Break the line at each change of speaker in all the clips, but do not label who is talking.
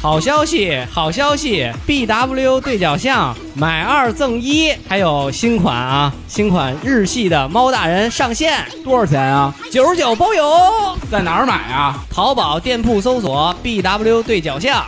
好消息，好消息！B W 对角巷买二赠一，还有新款啊，新款日系的猫大人上线，
多少钱啊？
九十九包邮。
在哪儿买啊？
淘宝店铺搜索 B W 对角 巷。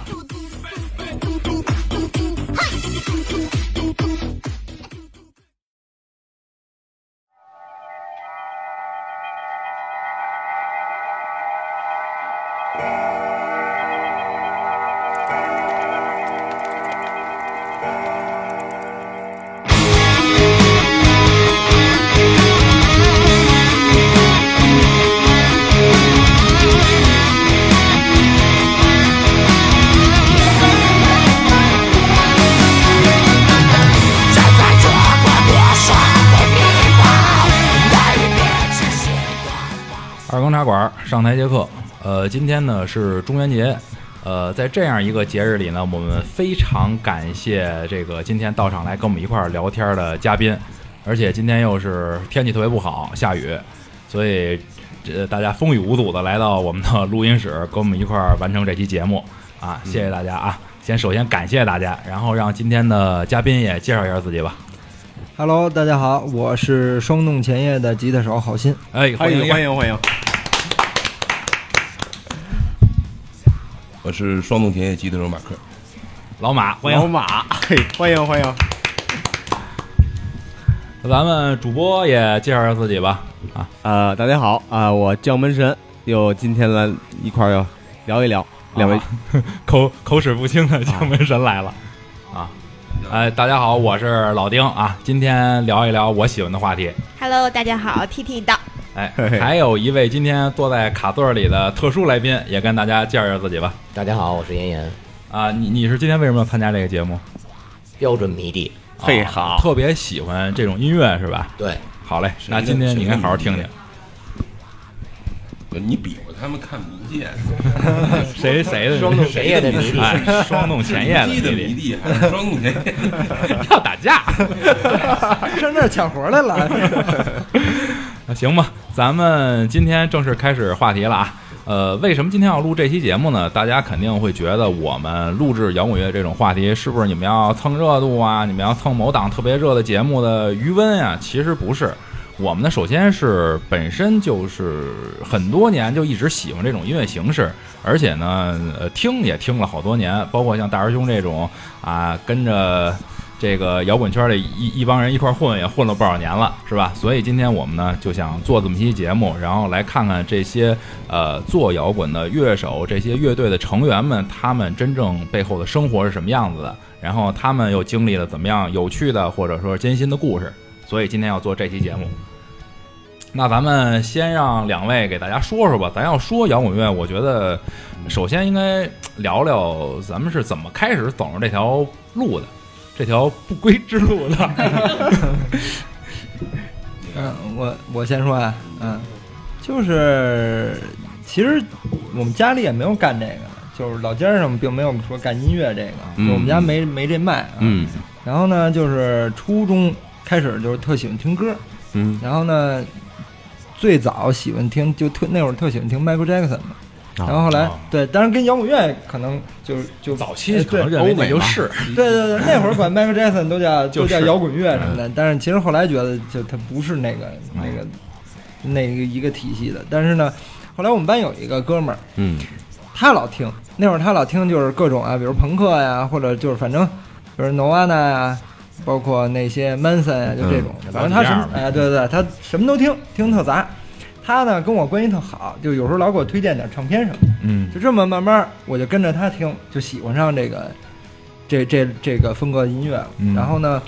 二更茶馆上台接客。呃，今天呢是中元节，呃，在这样一个节日里呢，我们非常感谢这个今天到场来跟我们一块儿聊天的嘉宾，而且今天又是天气特别不好，下雨，所以这大家风雨无阻的来到我们的录音室，跟我们一块儿完成这期节目啊！谢谢大家啊！先首先感谢大家，然后让今天的嘉宾也介绍一下自己吧。
Hello，大家好，我是霜冻前夜的吉他手好心。
哎，欢迎
欢迎欢迎！
我是双动田野鸡的手马克，
老马，欢迎
老马，嘿，欢迎欢迎！
咱们主播也介绍一下自己吧。
呃，大家好啊、我降门神，又今天来一块儿要聊一聊两位
啊 口口齿不清的江门神来了啊！哎，大家好，我是老丁啊，今天聊一聊我喜欢的话题。
Hello，大家好，T T 到，
哎
嘿嘿，
还有一位今天坐在卡座里的特殊来宾，也跟大家介绍一下自己吧。
大家好，我是妍妍，
啊，你你是今天为什么要参加这个节目？
标准迷弟。
啊
嘿好
特别喜欢这种音乐是吧？
对，
好嘞，
是
那
一个
今天
是
你
一
应该
个
好好
迷
听
弟
听
你比划他们看迷弟，
谁谁的
双动前夜的迷弟
哎， 双动前夜
迷
的
的
迷弟
迷弟还是双动田野？
要打 架。
哎上这儿抢活来 了，
那啊行吧，咱们今天正式开始话题了啊。呃，为什么今天要录这期节目呢？大家肯定会觉得我们录制摇滚乐这种话题，是不是你们要蹭热度啊？你们要蹭某档特别热的节目的余温啊？其实不是，我们呢首先是本身就是很多年就一直喜欢这种音乐形式，而且呢，呃，听也听了好多年，包括像大师兄这种啊，跟着这个摇滚圈里一一帮人一块儿混，也混了不少年了，是吧？所以今天我们呢就想做这么一期节目，然后来看看这些呃做摇滚的乐手、这些乐队的成员们，他们真正背后的生活是什么样子的，然后他们又经历了怎么样有趣的或者说艰辛的故事。所以今天要做这期节目。那咱们先让两位给大家说说吧，咱要说摇滚乐，我觉得首先应该聊聊咱们是怎么开始走上这条路的。这条不归之路的。
嗯，我我先说啊，嗯，就是其实我们家里也没有干这个，就是老家上并没有说干音乐这个，
嗯
就我们家没没这脉、啊。
嗯
然后呢，就是初中开始就是特喜欢听歌，
嗯
然后呢，最早喜欢听就特那会儿特喜欢听 Michael Jackson 嘛。然后后来、
哦
对，当然跟摇滚乐可能就就
早期
哎
可能
对
认为那就是，
对对对，那会儿管 Michael Jackson 都叫
就
都叫
是嗯
摇滚乐什么的，但是其实后来觉得就他不是那个那个那个一个体系的。但是呢，后来我们班有一个哥们儿，
嗯，
他老听，那会儿他老听就是各种啊，比如朋克呀，或者就是反正就是 Nirvana 呀，包括那些 Manson 呀，就这种。
嗯
反正他
杂技
什么
样儿呗
哎，对对对，他什么都听，听特杂。他呢跟我关系特好，就有时候老给我推荐点唱片什么的。
嗯，
就这么慢慢，我就跟着他听，就喜欢上这个这这这个风格的音乐了。
嗯
然后呢，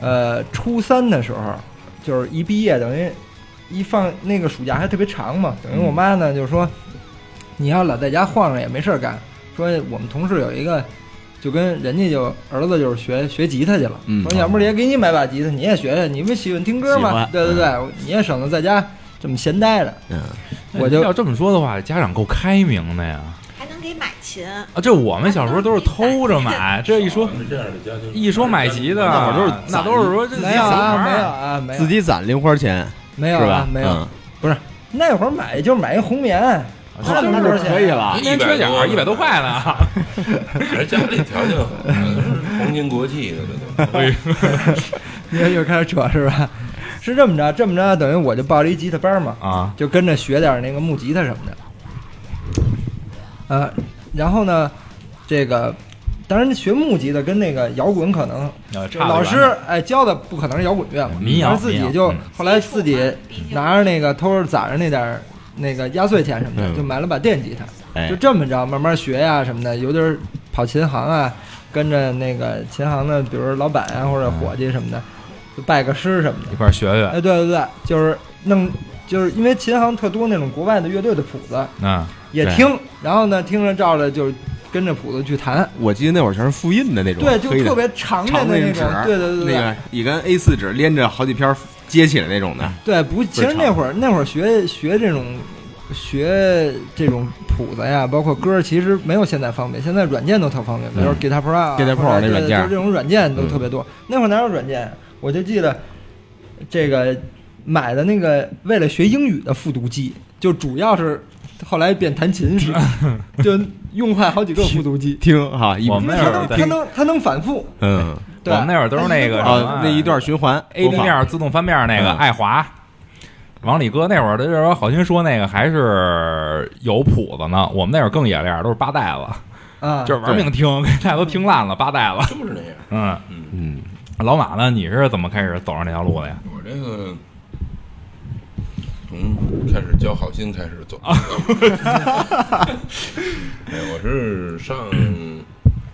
呃，初三的时候，就是一毕业，等于一放那个暑假还特别长嘛，
嗯
等于我妈呢就说，你要老在家晃着也没事儿干，说我们同事有一个。就跟人家就儿子就是学学吉他去了，
嗯
说要不也给你买把吉他，你也学学，你不喜欢听歌
喜
吗
欢？
对对对，你也省得在家这么闲待着。
嗯
我就
要这么说的话，家长够开明的呀。
还能给买琴，
啊，这我们小时候都是偷着 买，这一说
我们这样的家庭
一说买吉的，
那会儿都是
哎那都是说这
没有
小
啊，
孩
没
儿
有啊，没有
自己攒零花钱，
没有
是
啊
吧？
没有
嗯
那会儿买就买一红
啊
棉，
那
那就可以 了
一年缺角儿一百多块呢。
人家里条件 好，皇亲国戚的，这都。
你看又开始扯是 吧？是这么着，这么着，等于我就报了一吉他班嘛，
啊，
就跟着学点那个木吉他什么的。呃，然后呢，这个当然学木吉他跟那个摇滚可能
呃差得
老
远
师
点
哎教的不可能是摇滚乐嘛，
民谣
但是自
民
己
谣
就
嗯
后来自己拿着那个偷着攒着那点儿那个压岁钱什么的，
嗯
就买了把电吉他，
哎
就，这么着慢慢学呀、什么的，有点儿跑琴行啊，跟着那个琴行的，比如老板啊或者伙计什么的，就拜个师什么的
嗯
一。块儿学学。
哎，对对对，就是弄，就是因为琴行特多那种国外的乐队的谱子
嗯，
也
对
听，然后呢听着照着就跟着谱子去弹，
我记得那会儿全是复印的那种，
对，就
黑的
特别长的
长的
那
纸
种，，对对对对。
那个一根 A 4纸连着好几篇接起来那种的，
对，不，其实
长
那会儿那会儿学学这种学这种谱子呀，包括歌儿，其实没有现在方便。现在软件都特方便，比如说
嗯
Guitar Pro 啊、
Guitar Pro
或者对
那软件
就这种软件都特别多。那会儿哪有软件？我就记得这个买的那个为了学英语的复读机，就主要是后来变弹 琴时，就用坏好几个复读机，
听哈，一
我们
它
那会
能
儿
它能它能反复。
嗯
对
我们那会儿都是那个什
啊
么
那一段循环
A B
播放
面自动翻面那个
嗯
爱华，王李哥那会儿的就是说好心说那个还是有谱子呢，我们那会儿更野练，都是八带子，
啊，
就是玩命听，给大家都听烂了，八带子。
真不是那样。
嗯，
嗯，
老马呢？你是怎么开始走上这条路的呀？
我这个从开始交好心开始走。 哎，我是上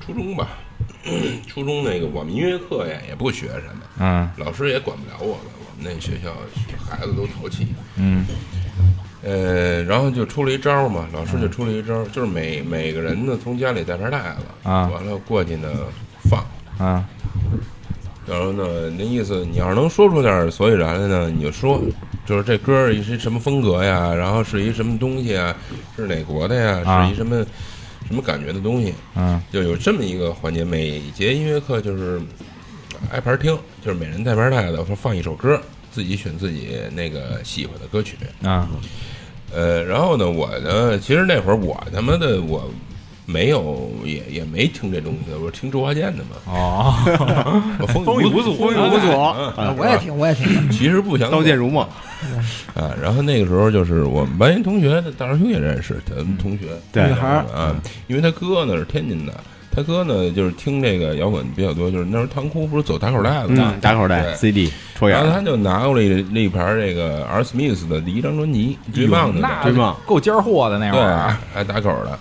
初中吧， 初中那个我们音乐课呀也不学什么，
嗯
老师也管不了我们，我们那学校孩子都淘气。
嗯
呃，然后就出了一招儿嘛，老师
嗯
就出了一招儿，就是每每个人呢从家里带盘带子
啊
完了过去呢放，
嗯
然后呢那意思你要是能说出点儿所以然来呢，你就说，就是这歌儿是一什么风格呀，然后是一什么东西啊，是哪国的呀，
啊
是一什么什么感觉的东西，
嗯
就有这么一个环节，每节音乐课就是挨盘儿听，就是每人带盘儿带子说放一首歌儿，自己选自己那个喜欢的歌曲。
啊
呃，然后呢，我呢，其实那会儿我他妈的我没有也也没听这东西，我听周华健的嘛，
嗯哦，
我风雨无阻，风雨
嗯无阻嗯
啊我也听，我也听。
其实不想
刀剑如梦，
啊。然后那个时候就是我们班一同学，大师兄也认识，咱们同学
对
女孩儿
啊，因为他哥呢是天津的，他哥呢就是听这个摇滚比较多，就是那时候唐哭不是走打口袋子吗
嗯，打口袋
对
CD 戳眼
然后
儿，
他就拿过来了一盘这个 R. Smith 的第一张专辑
哎
《追梦》的那
那
追梦
够尖儿货的那会
对
儿。，啊
还打口的。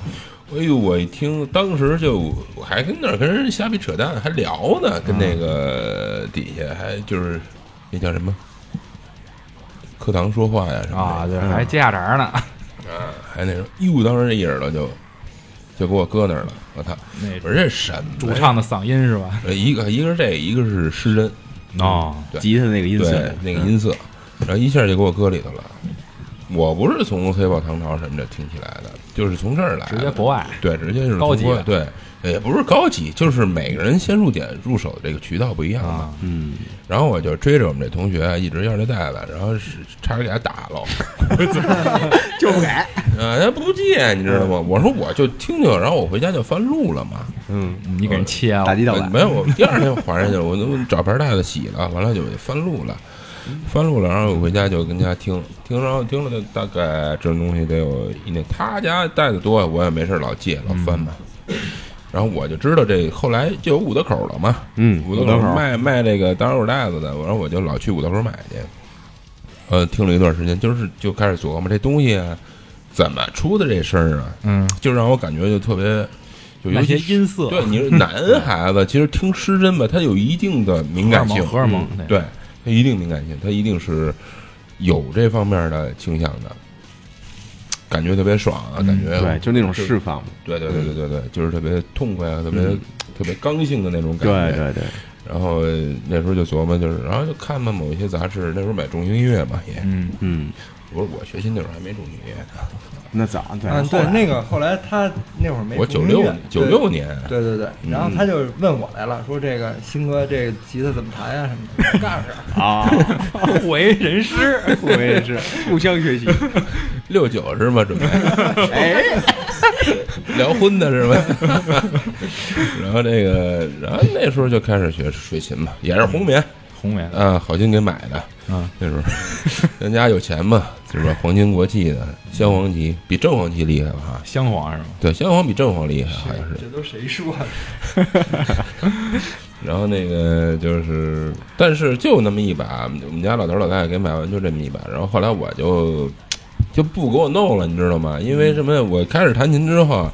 哎呦，我一听，当时就我还跟那儿跟人瞎逼扯淡，还聊呢，跟那个底下还就是那叫什么课堂说话呀什
啊，
么
对，还接下茬呢，
的，啊，还那什么，哟，当时这一耳朵就就给我搁那儿了，我操！
那
我说这什么呀
主唱的嗓音是吧？
呃一个一个是这，一个是失真，
哦，
对
吉他那个音色
对，那个
嗯
音色，然后一下就给我搁里头了。我不是从黑豹唐朝什么的听起来的，就是从这儿来的，
直接国外。
对，直接就是
高级啊
通过
的
对，也不是高级，就是每个人先入点入手的这个渠道不一样嘛。
啊，
嗯，
然后我就追着我们这同学啊一直要这袋子，然后是差点给他打了，
就不给，
啊，他不借，你知道吗？我说我就听听，然后我回家就翻录了嘛。
嗯，
你给人切了
打，击到
呃
板，
没有，我第二天我还上去了，我都找盘袋子洗了，完了就翻录了。翻录了，然后我回家就跟家听听，然后听了大概这东西得有一年。他家带的多，我也没事儿老借老翻嘛。然后我就知道这后来就有五道口了嘛，
嗯，
五道
等
口
会儿
卖卖这个打口袋子的，然后我就老去五道口买去。呃，听了一段时间，就是就开始琢磨这东西啊，怎么出的这声儿啊，
嗯，
就让我感觉就特别，就
那
尤
些
其
音色，
对，你是男孩子，其实听失真吧，他有一定的敏感性，
荷尔蒙，荷尔蒙，
对，他一定敏感性，他一定是有这方面的倾向的，感觉特别爽啊，感觉
对，就那种释放，
对对对对对对，就是特别痛快啊，特别
嗯
特别刚性的那种感
对
觉。
对对，
然后那时候就琢磨，就是然后就看看某一些杂志，那时候买重型音乐嘛，也
嗯，
嗯，
我我学习那会儿还没重型音乐呢，
那早对
嗯，对，那个后来他那会儿没
我
读
九
音
六
乐
九六年，
对对对，然后
嗯
他就问我来了，说这个新哥这个吉他怎么弹啊呀什么 的，告诉他，
啊，
不为人师，
我也是互相学习。
六九是吗？准备。
哎，
聊婚的是吧？ 然后那个，然后那时候就开始学学琴嘛，也是红棉
红梅的，
啊，好心给买的。
嗯，
那时候 人家有钱嘛，是吧？皇亲国戚的，镶黄旗比正黄旗厉害吧？哈
镶黄是吗？
对，镶黄比正黄厉害，好像是。
这都谁说的？
然后那个就是，但是就那么一把，我们家老头老太太给买完就这么一把。然后后来我就就不给我弄了，你知道吗？因为什么？我开始弹琴之后，啊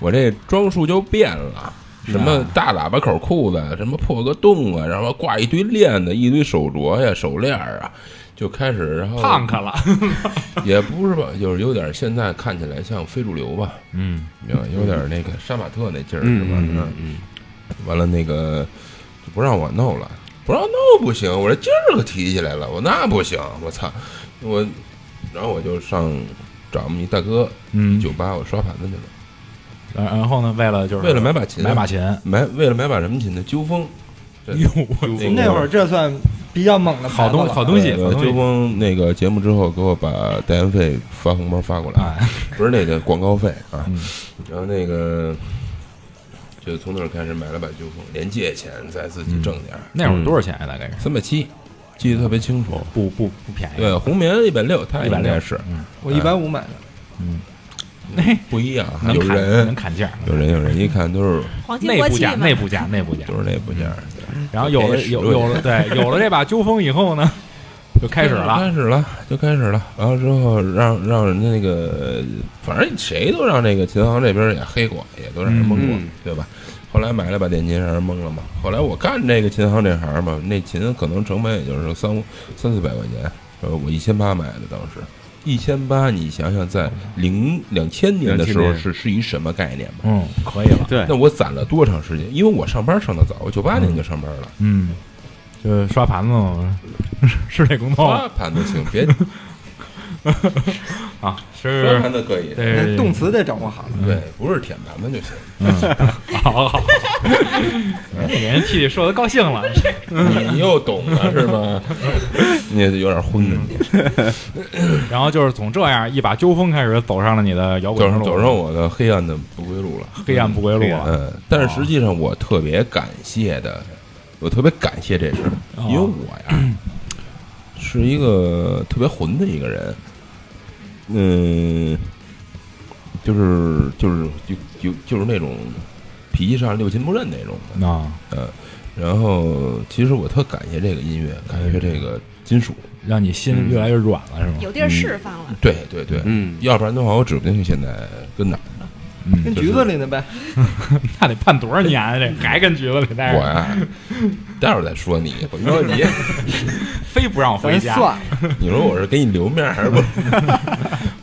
我这装束就变了。什么大喇叭口裤子，什么破个洞啊，然后挂一堆链子，一堆手镯呀、手链儿啊，就开始，然后
胖克了，
也不是吧，就是有点现在看起来像非主流吧，
嗯，
啊，有点那个杀马特那劲儿是吧？
嗯嗯
嗯。完了那个就不让我弄了，不让弄不行，我这劲儿可提起来了，我那不行，我操，我，然后我就上找我们一大哥
嗯
酒吧，我刷盘子去了，
然然后呢，为了就是
为了买把琴，
买把琴，
买为了买把什么琴呢？纠风，对
哟，
那
那会儿这算比较猛的
好东
牌子了
好东西，
呃
好东
纠
西，
风那个节目之后给我把代言费发红包发过来，
哎，
不是那个广告费啊
嗯。
然后那个就从那儿开始买了把旧风，连借钱再自己挣点儿，
那会儿多少钱呀？大概是
嗯三百七，记得特别清楚。
不不不便宜，
对，红棉一百六，他
一百
应
六
该是，
嗯
我一百五买的，
那
不一样啊，
能
有
砍能
人
砍价，
有人有人一看都是
皇亲
内
国
部
戚
价
嘛
内，部价内部价。
都是那部件儿，
然后有了有有了对有了这把纠风以后呢，就开始了
开始了，就开始了。然后之后让让人家那个，反正谁都让那个琴行这边也黑过，也都让人蒙过
嗯，
对吧？后来买了把电琴让人蒙了嘛。后来我干这个琴行这行嘛，那琴可能成本也就是三五三四百块钱，呃，我一千八买的当时。一千八，你想想，在
嗯
零两千年的时
2000
候
年
是是一什么概念吧？
嗯，可以了，
对
那，我攒了多长时间？因为我上班上的早，我九八年就上班了。
嗯，就是刷盘子嘛，是这工作
刷
吗
盘子行，别
啊，
刷
是
盘子可以，
对
那动词得掌握好。
对，不是舔盘子就行。
好好，给人替你说的高兴了，嗯
你又懂了是吧？ 你也有点昏着，
嗯然后就是从这样一把纠风开始走上了你的摇
走
滚之
上
路，
走上我的黑暗的不归路了。
黑暗不归路了，
嗯，但是实际上我特别感谢的，我特别感谢这事儿，
哦
因为我呀是一个特别混的一个人，嗯，就是就是就就就是那种脾气上六亲不认那种的。
啊，
然后其实我特感谢这个音乐，感谢这个金属，
让你心越来越软了，是吗？
有地儿释放了。
对对对，
嗯，
要不然的话，我指不定现在跟哪儿。
嗯，
跟橘子里那呗，
那得判多少年 啊？这还跟橘子里待
我
着，
呀，待会儿再说你。我说你，
非不让我回
咱
家。
算了，
你说我是给你留面儿还是不？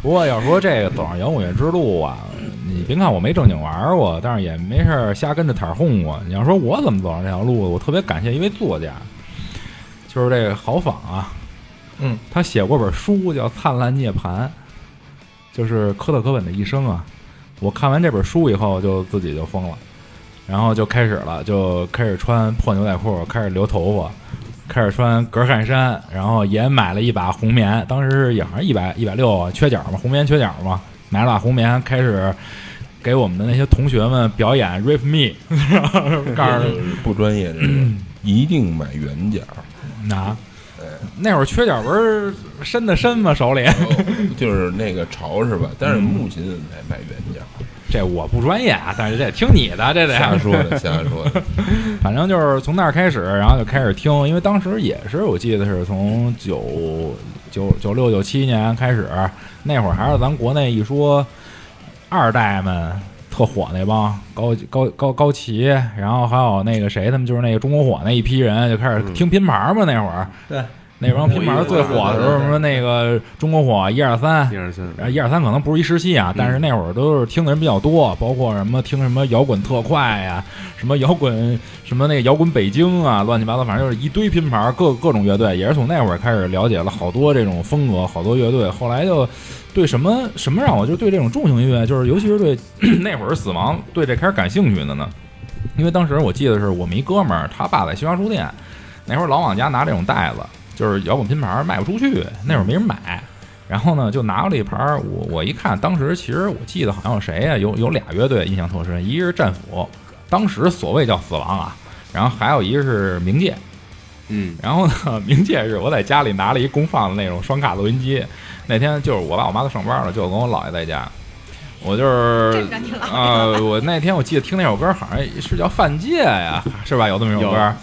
不过要说这个走上摇滚乐之路啊，你别看我没正经玩过，但是也没事儿瞎跟着摊儿混过。你要说我怎么走上这条路，我特别感谢一位作家，就是这个郝仿啊，
嗯，
他写过本书叫《灿烂涅槃》，就是科特·科本的一生啊。我看完这本书以后，就自己就疯了，然后就开始了，就开始穿破牛仔裤，开始留头发。开始穿格汗衫，然后也买了一把红棉，当时是也好像一百一百六啊缺角嘛，红棉缺角嘛，买了把红棉，开始给我们的那些同学们表演 “Rip Me”，然 后告诉
不专业这个，一定买原价儿，
拿。啊那会儿缺角不是伸的伸吗？手里
就是那个潮是吧？但是木琴得买原价儿，
这我不专业啊，但是这听你的，这得
瞎说的，瞎说的。
反正就是从那儿开始，然后就开始听，因为当时也是我记得是从九九九六九七年开始，那会儿还是咱国内一说二代们特火那帮高高高高旗，然后还有那个谁他们就是那个中国火那一批人就开始听拼盘嘛，那会儿
对，
那帮拼盘最火的时候，什么那个中国火一二三，
一二三，
呃一二三可能不是一时期啊，但是那会儿都是听的人比较多，包括什么听什么摇滚特快呀、什么摇滚什么那个摇滚北京啊，乱七八糟，反正就是一堆拼盘儿，各各种乐队，也是从那会儿开始了解了好多这种风格，好多乐队。后来就对什么什么让我就对这种重型音乐，就是尤其是对 那会儿死亡对这开始感兴趣的呢，因为当时我记得是我们一哥们儿，他爸在新华书店，那会儿老往家拿这种袋子，就是摇滚拼盘儿卖不出去，那会儿没人买。然后呢，就拿过了一盘儿，我我一看，当时其实我记得好像有谁呀、有有俩乐队印象特深，一个是战斧，当时所谓叫死亡啊，然后还有一个是冥界，
嗯，
然后呢，冥界是我在家里拿了一功放的那种双卡录音机，那天就是我爸我妈都上班了，就我跟我姥爷在家，我就是
镇着你了。
啊、我那天我记得听那首歌，好像是叫《犯戒》呀，是吧？有这么一首
有
歌，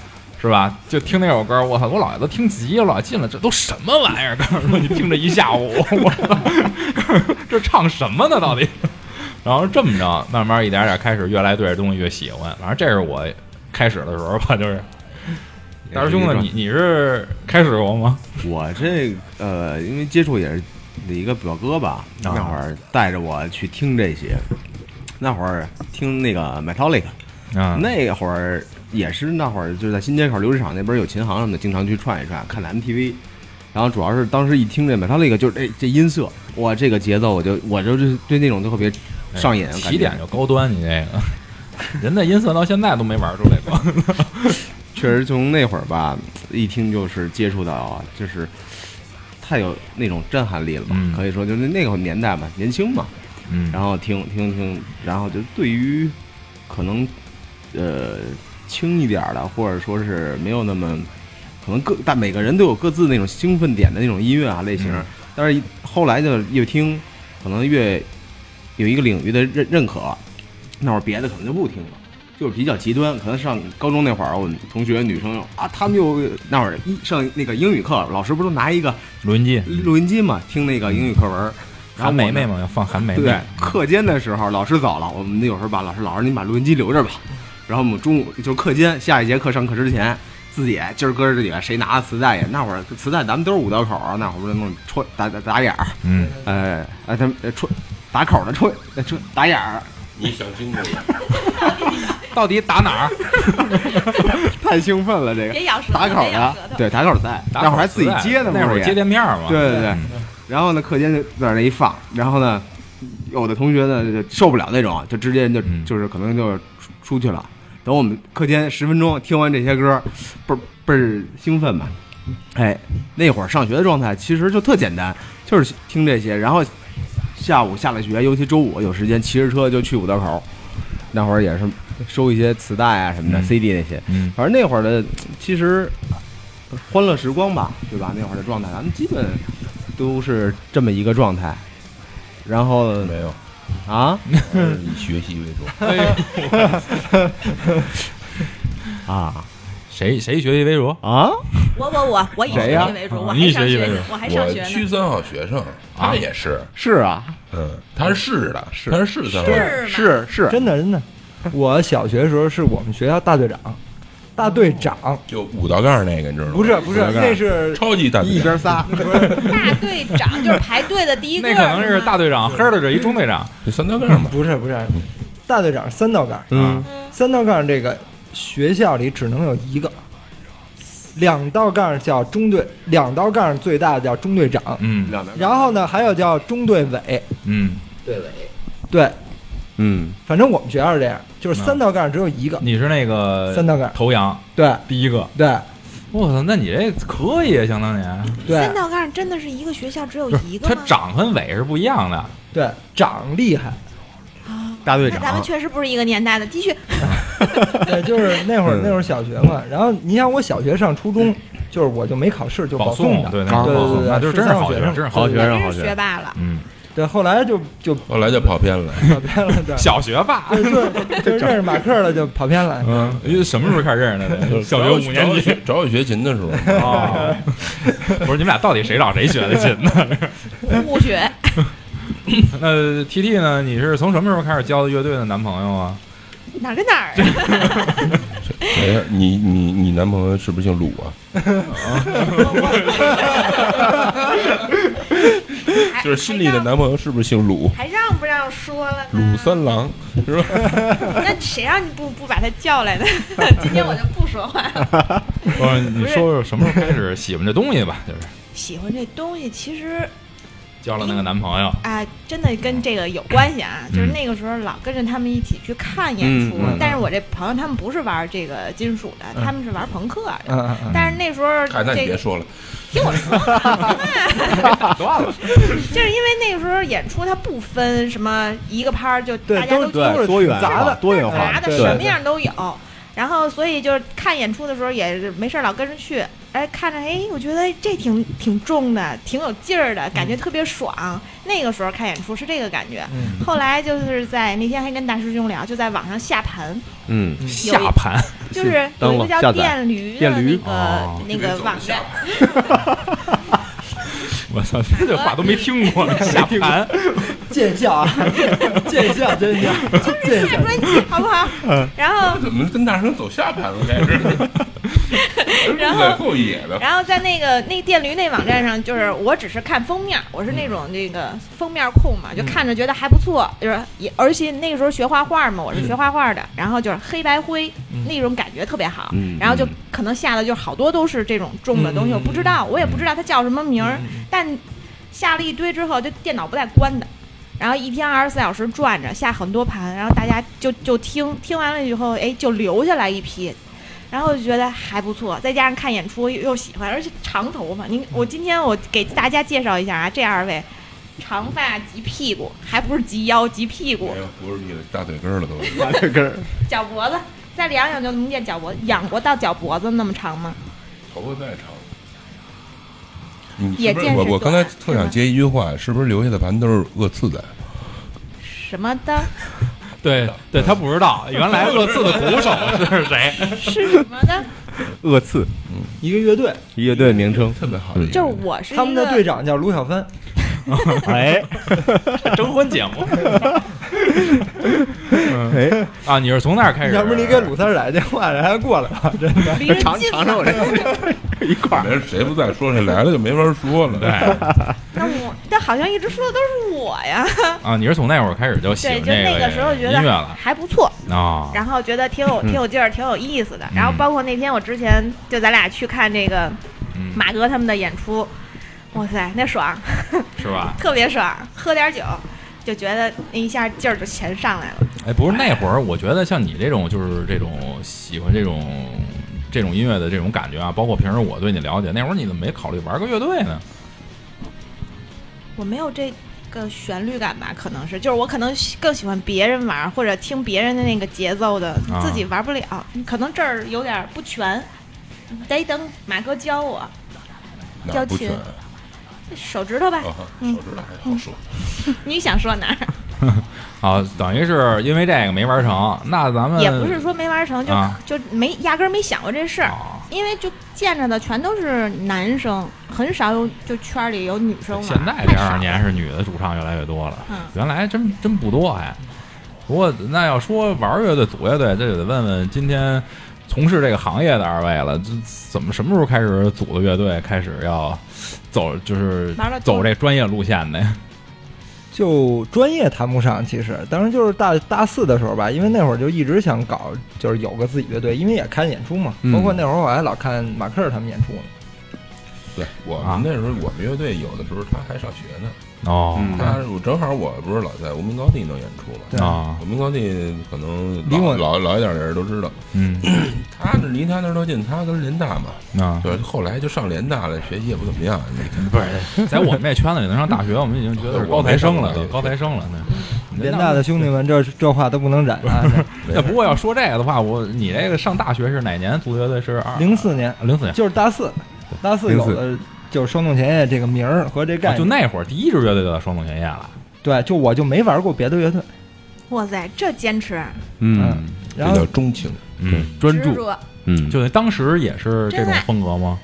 是吧？就听那首歌，我操，我姥爷都听急了，我姥爷进了，这都什么玩意儿？告诉 说你听这一下午，我操， 这唱什么呢？到底？然后这么着，慢慢一点点开始越来对这东西越喜欢。反正这是我开始的时候吧，就是大师兄呢，你你是开始过吗？
我这呃，因为接触也是一个表哥吧，那会儿带着我去听这些，那会儿听那个 Metallica，、
啊，
那会儿也是那会儿就是在新街口琉璃厂那边有琴行什么的，经常去串一串，看 MTV。然后主要是当时一听这 Metallica，就是哎这这音色，哇，这个节奏我就我就是对那种特别上瘾。啊感
哎起
觉
点就高端，你这个 人的音色到现在都没玩出来 过。
确实从那会儿吧，一听就是接触到啊，就是太有那种震撼力了吧，
嗯
可以说就是那个年代嘛，年轻嘛，
嗯
然后听听听，然后就对于可能呃轻一点儿的，或者说是没有那么可能各但每个人都有各自那种兴奋点的那种音乐啊类型，
嗯
但是一后来就越听可能越有一个领域的认认可，那会儿别的可能就不听了。就是比较极端，可能上高中那会儿，我们同学女生啊，她们就那会儿一上那个英语课，老师不都拿一个
录音机，
录音机嘛，听那个英语课文儿，然后
韩
我
梅
呢
梅嘛，要放韩梅梅。
对，课间的时候老师走了，我们有时候把老师老师您把录音机留着吧。然后我们中午就是课间下一节课上课之前，自己今儿哥儿几个谁拿的磁带呀？那会儿磁带咱们都是五道口啊，那会儿不是那种戳打打打眼儿，
嗯，
呃呃，他们呃戳打口的戳呃戳打眼儿，
你想清楚了，
到底打哪儿？
太兴奋了这 个
别咬舌头，
打口
别咬
啊
舌
的
头，
对打口带，
打
那会儿还
口
自己
磁带
接的嘛，
那会
不
儿
是
接
也
店面儿嘛。
对对对，然后呢，课间就在那儿一放，然后呢，有的同学呢就受不了那种，就直接就、
嗯
就是可能就出出去了。等我们课间十分钟听完这些歌，倍儿倍儿兴奋嘛。哎，那会儿上学的状态其实就特简单，就是听这些，然后下午下了学，尤其周五有时间，骑着车就去五道口。那会儿也是收一些磁带啊什么的、
嗯
CD 那些，
嗯
反正那会儿的其实欢乐时光吧，对吧？那会儿的状态，咱们基本都是这么一个状态。然后
没有，
啊
还是以学习为主。
啊
谁谁学习为主
啊！
我我我我以
谁
学
呀
习为主，
啊
我
你
还
以
上
学习
学
为
呢
主，
我还上
我
学
区
呢，
三好学生，他也是，
是啊，
嗯，他是市的，他是市三好学生，
是吗？
是是，
真的真 的，我小学的时候是我们学校大队长，大队长
就五道杠那哦个，你知道吗？
不是不是，那是
超级大队
一
长，
边仨，
大队长就是排队的第一个儿
那可能
是
是
吗
大队长黑的这一中队长。
这三 道杠 吧。
不是不是，大队长是三道杠，
嗯，
三道杠这个学校里只能有一个，两道杠叫中队，两道杠最大的叫中队长，
嗯
两边
然后呢还有叫中队委，
嗯，
队尾
对，
嗯，
反正我们学校是这样，就是三道杠只有一个，
你是那个
三道杠，
头羊
对
第一个。
对
我操，那你这可以啊，相当于
对
三道杠真的是一个学校只有
不是
一个
它
吗？
长跟尾是不一样的。
对，长厉害，
啊，
大队
那咱们
长，
确实不是一个年代的，继续。
对，就是那会儿
嗯
那会儿小学嘛，然后你像我小学上初中，就是我就没考试就
保
送的，
对，那
高
是
中
保
保
送，
送
那就是真是好
是
学
上学
生，真
生
哎是好学
学生
真
好
是
学
学霸了，
嗯，
对，后来就就
后来就跑偏了，
跑偏了，对，
小学霸。
对对，就认识马克了就跑偏了，
嗯，因为 什么时候开始认识的？小学五年级。
找我学琴的时候，
哦，不是你们俩到底谁找谁学的琴 呢？
互 学。
那 T T 呢？你是从什么时候开始交的乐队的男朋友啊？
哪儿跟哪儿啊？
哎，你你你男朋友是不是姓鲁啊？
哎还
就是心里的男朋友是不是姓鲁？
还让还让不让说了呢？
鲁三郎是 吧？
那谁让你不不把他叫来的？ 今天我就不说 话。哎
说你说说什么时候开始喜欢这东西吧？就是
喜欢这东西，其实
交了那个男朋友，
啊，真的跟这个有关系啊。就是
嗯
那个时候老跟着他们一起去看演出，
嗯嗯嗯
但是我这朋友他们不是玩这个金属的，
嗯
他们是玩朋克的。
嗯嗯
但是那时候
哎，那你
这
别
个
说了，
断了。
就是因为那个时候演出它不分什么一个拍儿，就
对
大家都
都
对，多元
杂
化
的
多元化
杂，的
对
什么样都有。然后，所以就是看演出的时候也是没事儿老跟着去，哎，看着哎，我觉得这挺挺重的，挺有劲儿的，感觉特别爽。那个时候看演出是这个感觉。
嗯
后来就是在那天还跟大师兄聊，就在网上下盘，
嗯，
下盘
就是有
登
一
了
个叫
下载
电驴的
电
那
驴
个
哦
那个网站，
我操，这话都没听过，下盘
见笑啊，见笑真笑，见
下专辑好不好？然后
怎么跟大声走下盘了？开始，
然后
在后野的，
然后在那个那电驴那网站上，就是我只是看封面，我是
嗯
那种那个封面控嘛，就看着觉得还不错，就是也而且那个时候学画画嘛，我
嗯
是学画画的，然后就是黑白灰那种感觉特别好，
嗯嗯
然后就可能下的就好多都是这种重的东西，我不知道，我也不知道它叫什么名儿，但下了一堆之后，这电脑不带关的。然后一天二十四小时转着下很多盘，然后大家就就听听完了以后，哎，就留下来一批，然后我就觉得还不错，再加上看演出又又喜欢，而且长头发。您我今天我给大家介绍一下啊，这二位，长发及屁股，还不是及腰及屁股
哎，呦不是你的大腿根儿了都。
这根儿
脚脖子再量量就能见脚脖，仰过到脚脖子那么长吗？
头发再长，你
也
是不是
见识
我我
短
刚才特想接一句话，是不是留下的盘都是恶刺的？
什么的，
对对，他不知道原来乐次的鼓手是谁，
是什么的？
恶刺
一个乐队，
乐队名称，
特别好，
就是我是一个
他们的队长叫卢小芬，
哎
征婚节目
哎，
啊！你是从那儿开始？
要不你给鲁三儿打电话， 人还过来了，真的。
离人
尝
近
尝尝我
了
这一块儿，
没人谁不在说谁来了就没法说了。
对
那我但好像一直说的都是我呀。
啊，你是从那会儿开始就喜
对，
欢
就
这
那个时候觉
音乐
得
了
还不错，
啊？
然后觉得挺有挺有劲儿，挺有意思的。然后
嗯
包括那天我之前就咱俩去看这个
嗯
马哥他们的演出，哇塞，那爽，
是吧？
特别爽，喝点酒。就觉得那一下劲儿就全上来了，
哎，不是那会儿，我觉得像你这种就是这种喜欢这种这种音乐的这种感觉啊，包括平时我对你了解，那会儿你怎么没考虑玩个乐队呢？
我没有这个旋律感吧，可能是，就是我可能喜更喜欢别人玩儿或者听别人的那个节奏的，
啊
自己玩不了，可能这儿有点儿不全，得等马哥教我
哪儿不全
交？手指头吧。
哦
啊，手指头还好
嗯
说。
你想说哪儿？
啊，等于是因为这个没玩成，那咱们
也不是说没玩成，就、
啊
就没压根儿没想过这事儿，
啊
因为就见着的全都是男生，很少有就圈儿里有女生玩。
现在
太
这
少
二
了
年是女的主唱越来越多了，
嗯
原来真真不多哎。不过那要说玩乐队、组乐队，这就得问问今天从事这个行业的二位了，这怎么什么时候开始组的乐队，开始要走就是
玩了多
走这专业路线的呀？
就专业谈不上，其实当时就是大大四的时候吧，因为那会儿就一直想搞，就是有个自己乐队，因为也看演出嘛，
嗯
包括那会儿我还老看马克尔他们演出呢。
对我
啊
们那时候，我们乐队有的时候他还上学呢。
哦
嗯
他我正好我不是老在无名高地弄演出嘛。
对
啊
无名高地可能
离
老
我
老老一点的人都知道，
嗯，
他那离他那儿多近，他跟联大嘛，
那
就是后来就上联大了，学习也不怎么样。你看
不是在我们这圈子里能上大学，我们已经觉得是高材生了，
我没上过
都高材生了。那
联大的兄弟们，这这话都不能染啊！
那不过要说这个的话，我你这个上大学是哪年组乐队？是二啊
零四年
零四年。
就是大四，大四有的就是双动前夜这个名儿和这
啊
概
就
念。
那会儿第一支乐队就在双洞前夜了。
对，就我就没玩过别的乐队，
哇塞，这坚持
嗯，
然
这
后
叫钟情，
嗯，
专
执
注，
着，
嗯，
就那当时也是这种风格吗？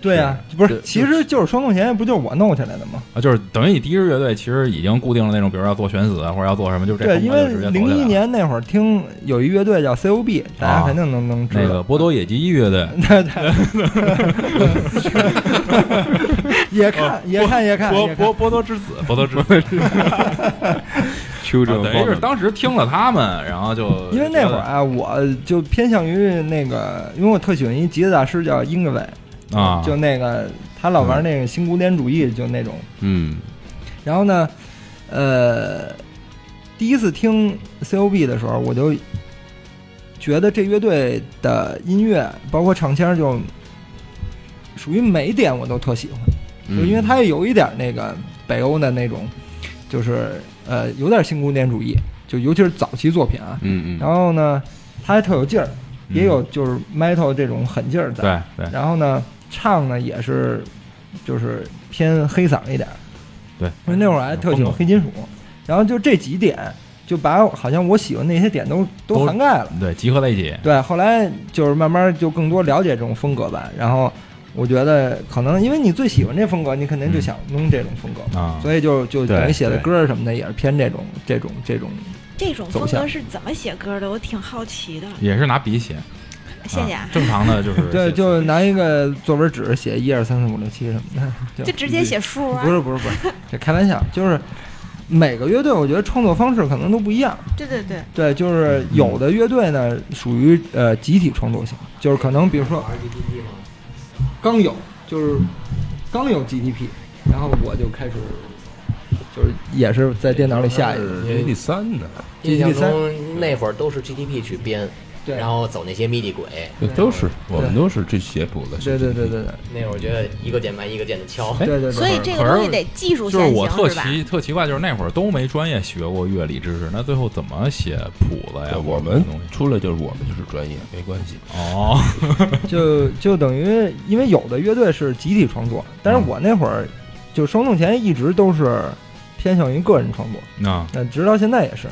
对呀、不是
对，
其实就是双动弦，不就是我弄起来的吗？
啊，就是等于你第一支乐队其实已经固定了那种，比如要做悬死啊，或者要做什么，就是这
对，
风
因
格
为
就直接走
零
起来
一
了
年那会儿听有一乐队叫 COB，大
啊
家肯定能能知
那
道
个。波多野结衣乐
嗯
队，
也
哦
看也看也看
波
也看，
波波多之子，波多之 子，
秋
啊等于是当时听了他们，然后就
因为那会儿啊，我就偏向于那个，因为我特喜欢一吉他大师叫英格伟，
啊，
就那个他老玩那个新古典主义，就那种。
嗯
然后呢，呃，第一次听 COB 的时候，我就觉得这乐队的音乐，包括唱腔，就属于每一点我都特喜欢，就因为它也有一点那个北欧的那种，就是呃有点新古典主义，就尤其是早期作品啊。
嗯嗯，
然后呢，它还特有劲儿，
嗯
也有就是 metal 这种狠劲儿在。
对对
然后呢，唱呢也是就是偏黑嗓一点儿。
对，
因为那
嗯
会儿还特喜欢黑金属，然后就这几点就把好像我喜欢那些点都
都
都涵盖了。
对集合在一起，
对，后来就是慢慢就更多了解这种风格吧，然后我觉得可能因为你最喜欢这风格，你肯定就想弄这种风格，
啊
所以就就
对
等于写的
对
歌儿什么的也是偏这种这种这种。
这种
走
风
向
格是怎么写歌的？我挺好奇的。
也是拿笔写，
谢谢啊
啊，正常的就是
对，
写
就拿一个作文纸写一二三四五六七什么的，就
就直接写数啊
不。是不是不是， 这开玩笑，就是每个乐队我觉得创作方式可能都不一样。
对对对，
对，就是有的乐队呢属于呃集体创作型，就是可能比如说刚有，就是刚有 GTP，然后我就开始就是也是在电脑里下一个，
是第三呢，
嗯印象
GTP 三
中那会儿都是 GTP 去编，
对
然后走那些 MIDI 轨。
对，都是我们都是这写谱子，
对对对对
那会儿我觉得一个键盘一个键的敲，
对对对
哎所
对，
以这个东西得技术
就
先行，
是我特
是吧？
奇特奇怪，就是那会儿都没专业学过乐理知识，那最后怎么写谱子呀？
对
或
我
者
们
什么东西
出来就是我们就是专业，没关系。
哦，
就就等于因为有的乐队是集体创作，但是
嗯
我那会儿就双动前一直都是偏向于个人创作，
那
那直到现在也是。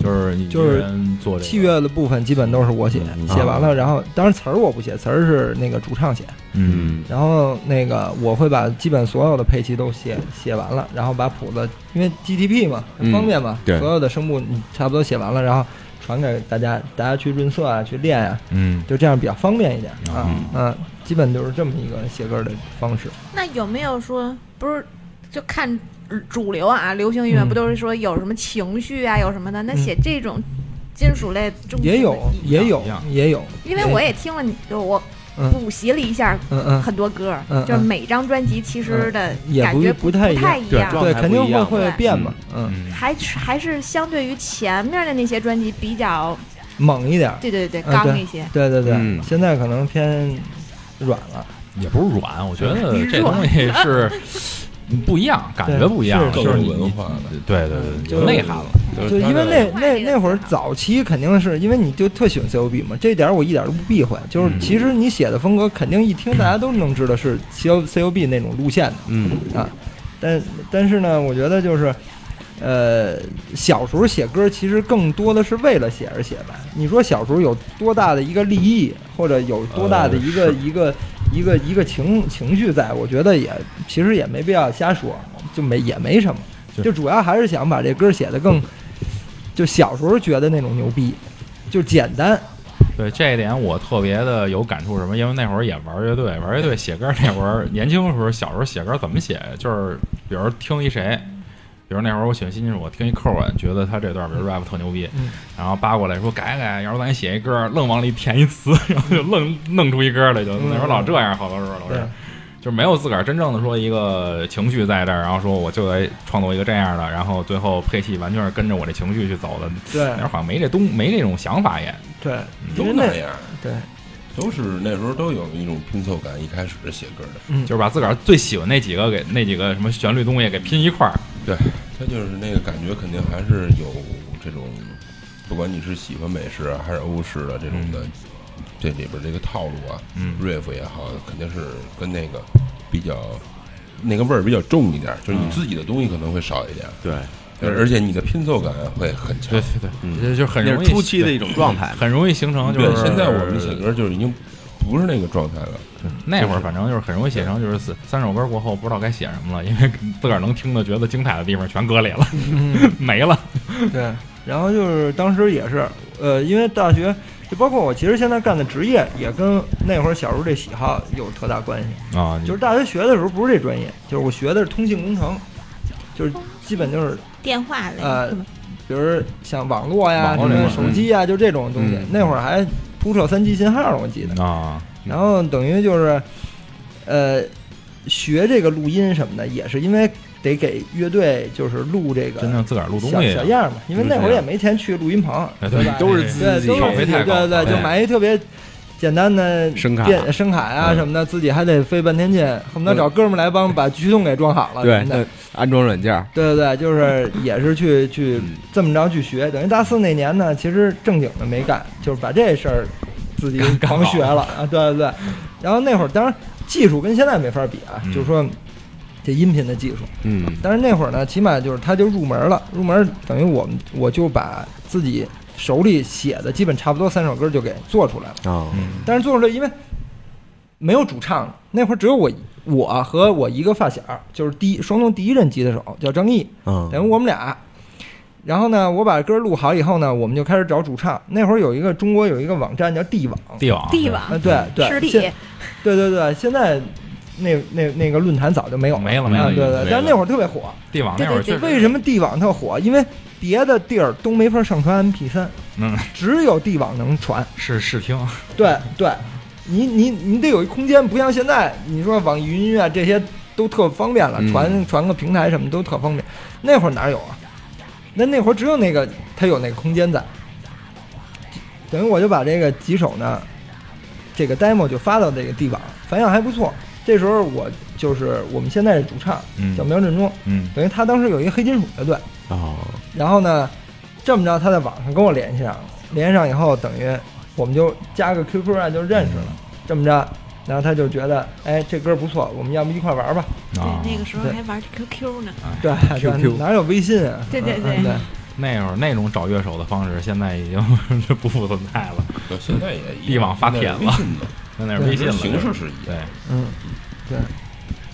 就是你一
就是
人做这个
器乐的部分基本都是我写，写完了，然后当然词儿我不写，词儿是那个主唱写，
嗯
然后那个我会把基本所有的配器都写写完了，然后把谱子，因为 GTP 嘛，
嗯
方便嘛，
对
所有的声部你差不多写完了，然后传给大家，大家去润色啊，去练啊，
嗯，
就这样比较方便一点啊，
嗯
嗯、基本就是这么一个写歌的方式。
那有没有说不是就看主流啊，流行音乐
嗯
不都是说有什么情绪啊，有什么的？那
嗯
写这种金属类重
也有，也有
一样，
也有，
因为我也听了你，就我
嗯
补习了一下
嗯嗯，
很多歌，
嗯嗯嗯
就是每张专辑其实的
也
感
不
觉
不太一
不
样
太一
对
样，
状
对，
态
肯
不
定
一
会
样
会
对
变嘛，嗯，
嗯
还是还是相对于前面的那些专辑比较，
猛一点儿，
对对对，
嗯
刚一些。
对对对，
嗯
现在可能偏软了，
也不是软，我觉 得这东西是 不一样，感觉不一样，
对
就是是
更
你嗯
有文化了，
对对对，
就
有
是
内涵了。
就
就是
他
因为
的
那那那会儿早期肯定是因为你就特喜欢 COB 嘛，这一点儿我一点儿都不避讳。就是其实你写的风格肯定一听大家都能知道是 CO COB 那种路线的，啊
嗯
但但是呢，我觉得就是。呃，小时候写歌其实更多的是为了写而写吧。你说小时候有多大的一个利益，或者有多大的一个、一
呃
个一个一个情情绪在，我觉得也其实也没必要瞎说，就没也没什么，
就
就主要还是想把这歌写得更，就小时候觉得那种牛逼，就简单，
对这一点我特别的有感触，什么？因为那会儿也玩乐队，玩乐队写歌那会儿，年轻的时候，小时候写歌怎么写？就是比如听一谁，比如那会儿我喜欢新金属，我听一扣啊，觉得他这段比如 rap 特牛逼，
嗯
然后扒过来说改改，要不咱写一歌，愣往里填一词， 然后就愣弄出一歌来，就
嗯
那会儿老这样，好多时候都
对
是。就是没有自个儿真正的说一个情绪在这儿，然后说我就得创作一个这样的，然后最后配器完全是跟着我这情绪去走的。
对
那会儿好像没这东没这种想法也，
对，因
都
为那
那样，
对，
都是那时候都有一种拼凑感。一开始写歌的，
就是把自个儿最喜欢那几个给那几个什么旋律东西给拼一块儿。
对他就是那个感觉，肯定还是有这种，不管你是喜欢美式啊还是欧式的这种的，
嗯
这里边这个套路啊，
嗯
riff 也好，肯定是跟那个比较那个味儿比较重一点，就是
嗯
你自己的东西可能会少一点，
对，
而而且你的拼凑感会很强
对。嗯对对，就就很
那
容易
是初期的一种状态，
很容易形成就
对
是，
现在我们写歌就是已经不是那个状态了。
那会儿反正就是很容易写成就是三三首歌过后不知道该写什么了，因为自个儿能听的觉得精彩的地方全割裂了， 没了。
对，然后就是当时也是，呃，因为大学就包括我，其实现在干的职业也跟那会儿小时候这喜好有特大关系。
啊，你
就是大学学的时候不是这专业，就是我学的是通信工程，就是基本就是
电话类
呃
是吧
比如像网络呀、
网络
什
这
么
块
手机呀，就这种东西
嗯。
那会儿还铺设三 G 信号，我记得。
啊，
然后等于就是，呃，学这个录音什么的，也是因为得给乐队就是录这个
真正自个儿录东
小
西啊
小，样儿嘛，因为那会儿也没钱去录音棚，
哎
对吧？
都是自
对，都
己
是自己
消费太高
对对，
了
就买一特别简单的
声卡
电声卡呀
嗯
什么的，自己还得费半天劲，恨不得找哥们儿来帮把驱动给装好了
对
什么的。，
安装软件儿，
对对对，就是也是去去这么着去学，等于大四那年呢，其实正经的没干，就是把这事儿自己狂学了啊，对对对。然后那会儿，当然技术跟现在没法比啊，
嗯
就是说这音频的技术，
嗯
但是那会儿呢，起码就是他就入门了，入门等于我们我就把自己手里写的基本差不多三首歌就给做出来了。
啊，
但是做出来因为没有主唱，那会儿只有我我啊和我一个发小，就是第一双龙第一任吉他手叫张毅，
嗯
等于我们俩。然后呢，我把歌录好以后呢，我们就开始找主唱。那会儿有一个中国有一个网站叫帝网，
帝王，
地
啊
网
对对，
吃
现
力，
对对对，现在那那那个论坛早就没有了
没了没
啊，
了
对对
没了，
但是那会儿特别火，
帝王那会儿确实
为什么地网特火？因为别的地儿都没法上传 MP 3
嗯
只有地网能传。
是试听，
对对，你你你得有一空间，不像现在，你说网易云音乐啊这些都特方便了，
嗯
传传个平台什么都特方便。那会儿哪有啊？那那会儿只有那个它有那个空间在，等于我就把这个几首呢，这个 demo 就发到这个地网，反响还不错。这时候我就是我们现在的主唱
嗯
叫苗振中，
嗯
等于他当时有一个黑金属乐队，
哦，
然后呢，这么着他在网上跟我联系上了，联系上以后，等于我们就加个 QQ 啊，就认识了。这么着，然后他就觉得，哎，这歌不错，我们要不一块儿玩吧？
啊，
对，那个时候
对
还玩 QQ 呢，
对对，哪有微信啊？
对对对
嗯嗯对
那会儿那种找乐手的方式，现在已经 是不复存在了，
对现在也 一样
帝王发帖了
现在是
那那
微信的
是微信了，
形式是一
对
样。，
嗯，
最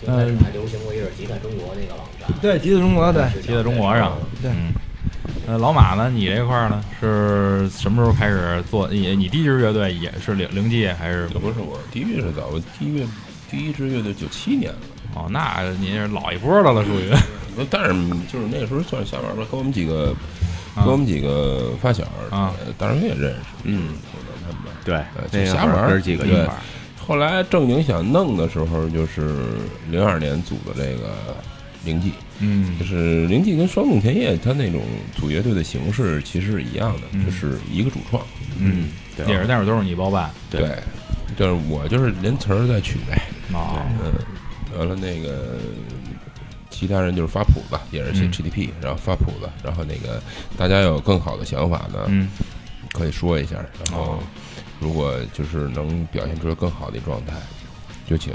开始还流行过一阵儿吉他中国那个网站，
对，极致中国，对，
记在中国上，
对
嗯。呃，老马呢？你这块儿呢？是什么时候开始做？你你第一支乐队也是零零届还是？
这不是我第一乐是早，我第一乐第一支乐队九七年了。
哦，那你是老一波的了，属于。
但是就是那时候算是下班了，和我们几个，和我们几个发小
啊，
呃大学也认识，
嗯，
他们。
对
呃，
那
就瞎玩儿
哥儿几个一块儿，
后来正经想弄的时候，就是零二年组的这个灵记，
嗯
就是灵记跟双动田野他那种组乐队的形式其实是一样的，
嗯
就是一个主创，
嗯，
对
也是那会儿都是你包办
对
啊对，就是我就是连词儿带曲呗，
啊。
嗯，完了那个其他人就是发谱子，也是写
嗯
GDP，、然后发谱子，然后那个大家有更好的想法呢，
嗯
可以说一下，然后
哦
如果就是能表现出更好的状态，就请。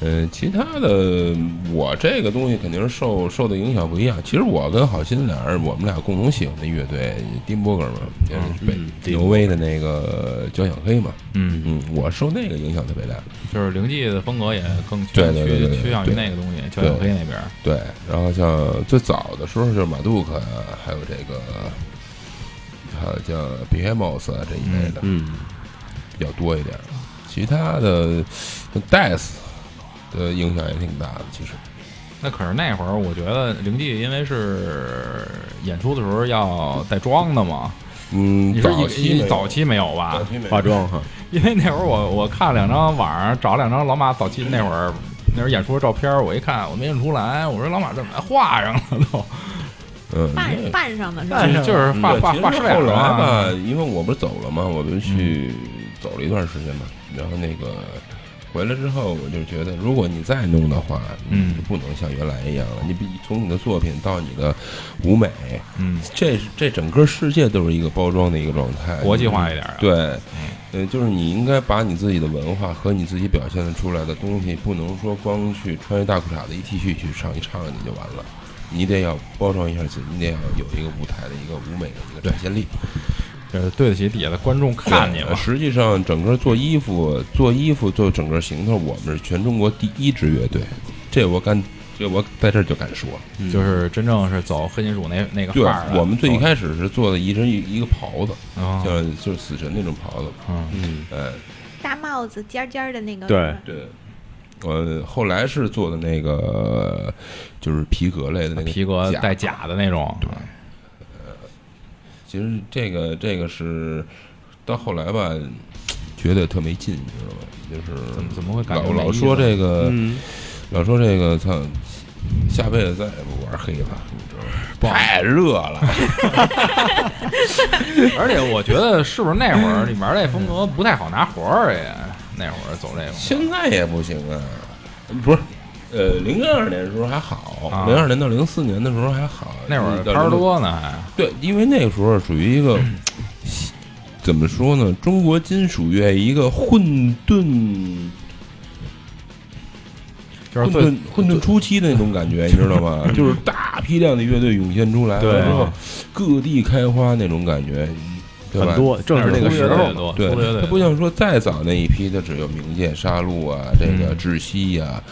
嗯，其他的我这个东西肯定是受受的影响不一样。其实我跟好心俩人，我们俩共同喜欢的乐队丁波哥们儿，就是
嗯
北挪威的那个交响黑嘛。
嗯，
嗯，我受那个影响特别大。
就是灵记的风格也更趋
对对对对
趋
对
趋向于那个东西，交响黑那边儿。
对，然后像最早的时候就是马杜克啊，还有这个，还有叫 Behemoth 啊这一类的，
嗯，
比较多一点儿。其他的像 Death 的影响也挺大的，其实。
那可是那会儿，我觉得灵记因为是演出的时候要带妆的嘛。
嗯
你，说
早
一
期
一早期没啊有吧？
化妆哈，
因为那会儿我我看两张网上找两张老马早期那会儿那会儿演出的照片儿，我一看我没认出来，我说老马怎么画上了都？
嗯，
扮扮上的是吧
扮？
就
上
是就是画
对
画
其实
画师
后
脸
来
上啊。
吧，因为我不是走了嘛，我就去走了一段时间嘛，
嗯
然后那个回来之后，我就觉得，如果你再弄的话，
嗯
你就不能像原来一样了。你比从你的作品到你的舞美，
嗯，
这是这整个世界都是一个包装的一个状态，
国际化一点儿啊。
对，呃，就是你应该把你自己的文化和你自己表现出来的东西，不能说光去穿一大裤衩子一 T 恤去上一唱你就完了，你得要包装一下自己，你得要有一个舞台的一个舞美的一个展现力。
就是对得起底下的观众看你
对呃
嘛。
实际上，整个做衣服、做衣服、做整个行头，我们是全中国第一支乐队，这我敢，这我在这儿就敢说。
就是真正是走黑金属那那个
对
范儿，的。
我们最一开始是做的一身一一个袍子，
啊，
像就是死神那种袍子，
嗯，
嗯，
呃，
大帽子尖尖儿的那个，
对
是吧
对。我后来是做的那个，就是皮革类的那个
啊皮革
甲
带假的那种，
其实这个这个是到后来吧，觉得特没劲，你知道吗？就是
怎么怎么会感觉
老
没
老
意思啊
说这个，
嗯
老说这个，操，下辈子再也不玩黑怕，你知道吗？太热了，
而且我觉得是不是那会儿你玩这风格不太好拿活儿也，那会儿走这个
现在也不行啊，不是。呃，零二年的时候还
啊
好，零二年到零四年的时候还好，
那会儿
到
摊儿
06
多呢还，
对，因为那个时候属于 一个怎么说呢，中国金属乐一个混沌
就是
混
最
沌混沌初期的那种感觉，你知道 吗？就是大批量的乐队涌现出来，
对
完之后各地开花那种感觉，对吧
很？多，正
那
是
是
那
那个
个时
时
候
候
嘛，
多，
对
粗略，的
它不像说再早那一批的，只有冥界、杀戮啊，这个
嗯
窒息 呀、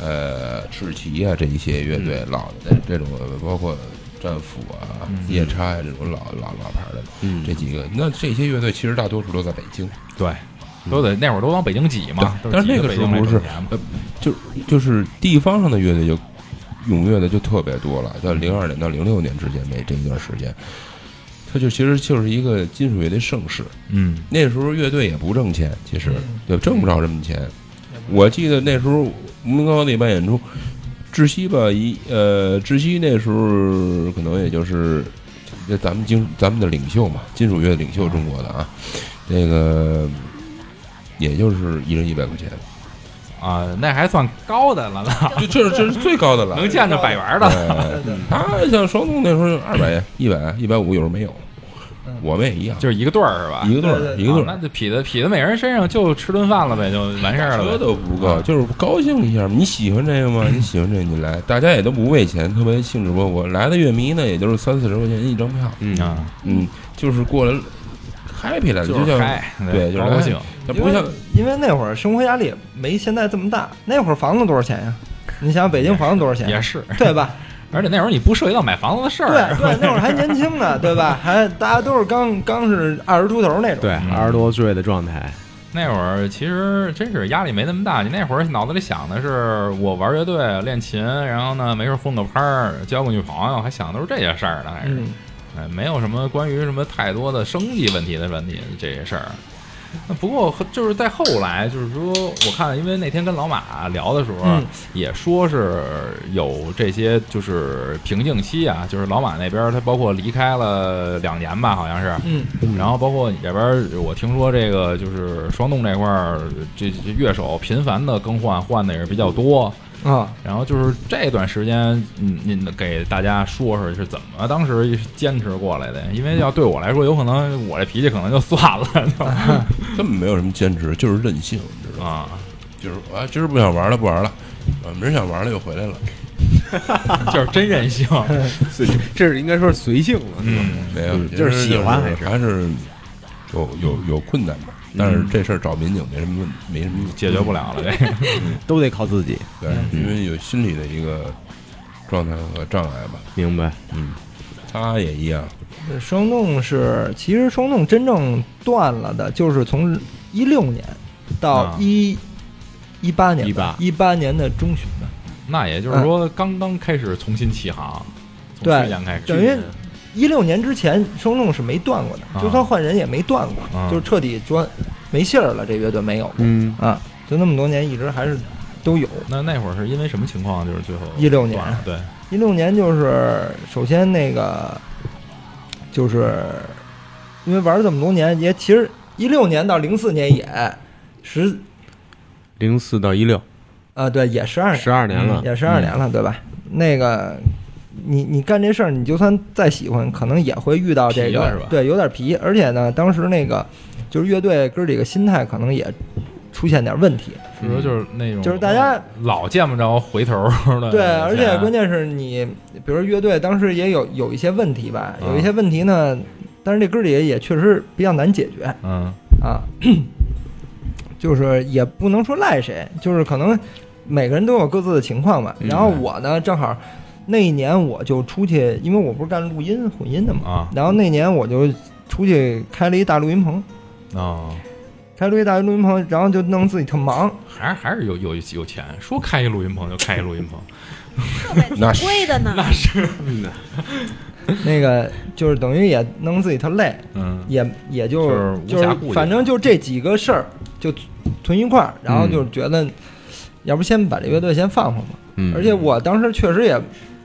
呃，赤旗啊这一些乐队
嗯
老的这种，包括战斧啊、夜叉呀、这种老老老牌的
嗯
这几个。那这些乐队其实大多数都在北京，
对，都得那会儿都往北京挤嘛，
对
都
但是
挤
那个
北
时候
京来
不
挣
是
钱嘛，
就就是地方上的乐队就踊跃的就特别多了，到零二年到零六年之间那这一段时间，它就其实就是一个金属乐的盛世。
嗯，
那时候乐队也不挣钱，其实也挣不着什么钱。我记得那时候无名高地办演出，窒息吧一呃窒息那时候可能也就是这咱们金咱们的领袖嘛，金属乐的领袖，中国的啊，那个也就是一人一百块钱，
啊，那还算高的了呢，
这这这是最高的了，
能见着百元的，
对他像双动那时候二百、一百、一百五，有时候没有
嗯，
我们也一样，
就是一个队儿是吧？
一个队
对
儿
对
一个队
啊
儿，
那就匹的匹的每人身上就吃顿饭了呗，就完事儿
车
了呗。
都不够，就是高兴一下嘛。你喜欢这个吗？你喜欢这个你来，大家也都不为钱，特别兴致勃勃。来的乐迷呢，也就是三四十块钱一张票，
嗯
啊，
嗯，就是过来 happy 来了，
就
像
是嗨，
对，就是
高高兴。，
他
因
不
为
像
因为那会儿生活压力没现在这么大，那会儿房子多少钱呀？你想想北京房子多少钱？
也是，
对吧？
而且那时候你不涉及到买房子的事
对
儿，啊
对，那会儿还年轻呢，对吧？还大家都是刚刚是二十出头那种。
对，
嗯
二十多岁的状 态，
那会儿其实真是压力没那么大，你那会儿脑子里想的是我玩乐队、练琴，然后呢没事儿混个拍儿、交个女朋友，还想的都是这些事儿呢，还是、
嗯，
哎没有什么关于什么太多的生计问题的问题这些事儿。那不过和就是在后来，就是说，我看，因为那天跟老马聊的时候，啊
嗯
也说是有这些就是瓶颈期啊，就是老马那边儿他包括离开了两年吧，好像是，
嗯，
然后包括你这边儿，我听说这个就是双动这块儿，这这乐手频繁的更换，换的也是比较多。
啊，
然后就是这段时间，嗯您给大家说说是怎么当时坚持过来的？因为要对我来说，有可能我这脾气可能就算了， 就
根本没有什么坚持，就是任性，你知道吗？
啊，
就是啊，今儿不想玩了，不玩了。啊，明儿想玩了又回来了，
就是真任 性。
所以这是应该说是随性了。
嗯，
没有
嗯，
其
就是
实
喜欢还是
还是有有有困难吧。但是这事儿找民警没什么问没什么问题
嗯解决不了了，这个
都得靠自己，
对，因为有心理的一个状态和障碍吧。
明白？
嗯，他也一样，
双动是，其实双动真正断了的，就是从一六年到
啊
一一八年吧，
18
一八年的中旬吧，
那也就是说刚刚开始重新起航，从
对
去年开始，
等于一六年之前双动是没断过的，
啊
就算换人也没断过，
啊
就是彻底钻没信儿了，这乐队没有过、
嗯，
啊，就那么多年一直还是都有。
那那会儿是因为什么情况？就是最后
16年
断了对，
一六年就是首先那个就是因为玩了这么多年，也其实一六年到零四年也十
零四到一六，
啊对也十二年嗯
十二年了，嗯
也十二年了，对吧？那个，你你干这事儿，你就算再喜欢，可能也会遇到这
皮了是
个
吧，
对，有点皮。而且呢，当时那个就是乐队哥几个心态可能也出现点问题，
是不是就是那种
就是大家
老见不着回头的？
对，而且关键是你，比如乐队当时也有有一些问题吧，有一些问题呢，但是这歌里也确实比较难解决
嗯
啊， 就是也不能说赖谁，就是可能每个人都有各自的情况吧。
嗯
然后我呢，正好那一年我就出去，因为我不是干录音混音的嘛，
啊
然后那年我就出去开了一大录音棚，
哦，
开了一大录音棚，然后就弄自己特忙，
还是还是有有有钱，说开一录音棚就开一录音棚，
设备挺
那是
贵的呢。
那个就是等于也弄自己特累，
嗯
也也就
就是无
就
暇
是
顾及
反正就这几个事儿就囤一块儿，然后就是觉得，要不先把这乐队先放放吧。
嗯，
而且我当时确实也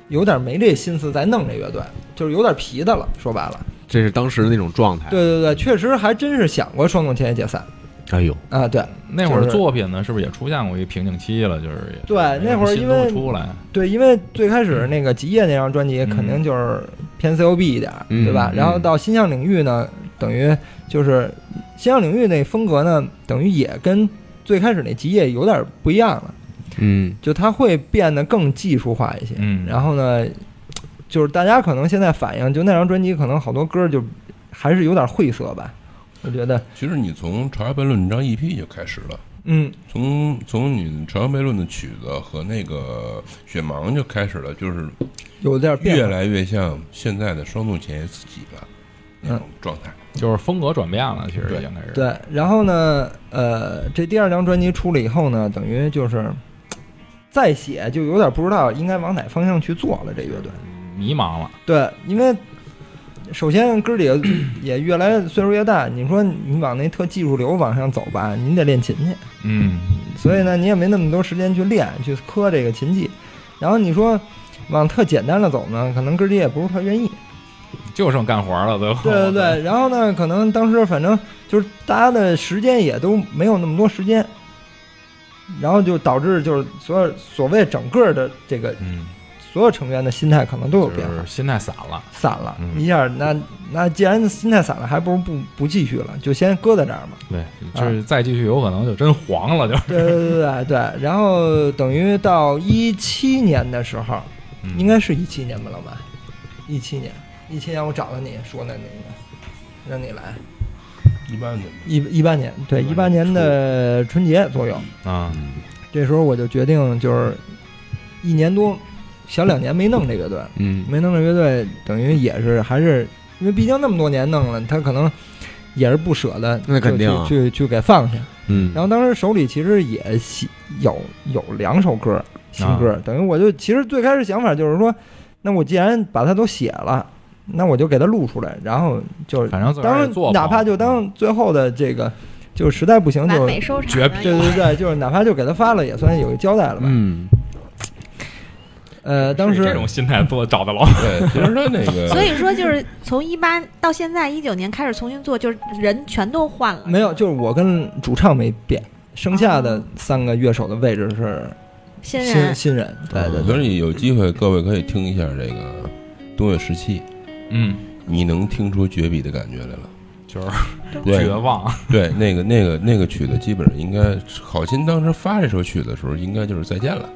有点没这心思再弄这乐队，就是有点皮的了。说白了，
这是当时的那种状态。
对，对对，确实还真是想过双动天也解散
哎呦，
啊。对
那会儿
就是
作品呢，是不是也出现过一瓶颈期了？就是也
对那会儿
新
因
东西
为
出来，
对，因为最开始那个《极夜》那张专辑肯定就是偏 COB 一点儿，
嗯
对吧？
嗯
然后到《新象领域》呢，等于就是《新象领域》那风格呢，等于也跟最开始那《极夜》有点不一样了。
嗯
就它会变得更技术化一些。
嗯，
然后呢，就是大家可能现在反映，就那张专辑可能好多歌就还是有点晦涩吧。我觉得，
其实你从《朝阳悖论》这张 EP 就开始了，
嗯，
从从你《朝阳悖论》的曲子和那个《雪盲》就开始了，就是
有点
越
变化。
来越像现在的双动前自己了那种状态。
就是风格转变了，其实应该是
对，然后呢，呃，这第二张专辑出了以后呢，等于就是再写就有点不知道应该往哪方向去做了。这乐队，
迷茫了，
对，因为首先歌里也也越来越岁数越大，你说你往那特技术流往上走吧，你得练琴去。
嗯
所以呢，你也没那么多时间去练去磕这个琴技。然后你说往特简单了走呢，可能哥儿姐也不是特愿意。
就剩干活了，最后
对对对，然后呢，可能当时反正就是大家的时间也都没有那么多时间，然后就导致就是所有所谓整个的这个
嗯，
所有成员的心态可能都有
就
变化
是，心态散了，
散了
嗯
一下。那那既然心态散了，还不如不不继续了，就先搁在这儿 嘛。
对，
啊
就是再继续有可能就真黄了，就是
对对对对对，然后等于到一七年的时候，
嗯
应该是一七年吧，老马，一七年，一七年我找到你说的那个，让你来，
一般的
一一八年，对，一八年的春节左
嗯
右，
啊，
这时候我就决定就是一年多，小两年没弄这乐队，
嗯
没弄这乐队，等于也是还是因为毕竟那么多年弄了，他可能也是不舍得，
那肯定啊
就去去去给放下。
嗯，
然后当时手里其实也喜有有两首歌新
啊
歌，等于我就其实最开始想法就是说，那我既然把它都写了，那我就给它录出来，然后就
嗯反正自个儿也
当
做吧嗯
哪怕就当最后的这个，就实在不行
完
就
美收场
绝
了
对对对，就是哪怕就给它发了，也算有个交代了吧。
嗯
呃，当
是这
时
种心态做找 的牢，
对，其实他那个
所以说，就是从一八到现在一九年开始重新做，就是人全都换了。
没有，就是我跟主唱没变，剩下的三个乐手的位置是
哦新
新
人
新人，对
嗯
对对，
所以有机会各位可以听一下这个东岳时期，
嗯，
你能听出绝笔的感觉来了。
就是
对
绝望，
对，那个那个那个曲子，基本上应该好心当时发这首曲子的时候，应该就是再见了。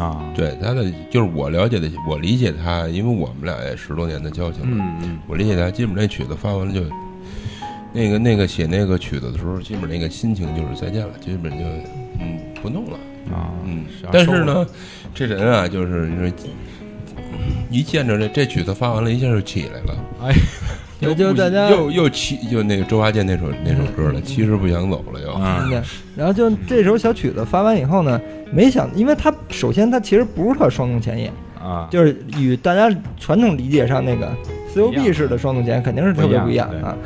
啊，
对他的，就是我了解的，我理解他，因为我们俩也十多年的交情了，
嗯嗯，
我理解他，基本那曲子发完了就，那个那个写那个曲子的时候，基本那个心情就是再见了，基本就嗯不弄了。
啊，
嗯
是啊，
但是
收
呢
了，
这人啊，就是你说一见着这这曲子发完了，一下就起来了。
哎，
也
又
就
不
大家
又又起，就那个周华健那首那首歌了，其实不想走了又。
嗯
对，然后就这首小曲子发完以后呢，没想，因为它首先它其实不是特双动前夜，
啊，
就是与大家传统理解上那个 COB 式的双动前肯定是特别不一样
不一样
啊。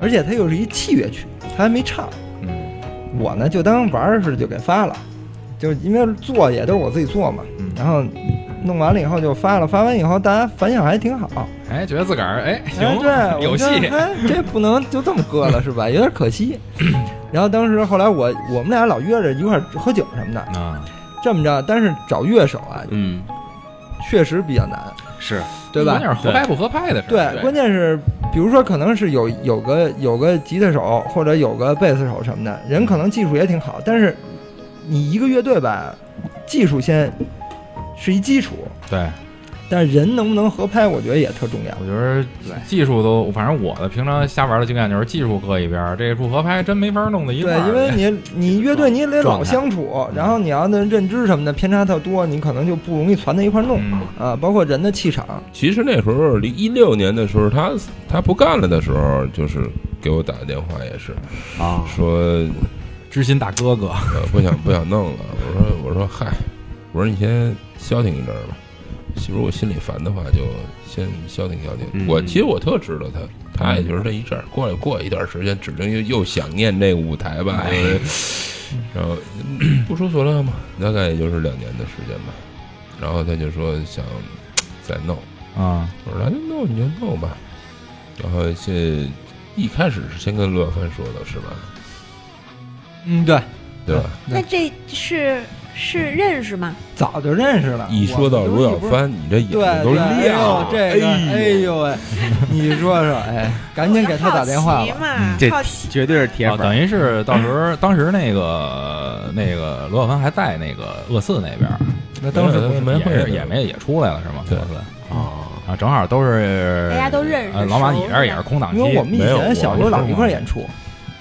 而且它又是一器乐曲，它还没唱，
嗯
我呢就当玩儿似的就给发了，就是因为做也都是我自己做嘛，
嗯，
然后弄完了以后就发了，发完以后大家反响还挺好，
哎，觉得自个儿哎行
哎，对，
有
我
戏
觉，得哎，这不能就这么搁了是吧？有点可 惜。然后当时后来我我们俩老约着一块儿喝酒什么的，
啊，
这么着，但是找乐手啊，
嗯，
确实比较难，
是
对吧
关？键是合拍不合拍的事儿，
对，关键是比如说可能是有有个有个吉他手或者有个贝斯手什么的，人可能技术也挺好，但是你一个乐队吧，技术先是一基础，
对，
但是人能不能合拍，我觉得也特重要。
我觉得技术都，反正我的平常瞎玩的经验就是技术搁一边儿，这不合拍真没法弄到一块
对，
儿。
因为你 你乐队你也得老相处，
嗯
然后你要的认知什么的偏差特多，你可能就不容易攒在一块儿弄、
嗯
啊。包括人的气场，
其实那时候，零一六年的时候，他他不干了的时候，就是给我打的电话，也是
啊，
说、
知心大哥哥，
呃、不想不想弄了。我说我说嗨，我说你先消停一阵儿吧。如果心里烦的话，就先消停消停。
嗯
我其实我特知道他，他也就是这一阵儿，过了过一段时间，指定又又想念那舞台吧。然后嗯不出所料嘛，大概也就是两年的时间吧。然后他就说想再弄。
啊，
我说来就弄你就弄吧。然后这一开始是先跟陆小帆说的是吧？
嗯，对，
对吧？
那这是是认识吗？
早就认识了。
一说到
卢
陆小，帆，你这眼
对
睛都
对，哎
亮
呦
了，
这个，哎呦喂，你说说，哎，赶紧给他打电话
好奇
吧。
嘛
嗯这
好奇，
绝对是铁
啊
粉
等。于是到时候当时那个那个罗小凡还在那个鄂四那边儿，
那当时
不是
也
会
是也没也出来了是吗？
对
鄂四
哦
啊，
啊，正好都是
大家都认识
呃老马你
熟
这儿也是空档期，
因为我们以
没有
前小时候老一块儿演出，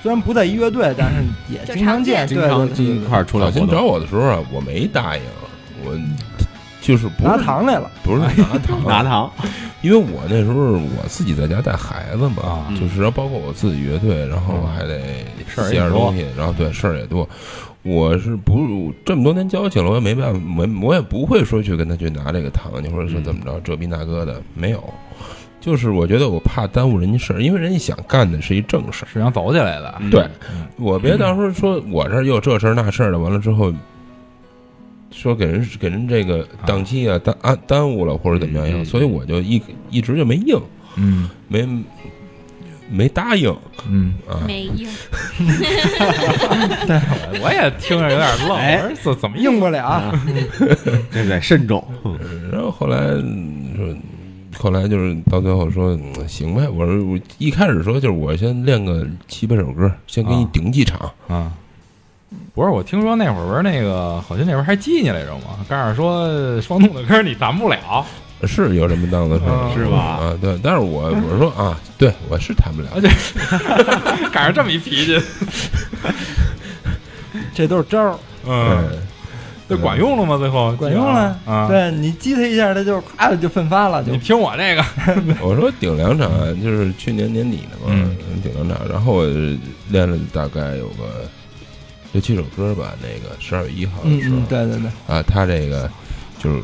虽然不在一乐队，但是也
就
经常
常
见，
见
对
经常
对对
一
对，
块儿出来
老
活
秦找
动，
我的时候啊，我没答应，我就是不
拿
是
糖来了。
不是哎拿糖
拿糖，
因为我那时候我自己在家带孩子
嗯
嘛，
啊
就是然后包括我自己乐队，然后还得
事儿
写
也
点
多
东西，然后对事儿也多。我是不这么多年交情了，我也没办法，没我也不会说去跟他去拿这个糖，你或者是怎么着这逼那哥的，没有。就是我觉得我怕耽误人家事儿，因为人家想干的是一正事儿，
是想走起来的，
对
嗯
我别到时候说我这儿又这事儿那事儿的，完了之后说给人给人这个档期啊耽啊耽误了或者怎么
嗯
样
嗯
样，所以我就一一直就没应。
嗯
没没答应
嗯，
啊。
没应，
我我也听着有点愣，
哎
我说怎怎么
应不
嗯
了，
这得慎重。
然后后来嗯说，后来就是到最后说嗯行呗，我说我一开始说就是我先练个七八首歌，先给你
啊
顶几场。
啊。不是，我听说那会儿不是那个好像那会儿还记你来着吗？告诉说双动的歌你弹不了，
是有这么档子事儿
嗯
是吧
啊，对，但是我我说啊，对我是谈不了
而，且 赶上这么一脾气，
这都是招儿。
啊
嗯，
对
这管用了吗？最后
管用了
嗯
啊！
对你激他一下，他就咵就奋发了，就
你听我这个，
我说顶两场，就是去年年底的嘛，
嗯
顶两场，然后我练了大概有个六七首歌吧，那个十二月一号的
嗯
时候，
嗯，对对对，
啊，他这个就是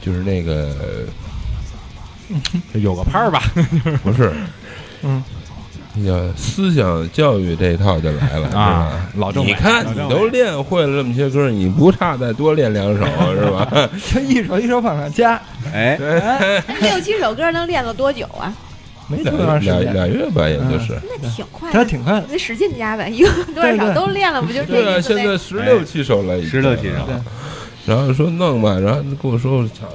就是那个
有个拍儿吧，
不是，
嗯，
那叫思想教育这一套就来了
啊
是吧
老政委
你看
老
你
政委
都练会了这么些歌，你不差再多 练两首是吧？
就一首一首往上加，
哎，
那六七首歌能练了多久啊？
没多
俩
长时
俩
间，
俩月吧，也就是。
那挺快
他
的，
挺快的。
那使劲加呗，一共多
对
少
对
都练了，不就
对
这
啊，
意思
现
呗？
在十六七首了，已经
16七首
对
然后说弄吧，然后跟我说，操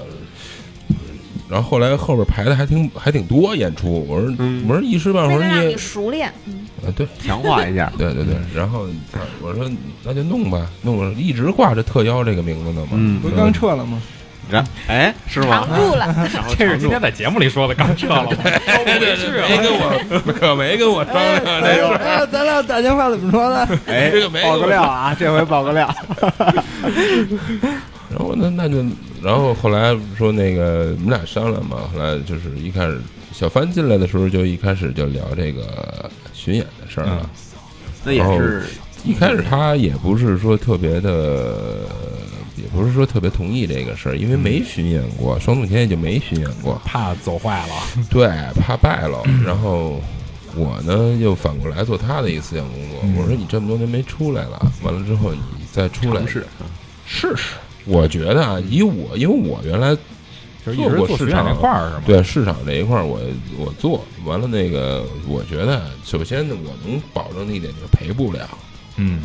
然后后来后边排的还挺还挺多演出，我说、
嗯
我说一时半会
为
儿
了让
你
你
也
熟练，嗯
啊对，
强化一下，
对对对，
嗯
然后他我说那就弄吧，弄吧，一直挂着特邀这个名字呢嘛。
嗯
不是刚撤了吗？
然哎，是
扛
吗？
住 了。
这是今天在节目里说的，刚撤了，啊我回去
没跟我可没跟我商量这事儿，
哎，咱俩打电话怎么说呢？
哎
这个没，有
爆个料啊，这回爆个料。
然后那那就，然后后来说那个我们俩商量嘛，后来就是一开始小帆进来的时候就一开始就聊这个巡演的事儿啊了。
那也是
一开始他也不是说特别的，也不是说特别同意这个事儿，因为
嗯
没巡演过，双动前也就没巡演过。
怕走坏了，
嗯
对，怕败了。然后我呢又反过来做他的一个思想工作。
嗯
我说你这么多年没出来了，完了之后你再出来
尝试
试试。我觉得啊，以我因为我原来
就是一直做巡演那块儿是吗？
对市场这一块儿，我我做完了那个，我觉得啊首先呢，我能保证的一点就是赔不了。
嗯，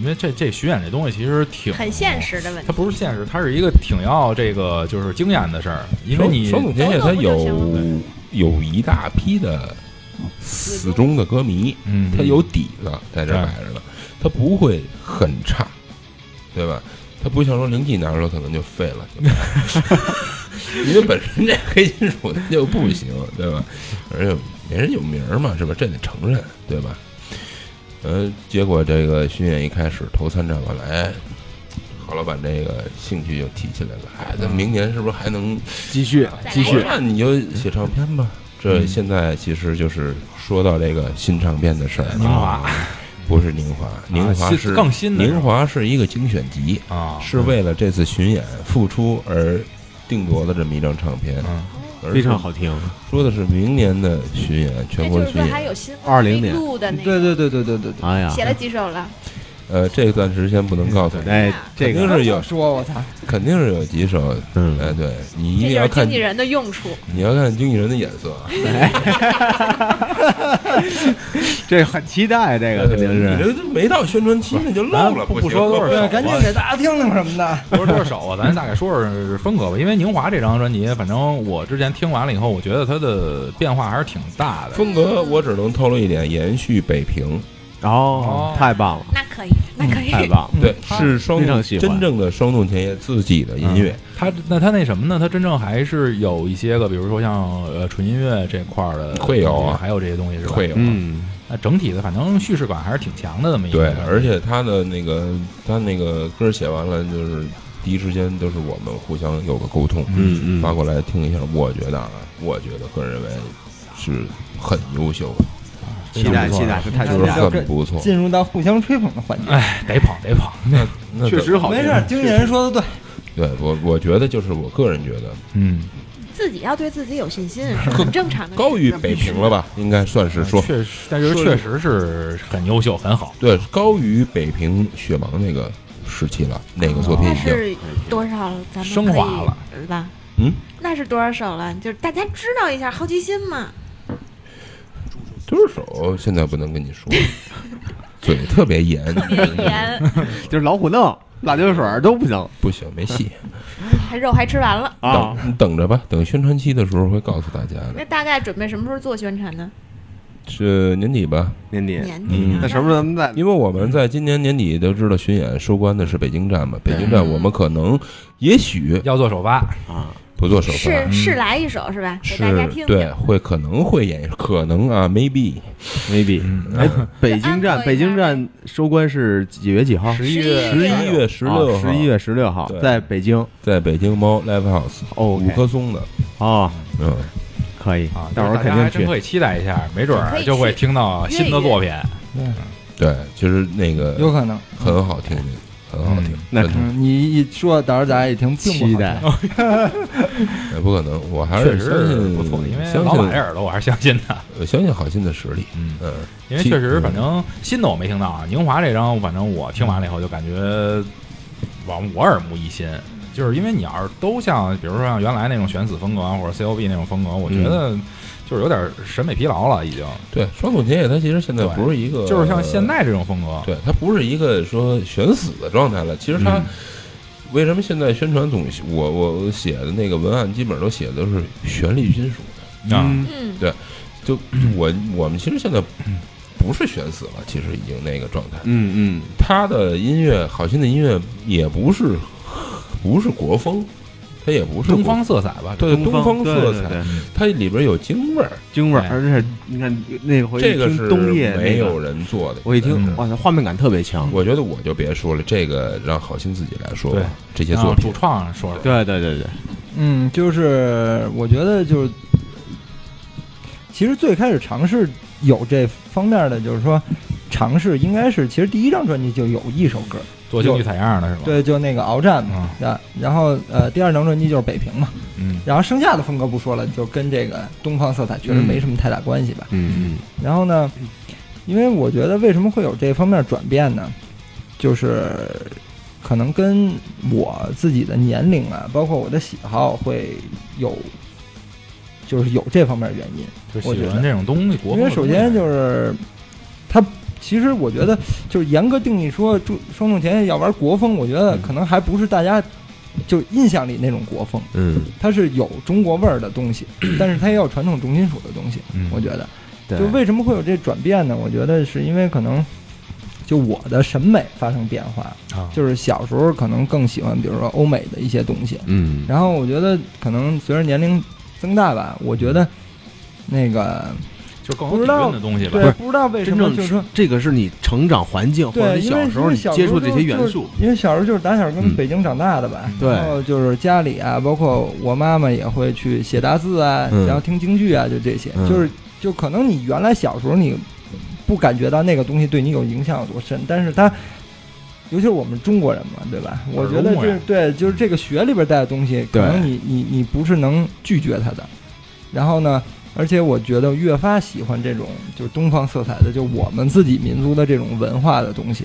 因为这这巡演这东西其实挺
很现，实 的问
它
题，
不是现实，它是一个挺要这个就是经验的事儿，因为你
双总监也
走走
他
不就行
有
了
有一大批的死忠的歌迷，
嗯，
他有底子在这儿摆着呢，
哎
他不会 很差，对吧？他不像说零几拿出来可能就废了，因为本身这黑金属它就不行，对吧？而且人家有名儿嘛，是吧？这得承认，对吧？呃，结果这个巡演一开始，头三站往来，郝老板这个兴趣就提起来了。哎，咱明年是不是还能
继续
嗯
继续，
那你就写唱片吧。这现在其实就是说到这个新唱片的事儿了。
宁华啊
不是宁华，宁华
新
是
更新的是吧
宁华是一个精选集，
啊，
是为了这次巡演付出而定夺的这么一张唱片，
嗯
而
非常好听。
说的是明年的巡演，全
那哎
国
就是
巡
说还
演。
有新
20年
录的那
对
个，
对对对对对对，
哎呀，
写了几首了，
呃，这个暂时先不能告诉你，
哎，这
肯定
个
是有
我，说我操，
肯定是有几首。哎，
嗯，
对你一
这
定
就
要
是
看
经纪人的用处。
你要看经纪人的眼色啊，
这很期待，这个肯定
你
是
这都没到宣传期呢，就漏了，
不
不
不说多
多
少
少
首
对，赶紧给大家听听什么的。
不是多少首啊，咱大概说说风格吧。因为宁华这张专辑，反正我之前听完了以后，我觉得它的变化还是挺大的。
风格，我只能透露一点，延续北平，
哦
哦，
太棒了，
那可以，嗯那可以。
太棒了，
对，
他
是双
嗯非常
动
喜欢嗯
真正的双动前夜自己的音乐，
它那它那什么呢？它真正还是有一些个，比如说像呃纯音乐这块儿的，
会有啊
还有这些东西是吧？
会有。
嗯，
那整体的，反正叙事感还是挺强的，这么一个
对
东，西。
而且他的那个他那个歌写完了，就是第一时间都是我们互相有个沟通，
嗯嗯
发过来听一下。我觉得啊，我觉得个人认为是很优秀的，
非
期
常
待
不错
期待，这太期
就是
待了，
很不错。
进入到互相吹捧的环节。
哎， 得捧得捧。
那那
确实好
没
听，
事，经纪人说的对，
对我我觉得就是我个人觉得
嗯，
自己要对自己有信 心，是很正常的。
高于北平了吧，应该算是说
确实，但是确实是很优秀，很好。
对高于北平雪盲那个时期了，那个作品
那
已经
哦是多少？咱们
升华了，
是吧？
嗯，
那是多少首了？就是大家知道一下，好奇心 嘛。
多少首现在不能跟你说，嘴特别严，
盐
就是老虎凳、辣椒水儿都不行
不行没戏。
还肉还吃完了。
啊，
等你等着吧，等宣传期的时候会告诉大家的
那。大概准备什么时候做宣传呢？
是年底吧，
年底。
年
嗯
底啊。
那什么时候咱们再
因为我们在今年年底都知道巡演收官的是北京站嘛，北京站我们可能也许
要做首发，
啊？
不做首发
是。是来一首是吧？给
是
大家听听。
对，会可能会演，可能啊，maybe，
maybe。哎，北京站，
安排
北
一下
京站收官是几月几号？啊
十一
月
十一月十六号，
十一月十六号
对，
在北京。
在北京猫 Live House，
哦
五棵松的，
哦，
嗯，
可以
啊，，
到时候
大家
肯
还
定
真
去
可。以期待一下，没准
可
儿
以
就会
去
听到新的作品。
对，其实那
有
个
可能。
很好听，很好听，
那
真的
嗯，你一说，到时候大家一听，并不
期待，
哎不可能，我还
确
是
实
相信，
不错，因为
相
老板这
信
耳朵我还是相信的。
我相信好心的实力，
嗯，
嗯，
因为确实，反正新的我没听到啊。宁华这张，反正我听完了以后就感觉往我耳目一新，就是因为你要是都像，比如说像原来那种选死风格啊，或者 COB 那种风格，我觉得就是有点审美疲劳了，已经。
对，双筒前野它其实现在
对
不是一个，
就是像现在这种风格，
对，它不是一个说选死的状态了。其实它、
嗯
为什么现在宣传总我我写的那个文案基本上都写的都是旋律金属的，
啊，
嗯，
嗯，
就
嗯
我我们其实现在不是选死了，其实已经那个状态。
嗯
他的音乐，好心的音乐也不是不是国风，它也不是
东
国
方色彩吧，
对
嗯，
东方色彩，
对对对
它里边有京味儿，
京味儿，
对
而且你看那回
这个
听
是
冬夜那
没
个
有，人做的。
我一听
嗯
哇，画面感特别强。
我觉得我就别说了，这个让好心自己来说吧
对。啊
这些
然
作
后
品
主，创说的，
对对对对，
嗯，就是我觉得就是，其实最开始尝试有这方面的，就是说尝试应该是，其实第一张专辑就有一首歌，
做京剧采样的是吧？，
对，就那个鏖战嘛。
啊，
啊，然后呃，第二张专辑就是北平嘛，
嗯，
然后剩下的风格不说了，就跟这个东方色彩确实没什么太大关系吧。
嗯
然后呢，因为我觉得为什么会有这方面转变呢？就是可能跟我自己的年龄啊，包括我的喜好会有，就是有这方面原因。
就
我觉
喜
得
欢这种东西，国
因
风
为
的东
首
西。
先就是它，其实我觉得就是严格定义说，中双动前要玩国风，我觉
嗯
得可能还不是大家就印象里那种国风。
嗯
它是有中国味儿的东 西，但是它也有传统重金属的东西。
嗯
我觉得，
嗯，
就为什么会有这转变呢？我觉得是因为可能就我的审美发生变化，
啊
就是小时候可能更喜欢，比如说欧美的一些东西，
嗯
然后我觉得可能随着年龄增大吧，我觉得那个
就是更有
不
底
知道
蕴的东西吧。
对，不知道为什
真
么
正
就是说。
这个是你成长环境或者
对，
你
因为
小时候你
因为
接触的
就
这些元素，，
因为小时候就是打小跟
嗯
北京长大的吧，
对
然后就是家里啊，包括我妈妈也会去写大字啊，
嗯
然后听京剧啊，就这些，
嗯
就是就可能你原来小时候你不感觉到那个东西对你有影响有多深，但是它。尤其是我们中国人嘛，对吧？我
耳
觉得
濡目
这
染
对就是这个学里边带的东西，可
对
能你你你不是能拒绝它的。然后呢，而且我觉得越发喜欢这种就是东方色彩的，就我们自己民族的这种文化的东西。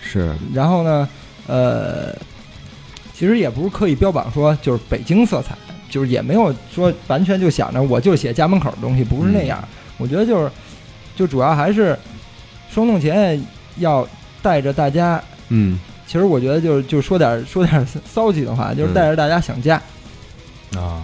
是
然后呢，呃，其实也不是刻意标榜说就是北京色彩，就是也没有说完全就想着我就写家门口的东西，不是那样。
嗯
我觉得就是，就主要还是生动前要带着大家。
嗯，
其实我觉得就是就说点说点骚气的话，就是带着大家想家。
啊，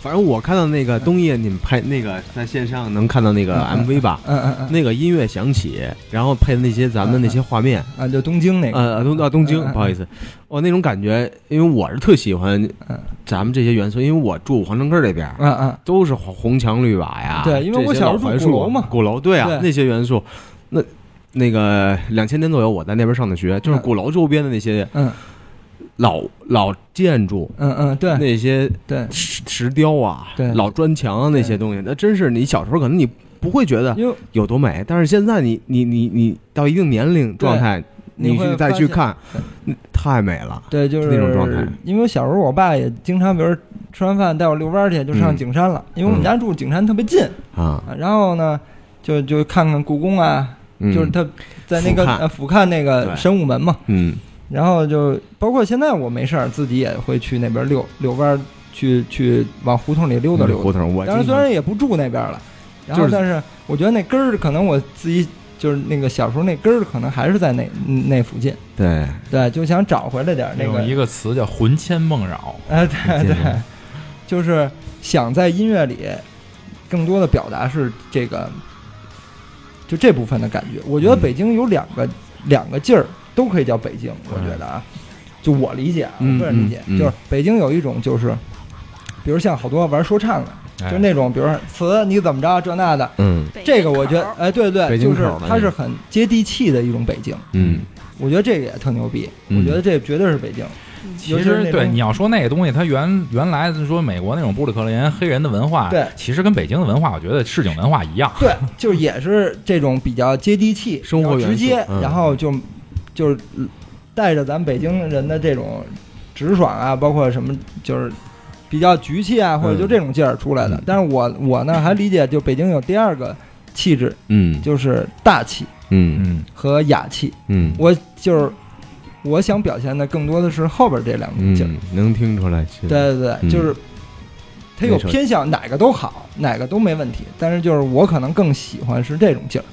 反正我看到那个冬夜你们拍那个在线上能看到那个
嗯嗯
MV 吧，
嗯嗯嗯，
那个音乐响起，然后配的那些咱们那些画面，
啊，就东京那个，
呃，东到东京
嗯嗯，嗯
不好意思，我那种感觉，因为我是特喜欢
嗯
咱们这些元素，因为我住皇城根儿这边儿，
嗯嗯
都是红红墙绿瓦呀，
对因为我
这些老
小时候
槐
住
树
鼓楼嘛
鼓楼对啊
对，
那些元素，那那个两千年左右我在那边上的学，就是
嗯
鼓楼周边的那些
嗯
老老建筑，
嗯嗯，对
那些
对，
石石雕啊
对，
老砖墙啊那些东西，那真是你小时候可能你不会觉得
因为
有多美，但是现在你你你你到一定年龄状态，
你
你
会
去再
发
去
现
看
对，
嗯太美了。
对，就是
那种状态
因为小时候我爸也经常，比如吃完饭带我遛弯儿去，就上
嗯
景山了，因为我们家住景山特别近。
啊，
啊然后呢，就就看看故宫啊，
嗯
就是他在那个
俯瞰
呃俯瞰那个
对
神武门嘛。
嗯，
然后就包括现在我没事儿，自己也会去那边遛遛弯儿，去去往胡同里溜达溜
嗯胡
达。
同，我
当然，
经
虽
常
然也不住那边了，然
就
后
是
但是我觉得那根儿可能我自己就是那个小时候那根儿可能还是在那那附近，
对
对，就想找回来点儿那
用
个
一个词叫“魂牵梦绕
哎，对
见
对
过，
就是想在音乐里更多的表达是这个，就这部分的感觉。我
嗯
觉得北京有两个、两个劲儿，都可以叫北京。我觉得啊，就我理解啊，我
嗯
个人理解，
嗯嗯
就是北京有一种就是，比如像好多玩说唱的，”，
哎
就那种，比如说词你怎么着这那的，
嗯
这个我觉得
北，
哎，对对，
北京
就
口
是
儿的
它
那
是
种
很接地气的一种北京。
嗯，
我觉得这个也特牛逼，我
嗯
觉得这绝对是北京。尤
其
其是那
实对
种
你要说那个东西，它原原来就是说美国那种布鲁克林黑人的文化，
对
其实跟北京的文化，我觉得市井文化一 样。
对，就是也是这种比较接地气、
生活
比较直
元素
接，
嗯
然后就就是带着咱们北京人的这种直爽啊，包括什么就是比较局气啊，或者就这种劲儿出来的。
嗯
但是我我呢还理解，就北京有第二个气质，
嗯
就是大气
嗯
嗯，
和雅气。
嗯
我就是我想表现的更多的是后边这两种劲儿。
嗯，能听出来，其实
对对对，
嗯
就是它有
没错
偏向，哪个都好，哪个都没问题。但是就是我可能更喜欢是这种劲儿。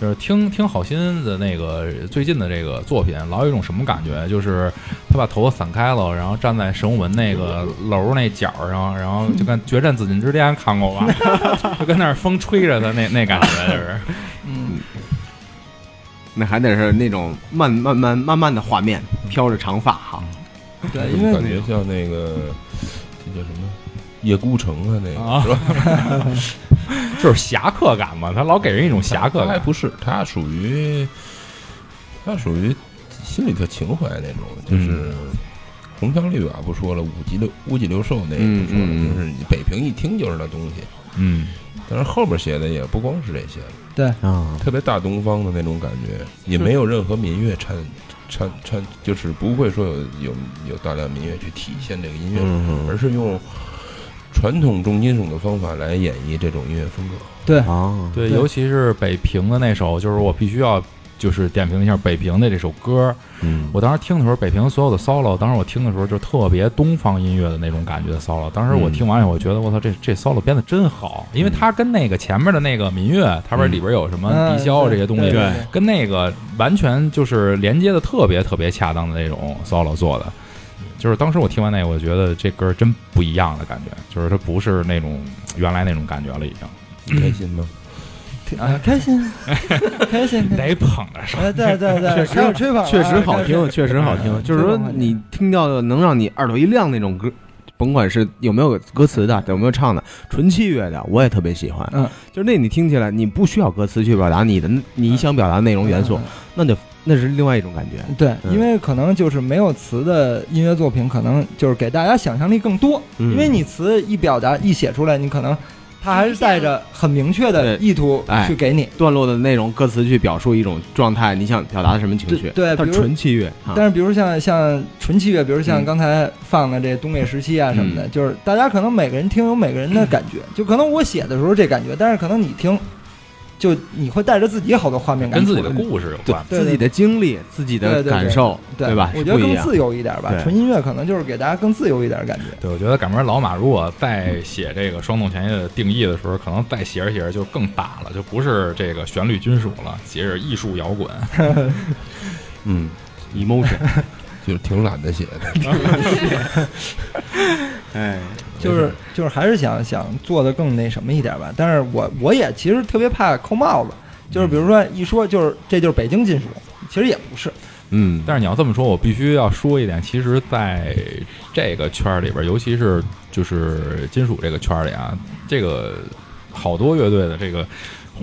就是听听好心的那个最近的这个作品，老有一种什么感觉？就是他把头发散开了，然后站在神武门那个楼那角上，然后就跟《决战紫禁之巅》看过吧， 就跟那儿风吹着的那那感觉，就是
嗯。
那还得是那种慢慢慢慢慢的画面，飘着长发哈，
对，
怎
因
么
为
感觉像那个这叫什么叶孤城啊，那
啊
个是吧？
就是侠客感嘛，他老给人一种侠客
他还
感。
不是，他属于他属于心里特情怀那种，
嗯
就是红墙绿瓦不说了，五脊六五脊六兽那也不说了，
嗯嗯嗯
就是你北平一听就是那东西。
嗯，
但是后边写的也不光是这些了，
嗯
啊，
特别大东方的那种感觉，也没有任何民乐掺掺掺，就是不会说有有有大量民乐去体现这个音乐，
嗯
而是用传统重金属的方法来演绎这种音乐风格。
啊，
对，
对
尤其是北平的那首，就是我必须要就是点评一下北平的这首歌。
嗯
我当时听的时候，北平所有的 solo，当时我听的时候就特别东方音乐的那种感觉的 solo。当时我
嗯
听完以后，我觉得我操，这这 solo 编的真好，因为它跟那个前面的那个民乐，它不是里边有什么
嗯
笛箫这些东西，
对，
跟那个完全就是连接的特别特别恰当的那种 solo 做的。就是当时我听完那个，我觉得这歌真不一样的感觉，就是它不是那种原来那种感觉了，已经。
你开心吗？
挺啊开 心，开心。
得捧着手。
哎，对对对，
确实
开始 吹捧啊了，
确实好
开始
听，确实好
嗯
听。就是说，你听到的能让你耳朵一亮那种歌，甭管是有没有歌词的，有没有唱的，纯器乐的，我也特别喜欢。
嗯，
就是那你听起来，你不需要歌词去表达你的你想表达的内容元素，
嗯
那就那是另外一种感觉。
对，
嗯
因为可能就是没有词的音乐作品，可能就是给大家想象力更多。
嗯
因为你词一表达一写出来，你可能它还是带着很明确的
对
意图
哎
去给你。
段落的内容，歌词去表述一种状态，你想表达的什么情
对
绪？
对
它是
比如
纯器乐啊。
但是，比如像像纯器乐，比如像
嗯
刚才放的这东北时期啊什么的，就是大家可能每个人听有每个人的感
嗯
觉，就可能我写的时候这感觉，但是可能你听，就你会带着自己好多画面感
跟
出
自己
来，
的故事有
对
关。
对
自己的经历、自己
对
的
对对
感受，
对
吧？
我
是
觉得
不一
更
样。
自由一点吧，
对
纯音乐可能就是给大家更自由一点的感觉。
对，我觉得赶明儿老马如果再写这个双动前夜的定义的时候，可能再写着写着就更大了，就不是这个旋律金属了，写着艺术摇滚。
嗯，
emotion，
就是挺懒得写的。
哎，
就是就是还是想想做的更那什么一点吧。但是我我也其实特别怕扣帽子，就是比如说一说就是这就是北京金属，其实也不是。
嗯，
但是你要这么说，我必须要说一点，其实在这个圈儿里边儿，尤其是就是金属这个圈儿里啊，这个好多乐队的这个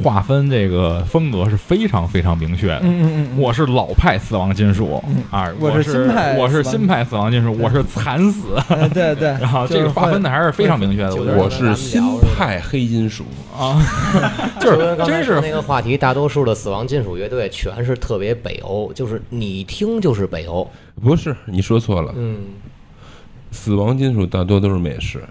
划分这个风格是非常非常明确的。
嗯嗯嗯，
我是老派死亡金属
嗯
啊，
我
我
是新派
我是
死亡
新派死亡金属，我是惨死，
呃 对对。
然后这
就
个
是
划分的还是非常明确的。我觉得
我是新派黑金属，
啊， 就是
刚才
真
说
是
那个话题，大多数的死亡金属乐队全是特别北欧，就是你听就是北欧。
不是你说错了，
嗯，
死亡金属大多都是美式，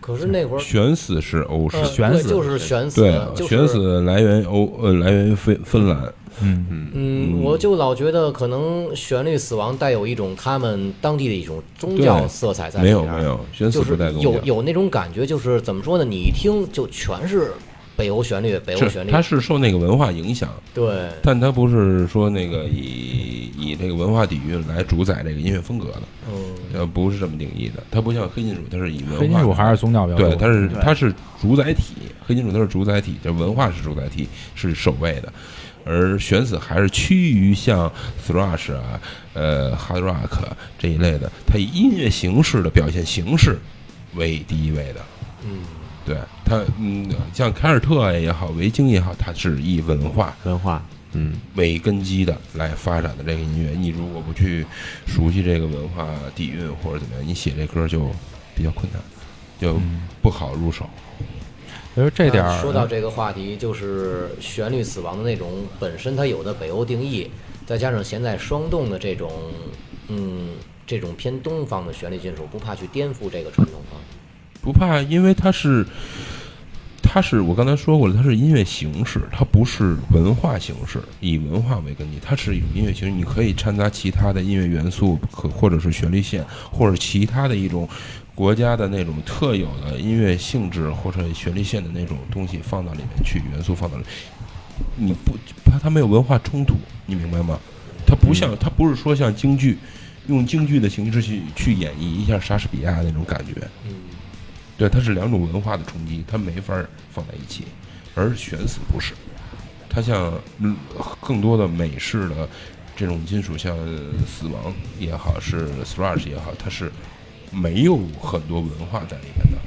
可是那会儿
悬死是欧式
呃，
悬
对
死
就是悬死，
对，
就是
悬死来源于欧呃来源于芬芬兰，
嗯，
嗯，我就老觉得可能旋律死亡带有一种他们当地的一种宗教
对
色彩在里
没有
边儿
没有，悬死
就
不
是
带宗
有
教，
有那种感觉，就是怎么说呢？你一听就全是北欧旋律，北欧
是
旋律
它，是受那个文化影响，
对，
但它不是说那个以以这个文化底蕴来主宰这个音乐风格的，
嗯，
呃，不是这么定义的，它不像黑金属，它是以文化
黑金属还是宗教比较多。
对，它是
对
它是主宰体，黑金属它是主宰体，这文化是主宰体，是首位的。而悬死还是趋于像 thrash 啊，呃，hard rock 这一类的，它以音乐形式的表现形式为第一位的。
嗯，
对它，嗯，像凯尔特也好，维京也好，它是以文化
文化，嗯，
为根基的来发展的这个音乐。你如果不去熟悉这个文化底蕴或者怎么样，你写这歌就比较困难，就不好入手。
其实嗯这点儿嗯
啊
那啊说到这个话题，就是旋律死亡的那种本身它有的北欧定义，再加上现在双动的这种，嗯，这种偏东方的旋律金属，不怕去颠覆这个传统吗？
不怕，因为它是，它是我刚才说过了，它是音乐形式，它不是文化形式，以文化为根基，它是一种音乐形式。你可以掺杂其他的音乐元素，可或者是旋律线，或者其他的一种国家的那种特有的音乐性质或者旋律线的那种东西放到里面去，元素放到里面，你不它它没有文化冲突，你明白吗？它不像它不是说像京剧。用京剧的形式去去演绎一下莎士比亚那种感觉，
嗯，
对，它是两种文化的冲击，它没法儿放在一起。而悬死不是，它像嗯更多的美式的这种金属，像死亡也好，是 thrash 也好，它是没有很多文化在里面的，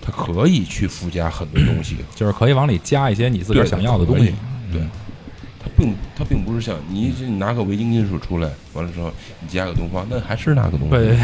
它可以去附加很多东西，
就是可以往里加一些你自个儿
对
想要的东西。
对，它并它并不是像你这你拿个维京金属出来，完了之后你加个东方，那还是那个东方，
对，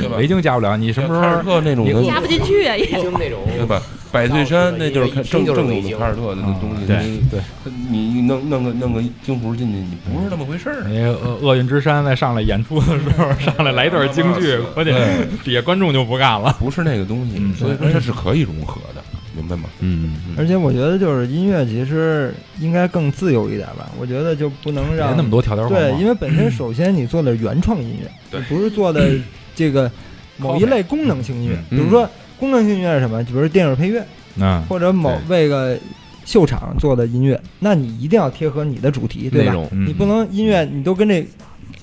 对吧？
维京加不了，你什么时
像凯尔
候？
特那种
你
的
加不进去啊，也
哦
听那种
对吧？百岁山那就是看正正宗的凯尔特的
嗯
那东西，
对对，
你你弄弄个弄个京胡进去，你不是那么回事儿。啊
那个呃厄厄运之山在上来演出的时 候，上来来段京剧，估计
对
底下观众就不干了。
不是那个东西，
嗯
所以说它是可以融合的，明白吗？
嗯，
而且我觉得就是音乐其实应该更自由一点吧，我觉得就不能
别
让
那么多条条框
对，因
框。
为本身首先你做的是原创音乐，
对
你不是做的这个某一类功能性音乐，比如说功能性音乐是什么？就比如电影配乐
嗯，
或者某为个秀场做的音乐，那你一定要贴合你的主题，对
内
吧？
容，
嗯
你不能音乐你都跟这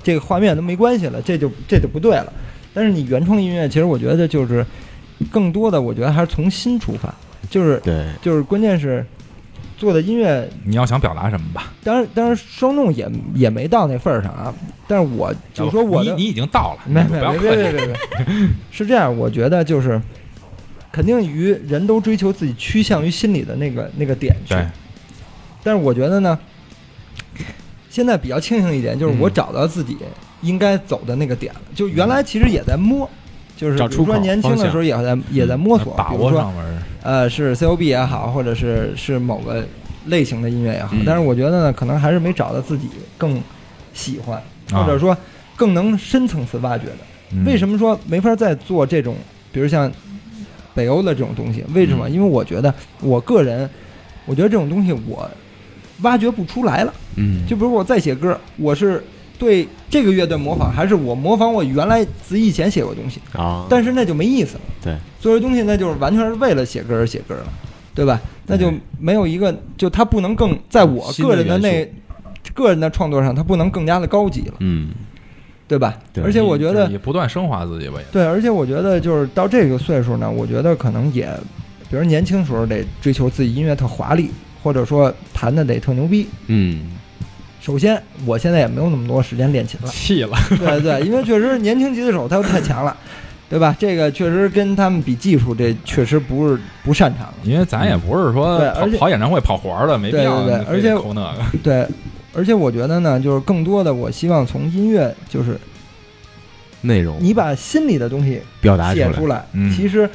这个画面都没关系了，这就这就不对了。但是你原创音乐，其实我觉得就是更多的，我觉得还是从心出发，就是
对，
就是关键是做的音乐
你要想表达什么吧？
当然，当然双动也也没到那份儿上啊。但是我就说我
哦你
的，
你已经到了，
没
不
没
要
没
客
别
气
别别别， 是这样，我觉得就是，肯定于人都追求自己趋向于心里的那个那个点去。
对，
但是我觉得呢，现在比较庆幸一点，就是我
嗯
找到自己应该走的那个点了。就原来其实也在摸，就是
找
比
出
如说
口
年轻
方
的
向嗯
时候也在也在摸索，
把
比如
握
说
上文，
呃，是 COB 也好，或者是是某个类型的音乐也好，
嗯
但是我觉得呢，可能还是没找到自己更喜欢，
啊
或者说更能深层次挖掘的。
嗯
为什
么？
么说没法再做这种，比如像北欧的这种东西？为什么？
嗯
因为我觉得我个人，我觉得这种东西我挖掘不出来了。
嗯，
就比如我再写歌，我是对这个乐队模仿，还是我模仿我原来自己以前写过的东西？
啊，
但是那就没意思了。
对，
作为东西那就是完全是为了写歌而写歌了，对吧？
嗯
那就没有一个，就它不能更在我
新的
个人的
元
那个人的创作上，它不能更加的高级了，
嗯，
对吧？
对
而且我觉得
也不断升华自己吧，也
对，而且我觉得就是到这个岁数呢，我觉得可能也，比如年轻时候得追求自己音乐特华丽，或者说弹的得特牛逼。
嗯，
首先，我现在也没有那么多时间练 琴了，
气了。
对对，因为确实年轻吉他手他又太强了，对吧？这个确实跟他们比技术，这确实不是不擅长了。
因为咱也不是说
对
跑
而且
跑演唱会跑活儿的，没必
对
要
对对
非
而且
得抠那个。
对，而且我觉得呢，就是更多的，我希望从音乐，就是
内容
你把心里的东西
表达
写
出来，
来，
嗯
其实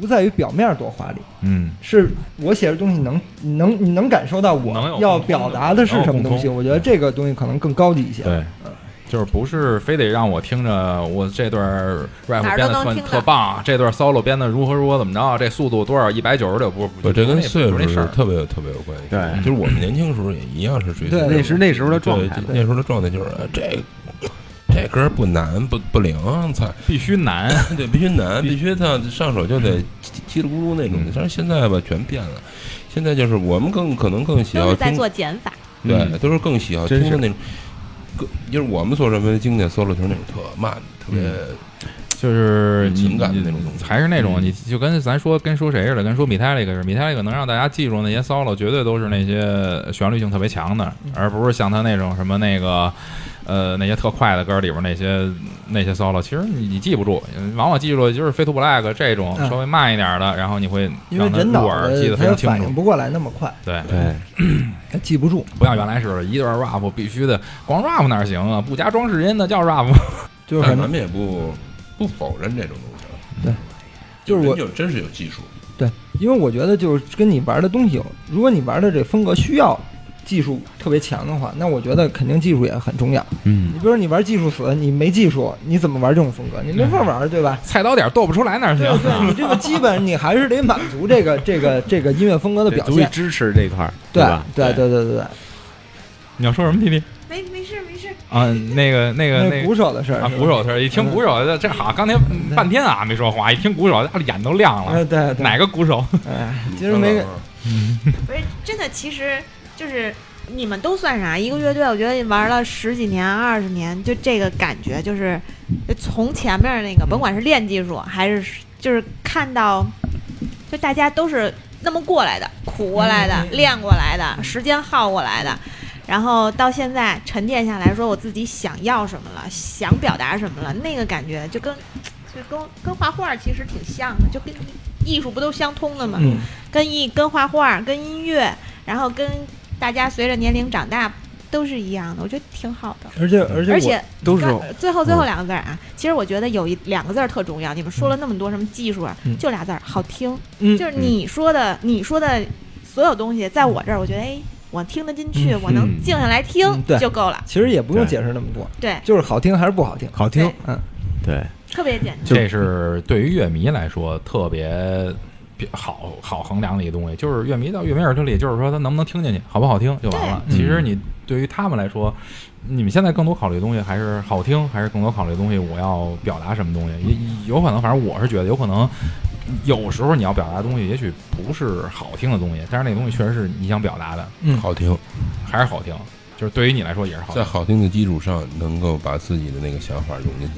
不在于表面多华丽，
嗯，
是我写的东西能你能你能感受到
能有
我
共
要
通
表
的
达的是
能有
什么
共
东西。
通
我觉得这个东西可能更高级一些。
对，就是不是非得让我听着我这段 rap
哪儿
编
都能
的特
听到
特棒，这段 solo 编的如何如何怎么着，这速度多少一百九十六，不是不
我
是，
这
不
跟
是
岁
不
数
是那事
是
儿。
特别有特别有关系。
对
就是我们年轻时候也一样是追求
对
这种
那是那时候的状态
对，那时候的状态就是呃这这歌不难不不灵，操，
必须难，
对，必须难，
必
必须他上手就得叽叽里咕噜那种
嗯。
但是现在吧，全变了。现在就是我们更可能更喜
都
好
是在
听，
做减法。
对，
嗯
都是更喜好听
真
的
是
那种，更就是我们所认为的经典 solo 就是那种特慢、特别
嗯
就是你
情感的那种东西
还是那种你就跟咱说跟说谁似的，跟说米泰那个似的，米泰那个能让大家记住那些 solo，绝对都是那些呃旋律性特别强的，
嗯
而不是像他那种什么那个。呃，那些特快的歌里边那些那些 solo，其实你你记不住，往往记住的就是《飞 to Black》这种
嗯
稍微慢一点的，然后你会
因为
让它
人
入
脑
耳记
子
得非
他
常
反
清
应
楚。
不过来那么快，
对，
对，
他记不住。
不像原来似的，一 段 rap 必须的，光 rap 哪行啊？不加装饰音的叫 rap 吗？
就是反
但
嗯
咱
正
们也不不否认这种东西啊。
对，就是我
人有真是有技术，
对，因为我觉得就是跟你玩的东西有，如果你玩的这风格需要技术特别强的话，那我觉得肯定技术也很重要。
嗯
你，比如说你玩技术死，你没技术，你怎么玩这种风
嗯
格？你没法玩，对吧？
菜刀点剁不出来哪行啊
对？对，你这个基本你还是得满足这个这个这个音乐风格的
对
表
足以
现。
支持这一块儿，
对
吧？
对对对对对，
你要说什么，P P
没没事没事，
啊？那个那个那
那
个
鼓手的事儿
啊，
是吧
鼓手是一听鼓手，这好，刚才嗯半天啊没说话，一听鼓手，啊眼都亮
啊，
了。
对对，
哪个鼓手？
哎，
嗯
其实没
当然了
不是真的，其实就是你们都算啥？一个乐队，我觉得玩了十几年、二十年，就这个感觉，就是就从前面那个，甭管是练技术还是就是看到，就大家都是那么过来的，苦过来的，练过来的，时间耗过来的。然后到现在沉淀下来说，我自己想要什么了，想表达什么了，那个感觉就跟就跟跟画画其实挺像的，就跟艺术不都相通的吗？
嗯，
跟艺、跟画画、跟音乐，然后跟大家随着年龄长大都是一样的，我觉得挺好的。
而且而且
而
我
且
都是
刚最后最
嗯
后两个字儿啊，其实我觉得有一两个字儿特重要。你们说了那么多什么技术啊
嗯，
就俩字儿好听，
嗯
就是你说的你说的所有东西，
嗯
在我这儿我觉得哎，我听得进去，我能静下来
嗯
听
对
就够了。
其实也不用
对
解释那么多，
对，
就是好听还是不好听。
好听
对，
嗯，
对，
特别简单。
这是对于乐迷来说特别。好好衡量的一个东西，就是乐迷到乐迷耳朵里，就是说他能不能听进去，好不好听就完了。
对
其实你对嗯于他们来说，你们现在更多考虑的东西还是好听，还是更多考虑的东西我要表达什么东西？也有可能，反正我是觉得有可能，有时候你要表达的东西也许不是好听的东西，但是那个东西确实是你想表达的，
嗯
好听，
还是好听。就是对于你来说也是好听
在。好听的基础上，能够把自己的那个想法融进去。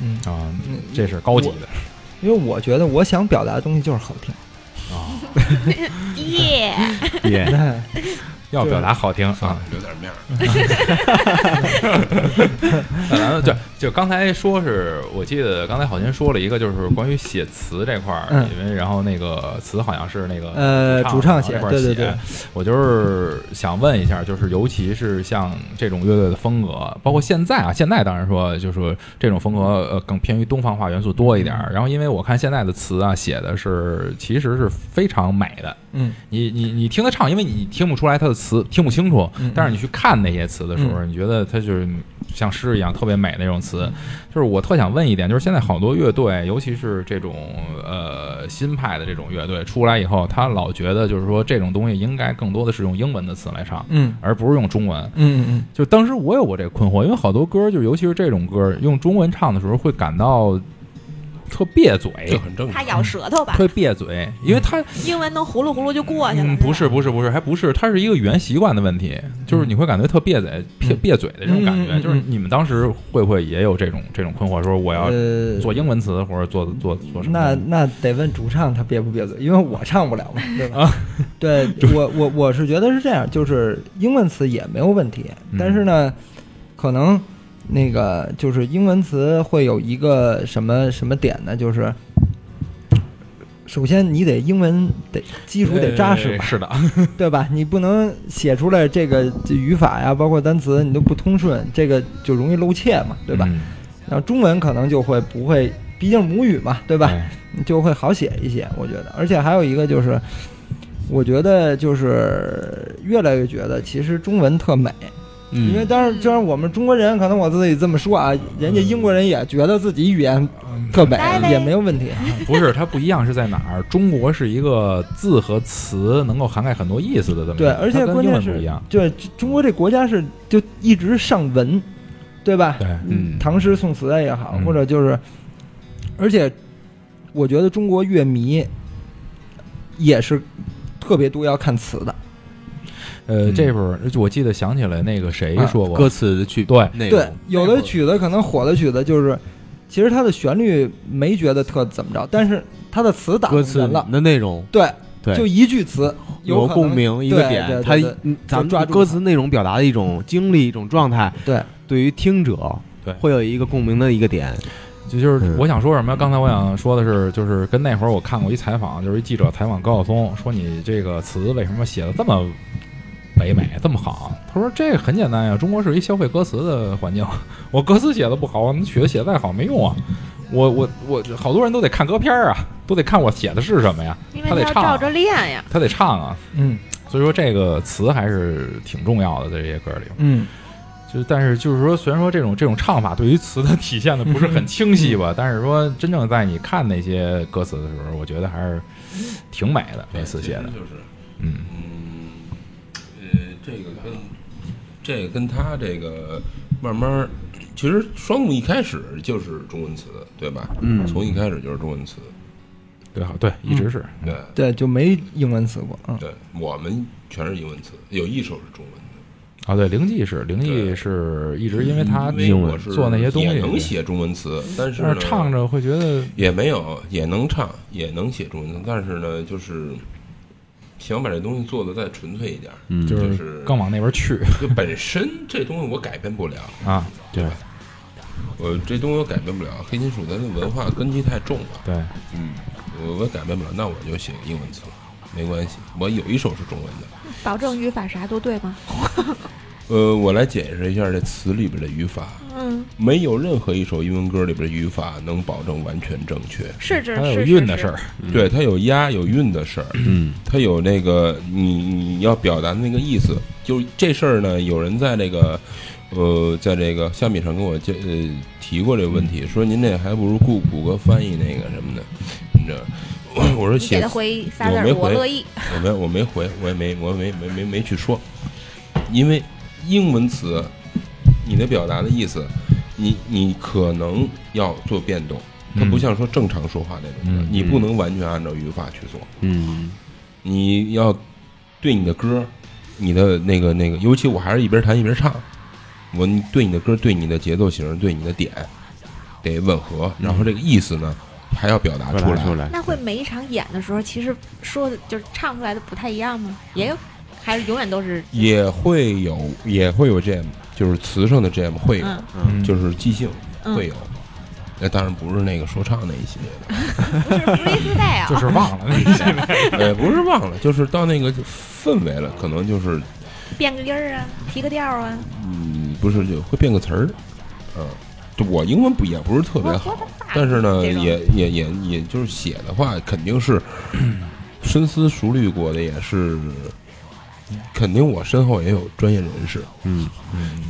嗯
啊，这是高级的
因为我觉得我想表达的东西就是好听，
啊，
耶！
耶，
哎
要表达好听 啊。
留点面儿。
咱们对，就刚才说是我记得刚才好像说了一个，就是关于写词这块儿，
嗯
因为然后那个词好像是那个
呃
主唱
主唱写
这块儿
对对对
我就是想问一下，就是尤其是像这种乐队的风格，包括现在啊，现在当然说就是说这种风格呃更偏于东方化元素多一点儿。然后因为我看现在的词啊写的是其实是非常美的，
嗯，
你你你听他唱，因为你听不出来他的词，听不清楚
嗯，
但是你去看那些词的时候，你觉得他就是像诗一样特别美那种词。就是我特想问一点，就是现在好多乐队，尤其是这种呃新派的这种乐队出来以后，他老觉得就是说这种东西应该更多的是用英文的词来唱，
嗯
而不是用中文。
嗯嗯
就当时我有过这个困惑，因为好多歌，就尤其是这种歌，用中文唱的时候会感到特别嘴，
哎
这很正
他
常。
咬舌头吧，
特别嘴，因为它
英文能葫芦葫芦就过去了。
嗯，不是不是不是，还不是，它是一个语言习惯的问题，就是你会感觉特别
嗯
嘴、别别嘴的这种感觉。
嗯嗯嗯
就是你们当时会不会也有这种这种困惑，说我要
呃，
做英文词或者做做做什么？
那那得问主唱他憋不憋嘴，因为我唱不了嘛，对
啊
吧？ 对 我我我是觉得是这样，就是英文词也没有问题，
嗯
但是呢，可能那个就是英文词会有一个什么什么点呢？就是首先你得英文得基础得扎实
哎
吧，
是的，
对吧？你不能写出来这个这语法呀，包括单词你都不通顺，这个就容易露怯嘛，对吧？
嗯？
然后中文可能就会不会，毕竟母语嘛，对吧？
哎
就会好写一些，我觉得。而且还有一个就是，我觉得就是越来越觉得，其实中文特美，
嗯
因为当然，虽然我们中国人可能我自己这么说啊，人家英国人也觉得自己语言特
拜，
美
哎
拜
也没有问题。
不是，它不一样是在哪儿？中国是一个字和词能够涵盖很多意思的这么一
对，
个
而
它
且
跟
关
英
键
文不
是
一样，，
对中国这国家是就一直上文，对吧？
对，
嗯，
唐诗宋词也好，
嗯
或者就是，而且我觉得中国乐迷也是特别多要看词的。
呃，
嗯
这会儿我记得想起来那个谁
啊
说过，
啊歌词的去
对
内
对
容，
有的曲子可能火的曲子就是，其实它的旋律没觉得特怎么着，但是它的词打动
歌词
人了。
的内容
对，
对
就一句词有
有
可能
共鸣一个
对
点，
对
它
对对
嗯咱
抓
们
住
歌
它
词内容表达的一种经历、一种状态，
对，
对于听者
对
会有一个共鸣的一个点。
就就是
嗯
我想说什么？刚才我想说的是，就是跟那会儿我看过一采访，就是一记者采访高晓松，说你这个词为什么写的这么唯美，这么好？他说这很简单呀，中国是一消费歌词的环境，我歌词写的不好，我曲子写得再好没用啊。我我我，好多人都得看歌片儿啊，都得看我写的是什么呀，
因为
他
他
得
要
唱
照
啊，
着练呀。
他得唱啊。
嗯
所以说这个词还是挺重要的，在这些歌里。
嗯，
就是，但是就是说，虽然说这种这种唱法对于词的体现的不是很清晰吧，但是说真正在你看那些歌词的时候，我觉得还是挺美的，那词写的
其，实就是
嗯
嗯，呃，这个跟这个跟他这个慢慢儿，其实双木一开始就是中文词，对吧？嗯，从一开始就是中文词，
对好，对，一直是，
对
对，就没英文词过。嗯，
对，我们全是英文词，有一首是中文的。
啊，对，灵记是灵记
对嗯
是一直因为他
因为我是
做那些东西
也能写中文词，但是
但
呢
是唱着会觉得，
也没有，也能唱，也能写中文词，但是呢，就是想把这东西做的再纯粹一点儿，
嗯
就
就是是
更往那边 去
就本身这东西我改变不了，
啊，对
我这东西我改变不了，黑金属它的文化根基太重了，
对，
嗯，我我改变不了，那我就写英文词，没关系，我有一首是中文的，
保证语法啥都对吗？
呃，我来解释一下这词里边的语法，
嗯，
没有任何一首英文歌里边的语法能保证完全正确，
是这
还
是
有
是
韵的
是
事儿，
对，它有押有韵的事儿，
嗯，
它有那个你你要表达的那个意思，就这事儿呢，有人在这个呃，在这个虾米上跟我这呃提过这个问题，说您这还不如雇谷歌翻译那个什么的，你知道。 我说
你给
写
他
词，
回仨字
我
儿，
没
我
回
乐意。
我没我没回，我也没我没没没没去说，因为英文词，你的表达的意思，你你可能要做变动，它不
嗯
像说正常说话那种的，
嗯
你不能完全按照语法去做。
嗯，
你要对你的歌，你的那个那个，尤其我还是一边弹一边唱，我对你的歌，对你的节奏型，对你的点得吻合，然后这个意思呢还要表达
出
出
来
来
出。来，
那会每一场演的时候，其实说的就是唱出来的不太一样吗？也有，还是永远都是
也会有，也会有 jam，就是词上的 jam 会有，
嗯
嗯
就是即兴
嗯，
会有。那当然不是那个说唱那一 系列
不是 freestyle，
就是忘了那些
的，呃，不是忘了，就是到那个氛围了，可能就是
变个音儿啊，提个调儿啊。
嗯，不是就会变个词儿，嗯、就我英文不也不是特别好，但是呢，
这种
也也也也就是写的话，肯定是深思熟虑过的，也是肯定我身后也有专业人士，
嗯，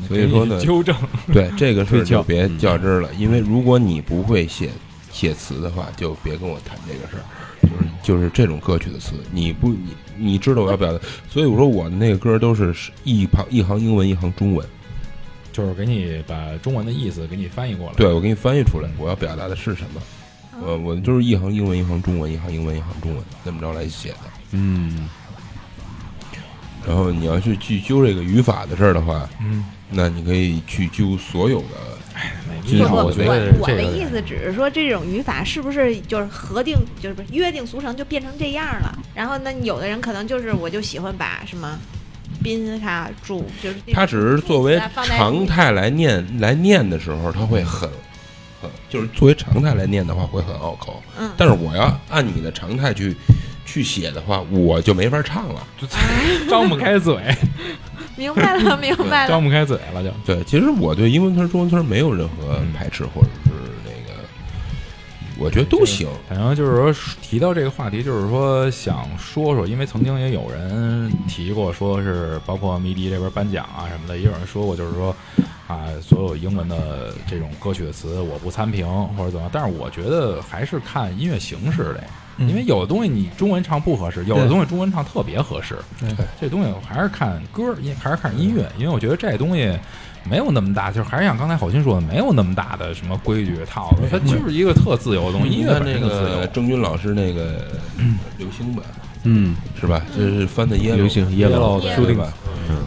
所以说呢，
纠正
对这个事
推
儿
敲
就别
嗯
较真儿了，因为如果你不会写写词的话，就别跟我谈这个事儿。就是就是这种歌曲的词，你不你你知道我要表达，所以我说我的那个歌都是一行一行英文一行中文，
就是给你把中文的意思给你翻译过来。
对我给你翻译出来，我要表达的是什么。
嗯
我我就是一行英文一行中文一行英文一行中文那么着来写的。
嗯，
然后你要去去揪这个语法的事儿的话，
嗯，
那你可以去揪所有的，
每句
至少
不
话
不，
我
我
觉
觉
得
得
我我
这
的
个
意思只是说，这种语法是不是就是核定，就是不是约定俗成就变成这样了？然后呢，有的人可能就是我就喜欢把什么宾卡主，就是那种
它只是作为
名词啊放在
常态来念来念的时候，它
嗯
会很，很就是作为常态来念的话会很拗口。
嗯，
但是我要按你的常态去去写的话，我就没法唱了。
张不开嘴，
明白 了，明白了
张。不开嘴了就。
对，其实我对英文词儿、中文词儿没有任何
嗯
排斥，或者是那个，我觉得都行。
反正就是说，提到这个话题，就是说想说说，因为曾经也有人提过，说是包括迷笛这边颁奖啊什么的，也有人说过，就是说啊，所有英文的这种歌曲的词我不参评或者怎么样。但是我觉得还是看音乐形式的，因为有的东西你中文唱不合适，有的
嗯对
东西中文唱特别合适。这东西还是看歌，音还是看音乐，因为我觉得这东西没有那么大，就是还是像刚才好心说的，没有那么大的什么规矩套路，它就是一个特自由的东西。音
你
乐
看
本
嗯那
身就自由
个。郑钧老师那个 流星吧，
嗯，
是吧？这是翻的耶
流行
Yellow
的
的
对
Shooting
吧？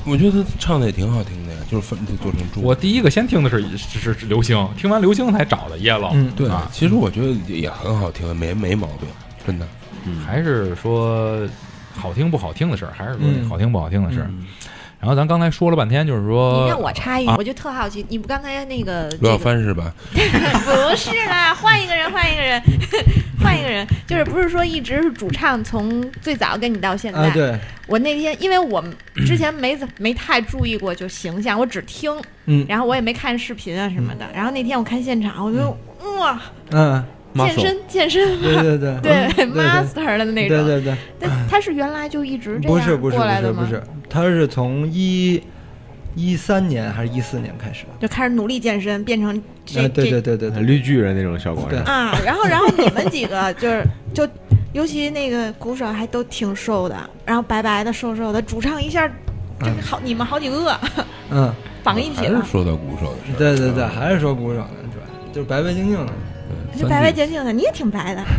我觉得他唱的也挺好听的呀，就是翻就做成中文。
我第一个先听的是是是是流星，听完流星才找的 Yellow、
嗯
对
啊，
其实我觉得也很好听，没没毛病，真的。
还是说好听不好听的事儿，还是说
嗯
好听不好听的事儿。然后咱刚才说了半天，就是说
你让我插一句
啊，
我就特好奇，你不刚才那个这
罗小
个
帆是吧？
不是啦，换一个人，换一个人， 换一个人，就是不是说一直是主唱从最早跟你到现在？
啊，对，
我那天因为我之前没怎没太注意过就形象，我只听，
嗯
然后我也没看视频啊什么的。然后那天我看现场，我就、哇，
嗯，
健身健身，
对对对嗯
对
对
master 的那
对
种。
对对对，
但他是原来就一直这
不
样
是不是
过
不
来的
是
吗？
不是，他是从一一三年还是一四年开始的？
就开始努力健身，变成这、
啊，对
这
对对对对，
绿巨人那种效果 是吧，
啊，然后然后你们几个就是就，尤其那个鼓手还都挺瘦的，然后白白的瘦瘦的，主唱一下，这个好、你们好几 个
嗯，
绑一啊起
还
哎
是
了，
说到鼓手的事儿。
对对对，还是说鼓手呢，主要就是白白净净的。
就白白净净的，你也挺白的。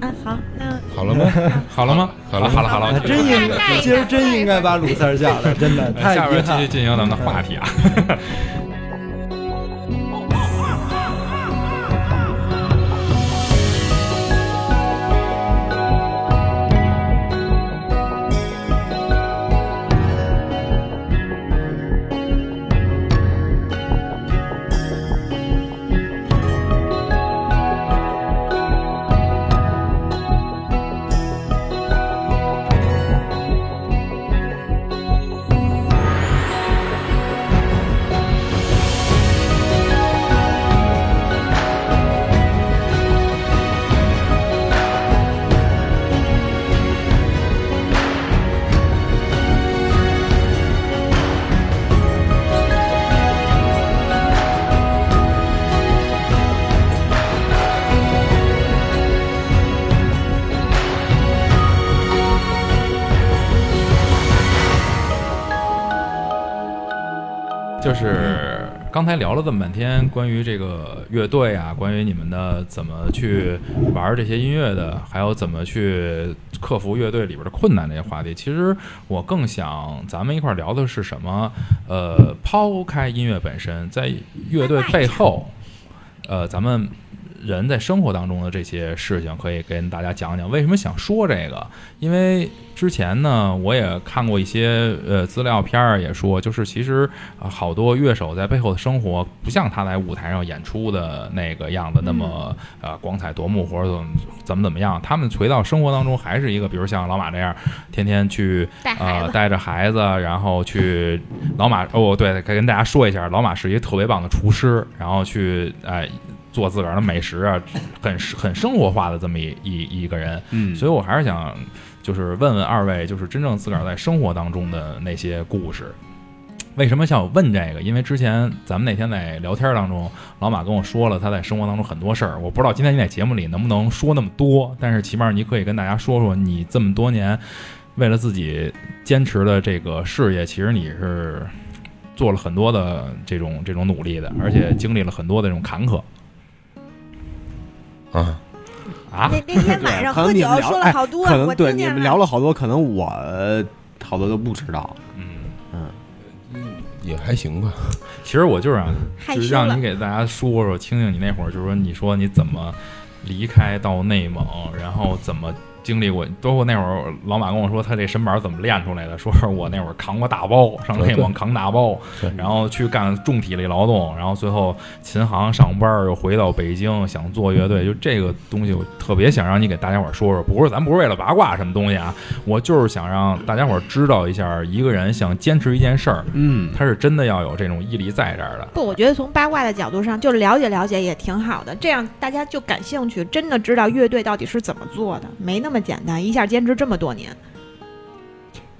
啊，好，那
好了吗？
好了吗？
好了
好了好了，
啊，真应
那
该，今儿真应该把鲁三儿叫来，真的太
哎下
遗
边继续
憾。
进行咱们的话题啊。就是刚才聊了这么半天，关于这个乐队啊，关于你们的怎么去玩这些音乐的，还有怎么去克服乐队里边的困难这些话题。其实我更想咱们一块儿聊的是什么？呃，抛开音乐本身，在乐队背后，呃，咱们人在生活当中的这些事情，可以跟大家讲讲为什么想说这个。因为之前呢，我也看过一些呃资料片儿，也说就是其实、呃好多乐手在背后的生活，不像他在舞台上演出的那个样子那么、
嗯
呃光彩夺目，或者怎么怎么怎么样。他们回到生活当中，还是一个比如像老马这样，天天去
带孩
呃
子
带着孩子，然后去老马哦对，可以跟大家说一下，老马是一个特别棒的厨师，然后去哎。做自个儿的美食啊，很很生活化的这么一一一个人，
嗯
所以我还是想就是问问二位，就是真正自个儿在生活当中的那些故事。为什么想问这个？因为之前咱们那天在聊天当中，老马跟我说了他在生活当中很多事儿，我不知道今天你在节目里能不能说那么多，但是起码你可以跟大家说说你这么多年为了自己坚持的这个事业，其实你是做了很多的这种这种努力的，而且经历了很多的这种坎坷
啊，
啊。
那那天晚上
可
喝
能你
酒
们聊
说了
哎
好多，
可能
我
对
听
你
见
们聊了好多，可能我呃好多都不知道。
嗯，
也还行吧。
其实我就是啊，
害
就是
羞
让
了
你。给大家说说，听听你那会儿，就是说你说你怎么离开到内蒙，然后怎么经历过，包括那会儿老马跟我说他这身板怎么练出来的，说是我那会儿扛过大包，上内蒙扛大包
对，
然后去干重体力劳动，然后最后琴行上班儿又回到北京，想做乐
嗯
队，就这个东西我特别想让你给大家伙儿说说，不是咱不是为了八卦什么东西啊，我就是想让大家伙儿知道一下，一个人想坚持一件事儿，
嗯，
他是真的要有这种毅力在这儿的。
不，我觉得从八卦的角度上，就了解了解也挺好的，这样大家就感兴趣，真的知道乐队到底是怎么做的，没那么简单，一下坚持这么多年，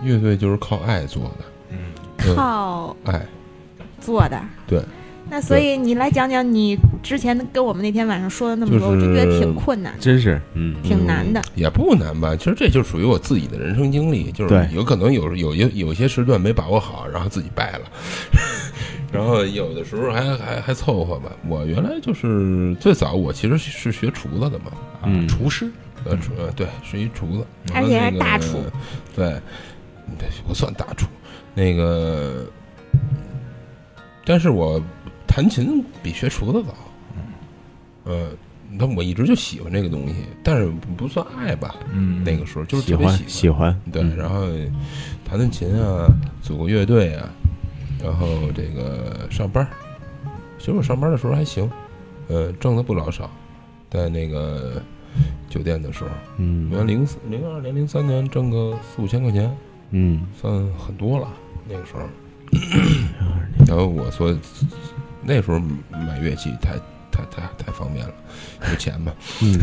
乐队就是靠爱做的，
嗯。
嗯
靠
爱
做的。
对。
那所以你来讲讲你之前跟我们那天晚上说的那么
就
多，我就觉得
是
挺困难，
真是，嗯，
挺难的
嗯。也不难吧？其实这就属于我自己的人生经历，就是
对
有可能有有有有些时段没把握好，然后自己败了， 然后有的时候还还还凑合吧。我原来就是最早我其实是学厨子的嘛，
啊
嗯
厨师，
呃，厨呃对，是一厨子，
而
完了
且还
那个
大厨，
对，对不算大厨，那个，但是我弹琴比学厨子早，呃，但我一直就喜欢这个东西，但是不不算爱吧，
嗯，
那个时候就是
喜
特别
欢
喜
喜欢，
对，
嗯
然后弹弹琴啊，组个乐队啊，然后这个上班儿，其实我上班的时候还行，呃，挣的不老少，在那个酒店的时候，
嗯
原零零二年、零三年挣个四五千块钱，
嗯，
算很多了那个时候。 然后我说，那时候买乐器太太太太方便了，有钱嘛，
嗯，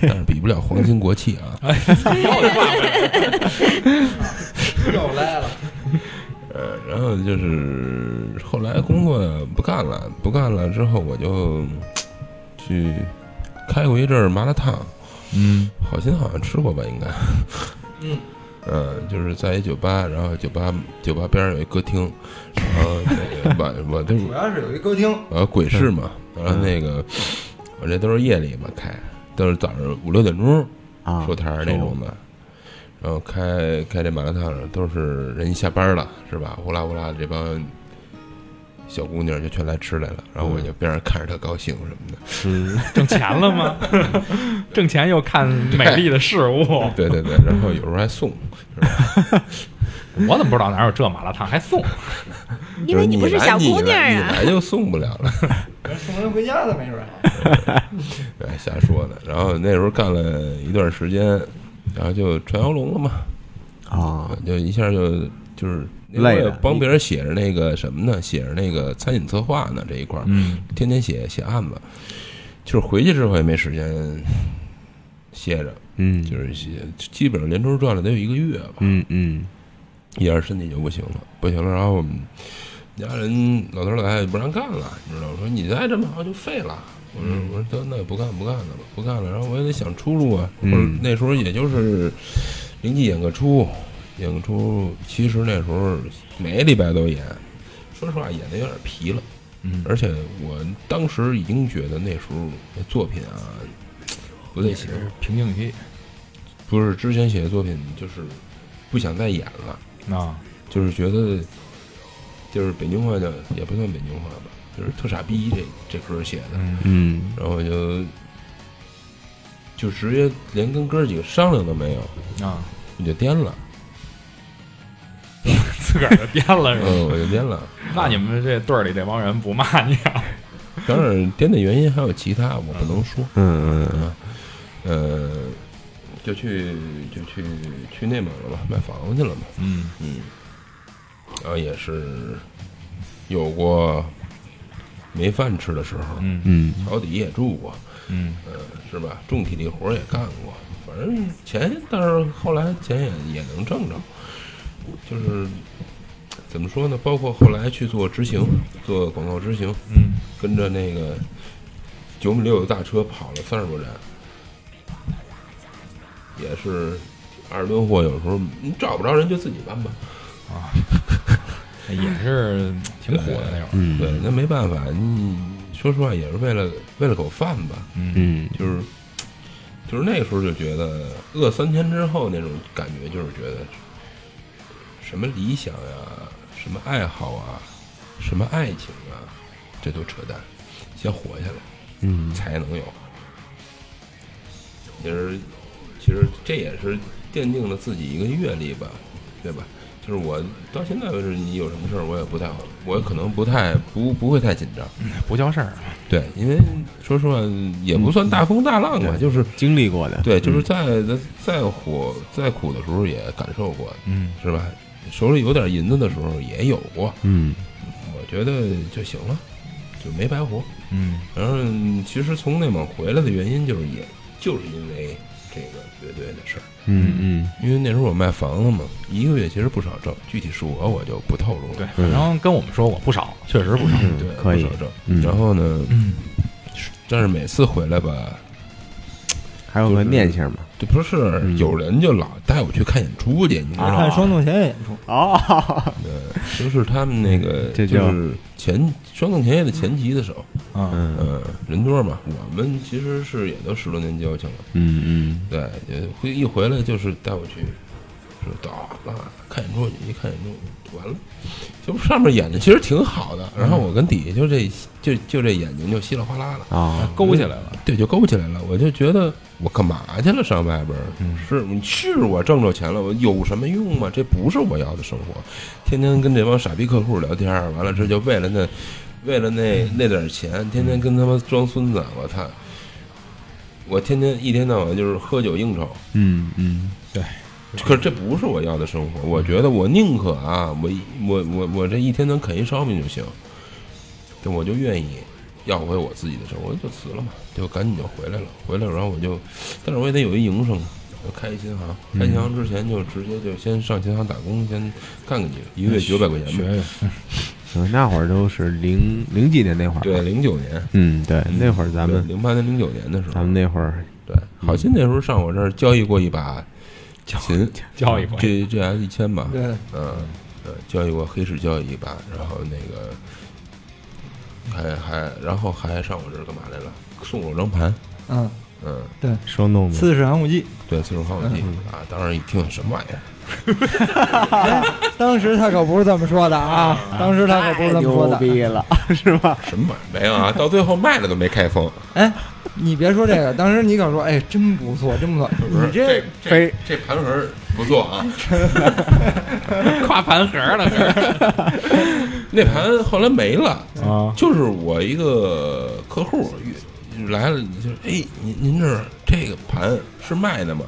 但是比不了皇亲国戚啊。
又来了，
呃，然后就是后来工作不干了，不干了之后我就去开过一阵儿麻辣烫，
嗯
好心好像吃过吧，应该。
嗯。
呃，就是在一酒吧，然后酒吧酒吧边上有一歌厅，然后那个晚我这
主要是有一歌厅，
呃鬼市嘛，然后那个我这都是夜里嘛开，都是早上五六点钟
啊
收，摊儿那种的。然后开开这麻辣烫呢，都是人一下班了，是吧？呼啦呼啦，这帮小姑娘就全来吃来了。然后我就边上看着她高兴什么的。
嗯，
挣钱了 吗？挣钱又看美丽的事物，
对对对，然后有时候还送，
我怎么不知道哪有这麻辣烫还送？
因为
就是你
不是
来
小
你
姑娘
来
啊，
你来就送不了了。
送人回家的没准儿。
哎，瞎说呢。然后那时候干了一段时间，然后就传谣龙了嘛，
啊，
就一下就就是
累了
我也帮别人写着那个什么呢？写着那个餐饮策划呢这一块儿，
嗯
天天写写案子，就是回去之后也没时间歇着，
嗯，
就是写，基本上连轴转了得有一个月吧，
嗯嗯
一下身体就不行了，不行了，然后我们家人老头老太太不让干了，你知道吗？说你再这么好就废了。我说我说得那不干不干了吧，不干了。然后我也得想出路啊。
嗯
或者那时候也就是临近演个出，演个出，其实那时候每礼拜都演，说实话演的有点疲了。
嗯
而且我当时已经觉得那时候那作品啊不太行，
瓶颈期
不是之前写的作品就是不想再演了。
啊，
就是觉得，就是北京话叫也不算北京话吧，就是特傻逼这这歌写的，
嗯
嗯，
然后我就就直接连跟哥几个商量都没有，
啊，
我就颠了，
自个儿就颠了是吧？
嗯，我就颠了。
那你们这队儿里这帮人不骂你啊？
当然，颠的原因还有其他，我不能说。
嗯嗯，
嗯，呃，就去就去去内蒙了嘛，买房去了嘛。
嗯
嗯，然后也是有过没饭吃的时候，
嗯
嗯，
桥底也住过，
嗯
嗯，是吧？重体力活儿也干过，反正钱，但是后来钱也也能挣着，就是怎么说呢？包括后来去做执行，做广告执行，
嗯，
跟着那个九米六的大车跑了三十多站，也是二十吨货，有时候你找不着人就自己搬吧。
也是挺苦的那会儿。
嗯
对，那没办法，你说实话也是为了为了口饭吧，
嗯
嗯
就是就是那个时候就觉得饿三天之后那种感觉，就是觉得什么理想呀、什么爱好啊、什么爱情啊，这都扯淡，先活下来。
嗯
才能有。其实，其实这也是奠定了自己一个阅历吧，对吧？就是我到现在为止，你有什么事儿，我也不太好，我可能不太不不会太紧张。
嗯
不叫事儿。
对，因为说实话，也不算大风大浪吧，
嗯
就是
经历过的，
对，
嗯
就是在在再火再苦的时候也感受过，
嗯
是吧？手里有点银子的时候也有过，
嗯
我觉得就行了，就没白活。
嗯
然后其实从内蒙回来的原因就是也就是因为这个乐队的事儿，
嗯嗯
因为那时候我卖房子嘛，一个月其实不少挣，具体数额我就不透露了。
对，反正跟我们说过不少，确实不少。
嗯
对，
可以
不少
嗯
挣。然后呢，
嗯
但是每次回来吧，
还有个念想嘛，
就不是
嗯
有人就老带我去看演出去，你知道
我
吗？
看双洞前演出，
哦，
就是他们那个
嗯这
就
叫
是前双更前夜的前期的时候，
嗯
嗯
嗯，人多嘛，我们其实是也都十多年交情了。
嗯
对，也回一回来就是带我去，说到那看演出去，一看演出完了，就上面演的其实挺好的，然后我跟底下就这就就这眼睛就稀里哗啦了，
嗯啊，
勾起来了。
对，就勾起来了。我就觉得我干嘛去了？上外边儿
嗯
是是我挣着钱了，我有什么用吗？这不是我要的生活，天天跟这帮傻逼客户聊天儿，完了之后就为了那为了那那点儿钱，天天跟他妈装孙子，我操！我天天一天到晚就是喝酒应酬，
嗯嗯
可是这不是我要的生活，我觉得我宁可啊，我一我我我这一天能啃一烧饼就行，就我就愿意要回我自己的生活，就辞了嘛，就赶紧就回来了。回来然后我就，但是我也得有一营生，我开一琴行，开琴行之前就直接就先上琴行打工，先干个几个一个月九百块钱
学
吧。
学，
嗯，那会儿都是零零几年那会儿，
对，，零九年，
嗯对，那会儿咱们
零八年零九年的时
咱
候
们，那会儿
对，好心那时候上我这儿交易过一把琴，
教育过。
这这还一千吧，
对，
嗯，呃，交易过黑市交易一把，然后那个还还然后还上我这儿干嘛来了？送我张盘，
嗯，
嗯，
双动的，
刺史寒武纪，
对，自主放火
嗯
机啊，当时一听什么玩意儿，
当时他可不是这么说的啊，当时他可不是这么说的。
了，是吧？
什么玩意儿没有啊？到最后卖了都没开封，
哎，你别说这个，当时你可说，哎，真不错，真不错，
不是
你这
这
非
这盘盒儿不错啊，
跨盘盒了，可
那盘后来没了，
是啊，
就是我一个客户来了，就是哎，您您这儿这个盘是卖的吗？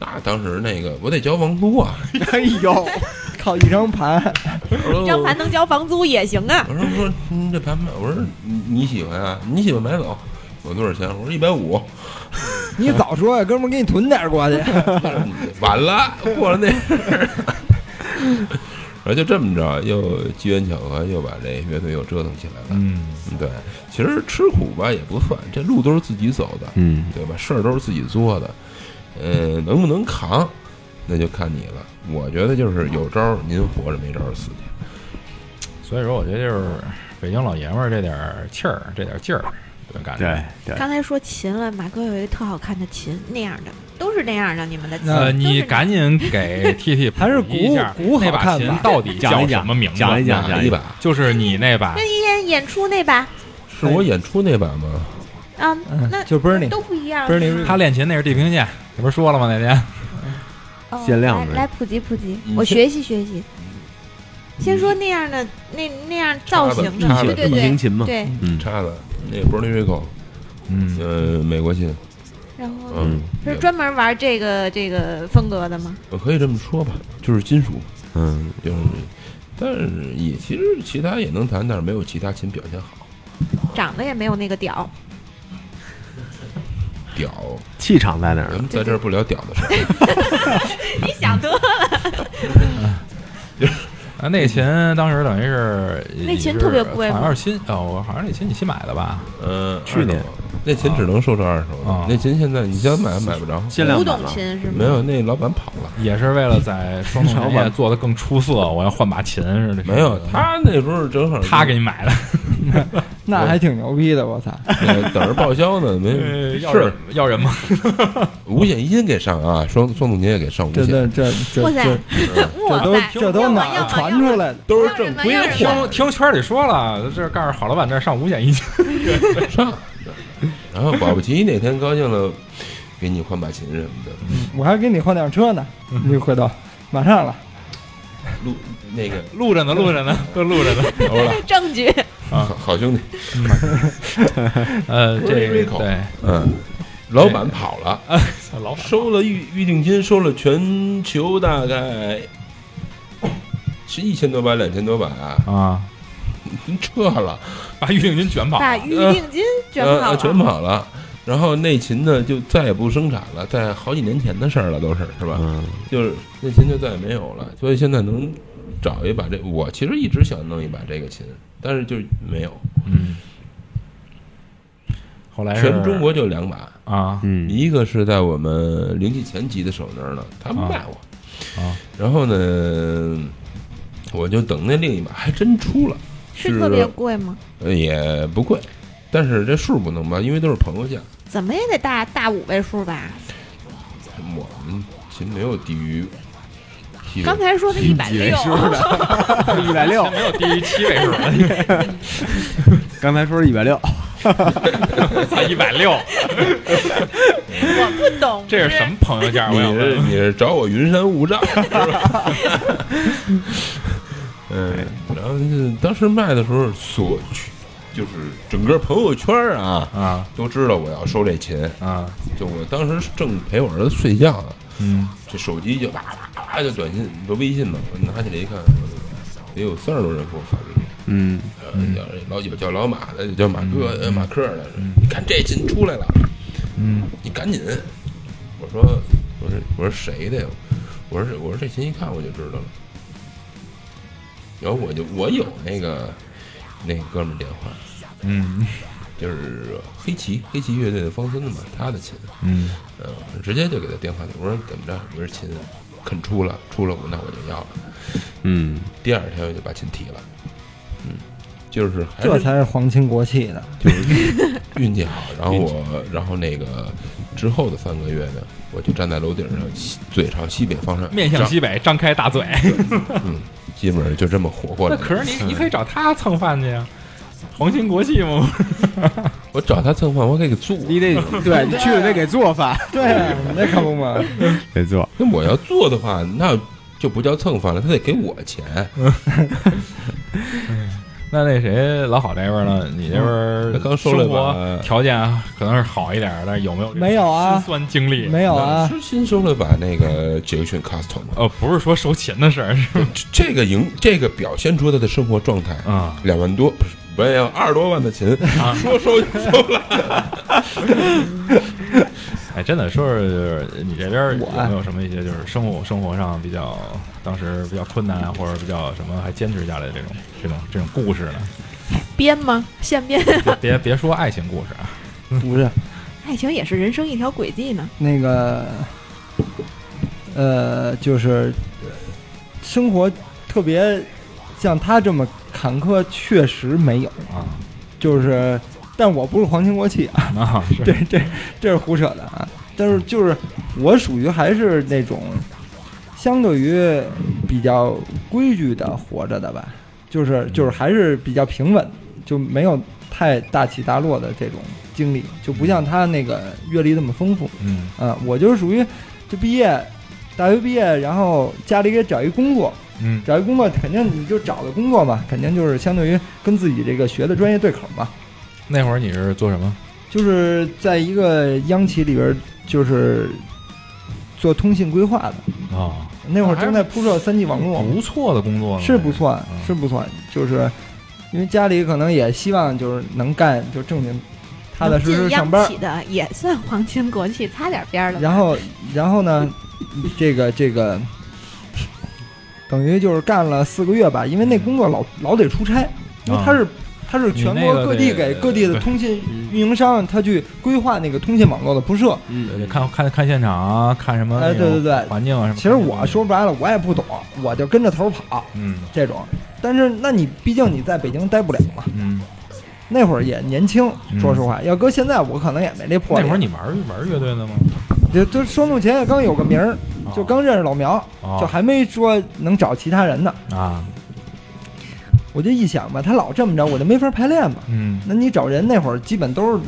那当时那个我得交房租啊，
哎呦，靠一张盘，
一
哦
张盘能交房租也行啊。
我说我说您这盘卖，我说你你喜欢啊，你喜欢买走，我多少钱？我说一百五，
你早说呀，哥们儿，给你囤点儿过 去。
晚了，过了那日儿， 然后就这么着，又机缘巧合又把这乐队又折腾起来了。
嗯，
对，其实吃苦吧也不算，这路都是自己走的，
嗯
对吧？事儿都是自己做的，呃，能不能扛，那就看你了。我觉得就是有招儿您活着，没招儿死去。
所以说我觉得就是北京老爷们儿这点儿气儿，这点儿劲儿，就感
对
觉。
对，
刚才说琴了，马哥有一个特好看的琴，那样的都是那样的，你们的琴
那
呃，
都
你
是
赶紧给 T T
还是鼓
一下
鼓好
那把
看
琴
吧
到底
讲
叫
一
什
讲
么名字？啊
讲一讲
拿一把，
就是你那把
那一演出那版
是我演出那版吗？
啊，
嗯
那
就 Bernie
都不一样。
Bernie Rivers
他练琴那是地平线，你不是说了吗？那天
哦
限量
来
的
来普及普及
嗯，
我学习学习。先说那样的那那样造型的
插，
对
板
对
易
对
行琴嘛，
对，
嗯，
叉子，那 Bernie Rico，
嗯，
呃，美国信，
然后
嗯，
是专门玩这个这个风格的吗？
我呃可以这么说吧，就是金属，嗯，就是，但是也其实其他也能弹，但是没有其他琴表现好。
长得也没有那个屌，
屌，
气场在那儿
咱
呢。
们在这儿不聊屌的事 儿。
你想多了。
啊，那琴当时等于是
那琴特别贵
好
吗
像是新哦，我好像那琴你新买的吧？
嗯，
去年
二手那琴只能收成二手
啊
的，那琴现在你想买也买不着，
限量
古
版
董
了，
琴是吗？
没有，那老板跑了。
也是为了在双重产业做得更出色，我要换把琴似的。
没有，他那时候正好
他给你 买的，
那还挺牛逼的，我操！
那 等着报销呢， 没
要
是
人要人吗？
五险一金给上啊，双双总监也给上五
真
险，
的，这这
哇
这
塞
这，
哇
都
塞，
这都
要么
哪
要
儿
么
传
要么
出来的？
都是正规
要人吗要人吗
货
听，听圈里说了，这告诉郝老板这上五险一金，
上。然后保不齐哪天高兴了，给你换把琴什么的。
我还给你换辆车呢，你回头马上了。
录那个
录着呢，录着呢， 都录着呢。
欧了，
证据。
好好兄弟，
呃，
不是
这
瑞口
对
嗯， 老板跑了，
老板
收了预预定金，收了全球大概是一千多把、两千多把、啊，
啊，
撤了，
把预定金卷跑了。
把预定金卷跑
呃
了，
全跑了。然后内勤呢，就再也不生产了，在好几年前的事儿了，都是是吧？
嗯，
就是那琴就再也没有了，所以现在能找一把这，我其实一直想弄一把这个琴，但是就是没有，
嗯，后来是
全中国就两把，
啊，
嗯，
一个是在我们零几前级的手那儿呢，他不卖我，
啊啊
然后呢，我就等那另一把还真出了，
是特别贵吗？
呃也不贵，但是这数不能报，因为都是朋友价，
怎么也得大大五位数吧？
我们琴没有低于七十
刚，才说的一百六，
一百六，
没有低于七位数的，
刚才说是一百六，
才一百六，
我不懂，
这是什么朋友价？我
你
想
是
问。
你是找我云山雾罩，是吧？ 嗯，
哎
然后就是当时卖的时候，所就是整个朋友圈啊
啊
都知道我要收这琴，
啊，
就我当时正陪我儿子睡觉呢，
嗯，
这手机就啪啪啪就短信，不微信嘛，我拿起来一看，得有三十多人给我发微信。
嗯，
呃，叫老有叫老马的，有叫马哥、呃马克的，你看这琴出来了，
嗯，
你赶紧。我说，我说，我说谁的呀？我说，我说这琴一看我就知道了。然后我就我有那个那哥们儿电话，
嗯
就是黑旗黑旗乐队的方孙子嘛，他的琴，
嗯
嗯，直接就给他电话，我说怎么着？我说琴肯出了，出了我那我就要了。
嗯，
第二天我就把琴提了，嗯，就是还是
这才是皇亲国戚呢。
运气好，然后我，然后那个之后的三个月呢，我就站在楼顶上，西嘴朝西北方向，
面向西北，张开大嘴。
张，嗯，基本上就这么活 过来
那
的。
可是你，你可以找他蹭饭去呀，皇亲国戚嘛。
我找他蹭饭，我给给做，
你 得对，你去了得给做 饭，
对啊，那可不 嘛。
得做，
那我要做的话，那就不叫蹭饭了，他得给我钱。
那那谁，老郝这边呢？你这边
嗯他刚收了一呃
生
把
活条件啊可能是好一点，但是有没有这
没有啊
辛酸经历？
没有啊，
是新收了把那个杰克逊 custom，
呃，不是说收钱的事 儿，是
哦这个营这个表现出他的生活状
嗯
态
啊
两万多不是没有二十多万的琴，说收就收了。
哎，真的说是你这边有
我啊
没有什么一些就是生活生活上比较当时比较困难啊，或者比较什么还坚持下来的这种这种这种故事呢？
编吗？现编，
别别别说爱情故事啊，
不是
爱情也是人生一条轨迹呢。
那个，呃，就是呃生活特别像他这么坎坷，确实没有。
啊
就是，但我不是皇亲国戚啊，
啊是
这这这是胡扯的啊。但是就是我属于还是那种相对于比较规矩的活着的吧，就是就是还是比较平稳，就没有太大起大落的这种经历，就不像他那个阅历这么丰富。
嗯
啊，我就是属于就毕业，大学毕业，然后家里给找一工作，
嗯
找一工作肯定你就找的工作嘛，肯定就是相对于跟自己这个学的专业对口嘛，
那会儿你是做什么？
就是在一个央企里边儿就是做通信规划的，
哦，
啊
那会儿正在铺设三 G 网络，
不错的工作呢
是不错
嗯，
是不错，就是因为家里可能也希望就是能干就正经踏踏实实
进
上
央
班儿，
企的也算皇亲国戚，擦点边儿了。
然后，然后呢，这个这个，等于就是干了四个月吧，因为那工作老老得出差，因为他是、他是全
嗯啊你
国
那个
各地
得
给各地的
对
通信运营商，他去规划那个通信网络的铺设。
对
嗯
得，看看看现场啊，看什么
哎
那种
对对对
环境啊什么。
其实我说，白了，我也不懂，我就跟着头跑
嗯
这种。但是，那你毕竟你在北京待不了嘛，
嗯，
那会儿也年轻，说实话，要搁现在我可能也没这魄
那
力。
会儿你玩玩乐队的吗？
就就双动前也刚有个名儿，就刚认识老苗，
哦
就还没说能找其他人呢。
啊，
我就一想吧，他老这么着，我就没法排练嘛。
嗯
那你找人那会儿基本都是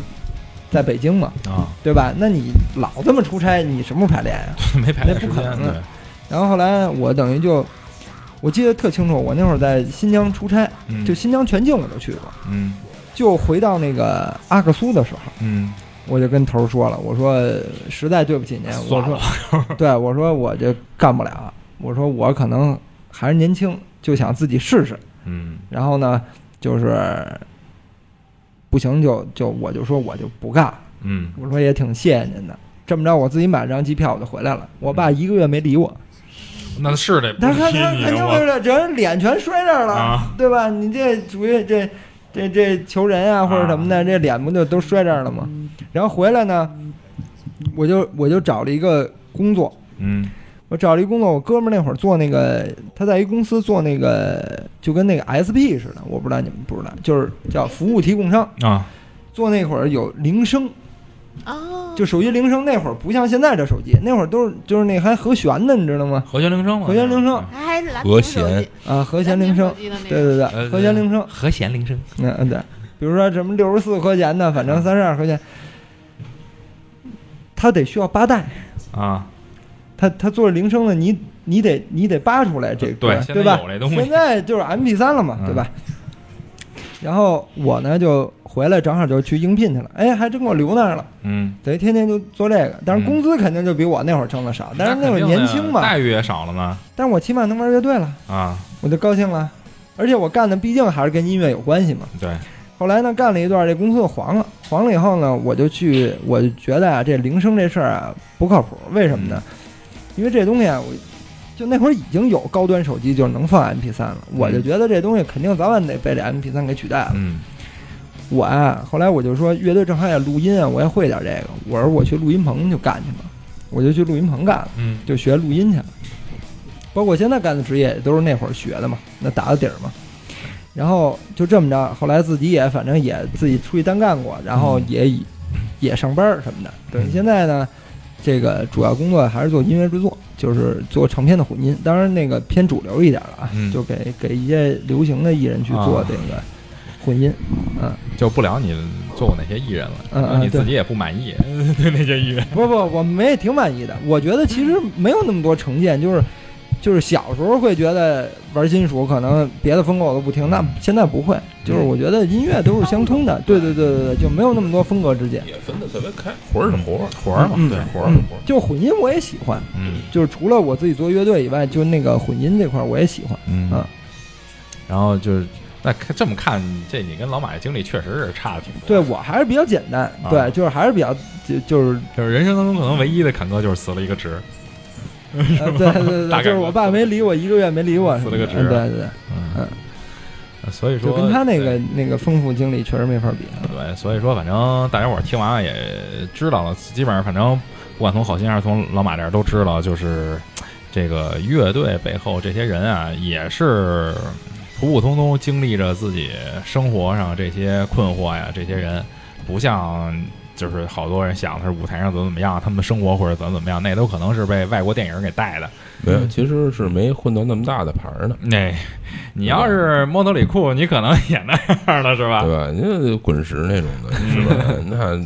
在北京嘛，
啊，
对吧？那你老这么出差，你什么时候排练呀、
没排
那
练时
不可
间，
能
对，
然后后来我等于就，我记得特清楚，我那会儿在新疆出差，
嗯
就新疆全境我都去过，
嗯
就回到那个阿克苏的时候，
嗯，
我就跟头儿说了，我说实在对不起您，我
算
说
了，
对我说我这干不了，我说我可能还是年轻，就想自己试试。
嗯
然后呢，就是不行就就我就说我就不干了，
嗯，
我说也挺谢谢您的。这么着，我自己买了张机票我就回来了。我
嗯
爸一个月没理我，
那是得不
他他
踢
他
你啊
肯定
我
是这人脸全摔这儿了，
啊
对吧？你这属于这这这求人啊或者什么的，这脸不就都摔这儿了吗？然后回来呢，我就我就找了一个工作，
嗯
我找了一工作，我哥们儿那会儿做那个，他在一公司做那个，就跟那个 SP 似的，我不知道你们不知道，就是叫服务提供商。
啊，
做那会儿有铃声，
哦，
就手机铃声那会儿不像现在这手机，那会儿都是就是那还和弦的，你知道吗？
和弦铃声嘛，
和弦铃声
还是蓝
和弦
啊，和弦铃声，对对
呃
对，和弦铃声，
和弦铃声，
嗯 嗯对，比如说什么六十四和弦的，反
嗯
正三十二和弦，他得需要八带，
啊，
他他做着铃声的，你你得你得扒出来这歌，
对现在
对吧
有这东？西
现在就是 M P 三了嘛，
嗯
对吧？然后我呢就回来，正好就去应聘去了，哎，还真给我留那儿了，
嗯，
等于天天就做这个。但是
嗯
工资肯定就比我那会儿挣的少，但是那会儿
肯定的
年轻嘛，
待遇也少了呢
但是我起码能玩乐队了，
啊，
我就高兴了。而且我干的毕竟还是跟音乐有关系嘛。
对，
后来呢，干了一段，这公司就黄了。黄了以后呢，我就去，我就觉得啊，这铃声这事儿啊不靠谱。为什么呢？因为这东西啊，我就那会儿已经有高端手机，就是能放 MP 3了。我就觉得这东西肯定早晚得被这 MP 3给取代了。
嗯
我啊，后来我就说，乐队正好也录音啊，我也会点这个。我说我去录音棚就干去吧，我就去录音棚干了，
嗯
就学录音去了。包括现在干的职业也都是那会儿学的嘛，那打的底儿嘛。然后就这么着，后来自己也反正也自己出去单干过，然后也
嗯
以、也上班儿什么的。等于现在呢，这个主要工作还是做音乐制作，就是做唱片的混音，当然那个偏主流一点了啊，
嗯
就给给一些流行的艺人去做
啊
这个混音。啊
就不聊你做过哪些艺人了，
嗯
然后你
嗯对
自己也不满意 对那些艺人，
不不，我们也挺满意的。我觉得其实没有那么多成见，就是就是小时候会觉得玩金属可能别的风格我都不听，
嗯
那现在不会。就是我觉得音乐都是相 通的，对对对对对，就没有那么多风格之见。
也分得特别开，活儿是活儿，
活儿嘛，
嗯
对活儿
嗯
嘛，活儿，，
就混音我也喜欢，
嗯
就是除了我自己做乐队以外，就那个混音这块儿我也喜欢。
嗯
啊
然后就是那看这么看，这你跟老马的经历确实是差的挺多。
对，我还是比较简单，
啊
对，就是还是比较就就是
就是人生当中可能唯一的坎坷就是辞了一个职。
呃 对对对
大
对，
概
就是我爸没理我一个月没理我什么的，
辞了个职
对对
嗯，所以
对，就
说
跟他那个那个丰富经历确实没法比啊。
对，所以说反正大家伙儿听完了也知道了，基本上反正不管从好心还是从老马这儿都知道，就是这个乐队背后这些人啊，也是普普通通经历着自己生活上这些困惑呀，这些人不像。就是好多人想的是舞台上怎么怎么样，他们的生活或者怎么怎么样，那都可能是被外国电影给带的。
没有，其实是没混到那么大的牌儿呢，
那、你要是摸头里裤，你可能也那样了，是吧？
对吧？那滚石那种 的，是吧？那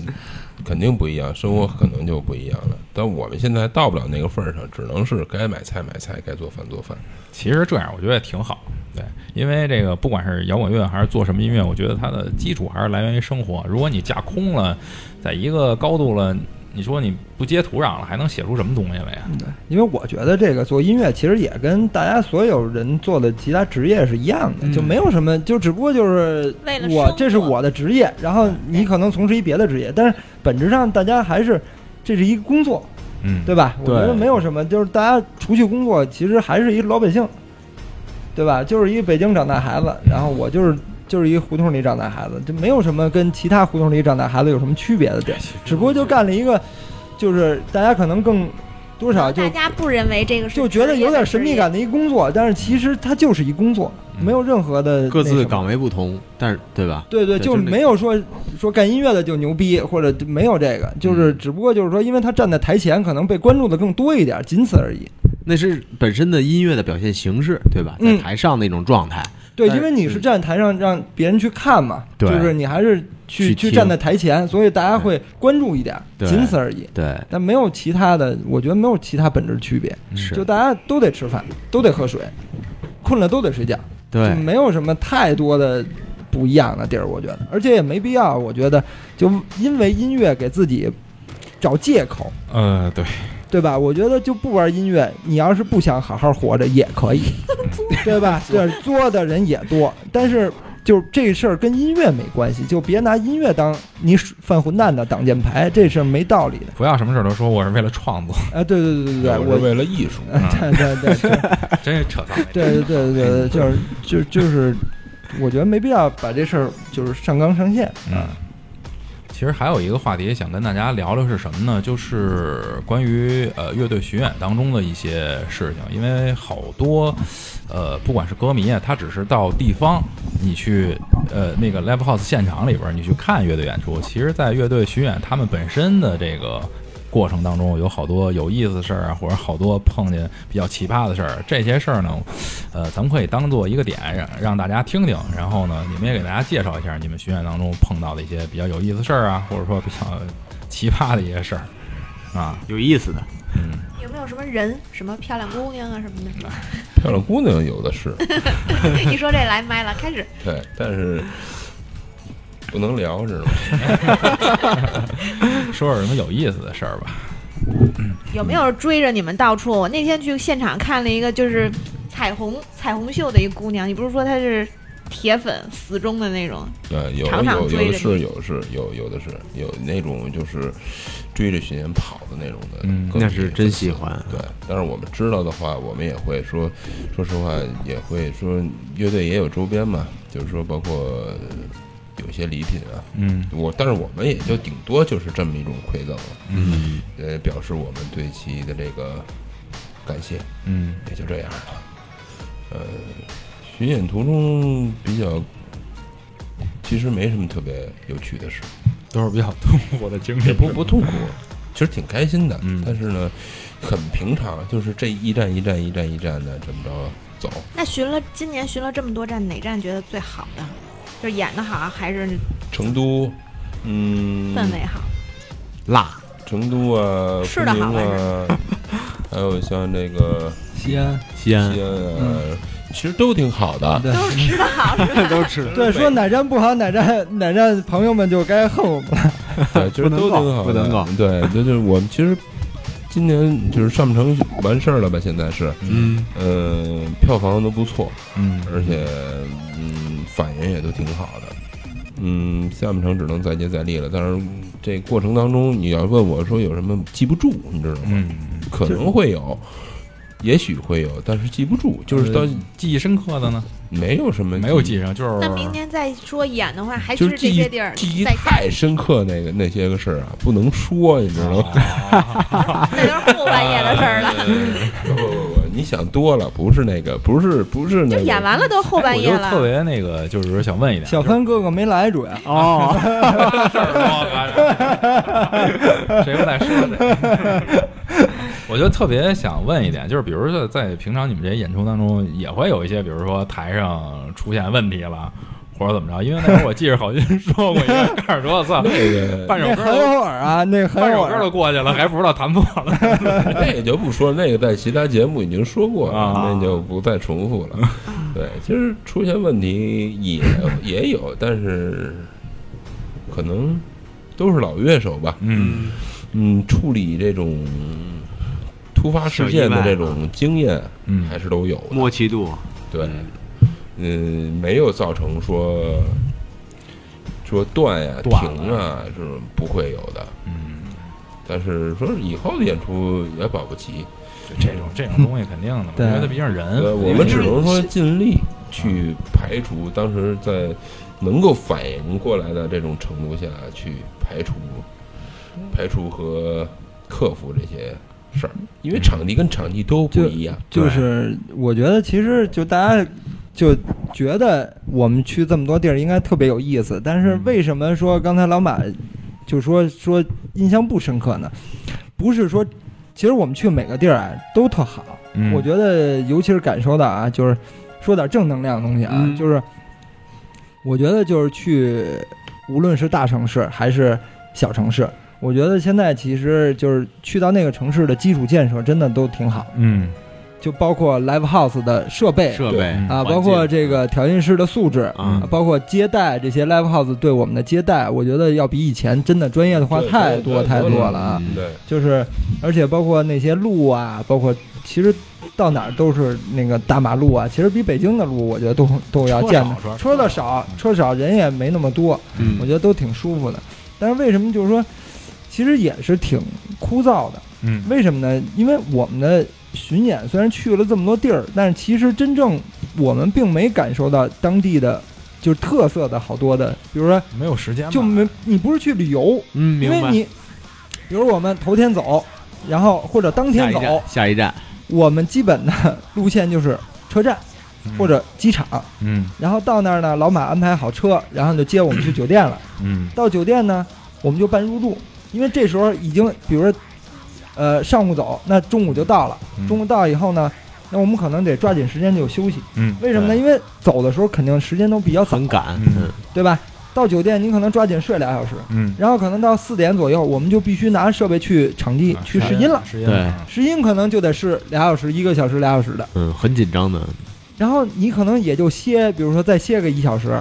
肯定不一样，生活可能就不一样了。但我们现在到不了那个份儿上，只能是该买菜买菜，该做饭做饭。
其实这样我觉得也挺好，对，因为这个不管是摇滚乐还是做什么音乐，我觉得它的基础还是来源于生活。如果你架空了，在一个高度了，你说你不接土壤了，还能写出什么东西来呀？
嗯
因为我觉得这个做音乐其实也跟大家所有人做的其他职业是一样的，
嗯
就没有什么，就只不过就是
为了生
我
活
这是我的职业，然后你可能从事一别的职业，但是本质上大家还是这是一个工作，
嗯，
对吧？我觉
对
得没有什么，就是大家除去工作，其实还是一老百姓，对吧？就是一北京长大孩子，然后我就是就是一胡同里长大孩子，就没有什么跟其他胡同里长大孩子有什么区别的点，只不过就干了一个，就是大家可能更多少啊就
大家不认为这个是
就觉得有点神秘感的一工作，但是其实它就是一工作，
嗯
没有任何的
各
那
自
什么
岗位不同，但是对吧？
对对，
对
就
就是那
没有说说干音乐的就牛逼，或者就没有这个，就是
嗯
只不过就是说，因为他站在台前，可能被关注的更多一点，仅此而已。
那是本身的音乐的表现形式，对吧？在
嗯
台上那种状态，
对，
但
因
是
为你是站台上让别人去看嘛，
对
就是你还是去
去听
站在台前，所以大家会关注一点，
对
仅此而已。
对，
但没有其他的，我觉得没有其他本质区别，
是
就大家都得吃饭，都得喝水，困了都得睡觉。就
对，
没有什么太多的不一样的地儿，我觉得，而且也没必要，我觉得就因为音乐给自己找借口，
呃，对，
对吧？我觉得就不玩音乐，你要是不想好好活着也可以，对吧？对，作的人也多，但是就这事儿跟音乐没关系，就别拿音乐当你犯混蛋的挡箭牌，这事儿没道理的。
不要什么事儿都说我是为了创作，嗯
啊，对对对对对，
我
我
是。为了艺术，
对对对对
真是扯淡。
对对对对对，就是就就是，我觉得没必要把这事儿就是上纲上线。
嗯，其实还有一个话题想跟大家聊聊是什么呢？就是关于呃乐队巡演当中的一些事情，因为好多呃不管是歌迷啊，他只是到地方你去呃那个 live house 现场里边儿你去看乐队演出，其实，在乐队巡演他们本身的这个。过程当中有好多有意思的事儿啊，或者好多碰见比较奇葩的事儿，这些事儿呢，呃，咱们可以当做一个点，让让大家听听。然后呢，你们也给大家介绍一下你们巡演当中碰到的一些比较有意思的事儿啊，或者说比较 奇葩的一些事儿 啊。
有意思的，
嗯，
有没有什么人，什么漂亮姑娘啊什么 的？
漂亮姑娘有的是，
一说这来麦了，开始
对，但是不能聊，知道吗？
说说什么有意思的事儿吧。
有没有追着你们到处？我那天去现场看了一个，就是彩虹彩虹秀的一姑娘，你不是说她是铁粉死忠的那种？
对，呃有
常常
有
追着
有的
你
是，有的是有有的是有那种就是追着巡演跑的那种的，
嗯
歌迷
那是真喜欢。啊
对，但是我们知道的话，我们也会说，说实话也会说，乐队也有周边嘛，就是说包括呃有些礼品啊，
嗯
我但是我们也就顶多就是这么一种馈赠了，
嗯
呃，表示我们对其的这个感谢，
嗯
也就这样了。呃，巡演途中比较，其实没什么特别有趣的事，
都是比较痛苦的经历。
也不不痛苦，其实挺开心的，
嗯
但是呢，很平常，就是这一站一站一站一站的这么着走。
那巡了今年巡了这么多站，哪站觉得最好的？就是演的好啊还是
成都，嗯，
氛围好？啊
辣，
成都啊，
吃得好
昆明啊，还有像这个
西安，
西安
西安啊，其实都挺好的。
对
都是吃的好，是吧？
都吃，
对，说哪站不好，哪站哪站朋友们就该恨我们了。
对，其实都挺好的，
不能够
对，就就是我们其实今年就是上半程完事儿了吧？现在是，
嗯，
嗯、票房都不错，
嗯
而且嗯，反应也都挺好的。嗯，下半程只能再接再厉了。但是这过程当中，你要问我说有什么记不住，你知道吗？
嗯，
可能会有，也许会有，但是记不住，就是到
记忆深刻的呢，
没有什么
呃没有记忆上，就是
那明年再说演的话，还
就是记
这
忆
些地儿
记忆
再加
太深刻那个那些个事儿啊，不
啊
能说，你知道吗？
那都是后半夜的事儿了。
不不不，你想多了，不是那个，不是不是那
就
个，
演完了都后半夜
我就特
了，
别那个，就是说想问一点，
小芬哥哥没来，主要
哦，
事儿多，反正谁又在说谁？ 我就特别想问一点，就是比如说在平常你们这些演出当中，也会有一些，比如说台上出现问题了，或者怎么着？因为那会儿我记着好像说过一个，告诉说 我操，
那个
半首
那
歌
很
都
偶尔啊，那很
半
偶
首歌
尔
都。过去了，还不知道弹错了。
那个就不说，那个在其他节目已经说过了，
啊
那就不再重复了。
啊
对，其实出现问题也也有，但是可能都是老乐手吧。
嗯
嗯，处理这种突发事件的这种经验
啊嗯
还是都有的。
默契度，
对，嗯，没有造成说说断呀、
断
停啊，这种不会有的。
嗯，
但是说以后的演出也保不齐。
就这种这种东西肯定的嘛，因
对
为它毕竟是人，
嗯
呃，我们只能说尽力去排除当时在能够反应过来的这种程度下去排除、排除和克服这些事儿，因为场地跟场地都不一样。
就是我觉得其实就大家就觉得我们去这么多地儿应该特别有意思，但是为什么说刚才老马就说说印象不深刻呢？不是说，其实我们去每个地儿啊都特好，
嗯
我觉得尤其是感受到啊，就是说点正能量的东西啊，
嗯
就是我觉得就是去，无论是大城市还是小城市。我觉得现在其实就是去到那个城市的基础建设真的都挺好，
嗯
就包括 live house 的设备
设备
嗯
啊，
环境
包括这个调音师的素质，啊，
啊
包括接待这些 live house 对我们的接待，我觉得要比以前真的专业的话
对
太
对
多
对
太
对
多了啊。
嗯
对，
就是而且包括那些路啊，包括其实到哪儿都是那个大马路啊，其实比北京的路我觉得都都要见的，车的少，车少人也没那么多，
嗯
我觉得都挺舒服的。但是为什么就是说，其实也是挺枯燥的。
嗯
为什么呢？因为我们的巡演虽然去了这么多地儿，但是其实真正我们并没感受到当地的就是特色的好多的，比如说
没有时间吧，
就没你不是去旅游，
嗯，
因
明
为
白。
你比如我们头天走，然后或者当
下
天嗯
一
走，
站，下一站，
我们基本的路线就是车站
嗯
或者机场，
嗯
然后到那儿呢，老马安排好车，然后就接我们去酒店 了。
嗯
到酒店呢，我们就办入住，因为这时候已经，比如说，呃，上午走，那中午就到了。
嗯
中午到以后呢，那我们可能得抓紧时间就休息。
嗯
为什么呢？
对
因为走的时候肯定时间都比较早
很，赶，
嗯
对吧？到酒店你可能抓紧睡俩小时，
嗯，
然后可能到四点左右，我们就必须拿设备去场
啊
地去嗯试音了。
时间啊
试音可能就得试俩小时、一个小时、俩小时的，
嗯，很紧张的，
然后你可能也就歇，比如说再歇个一小时，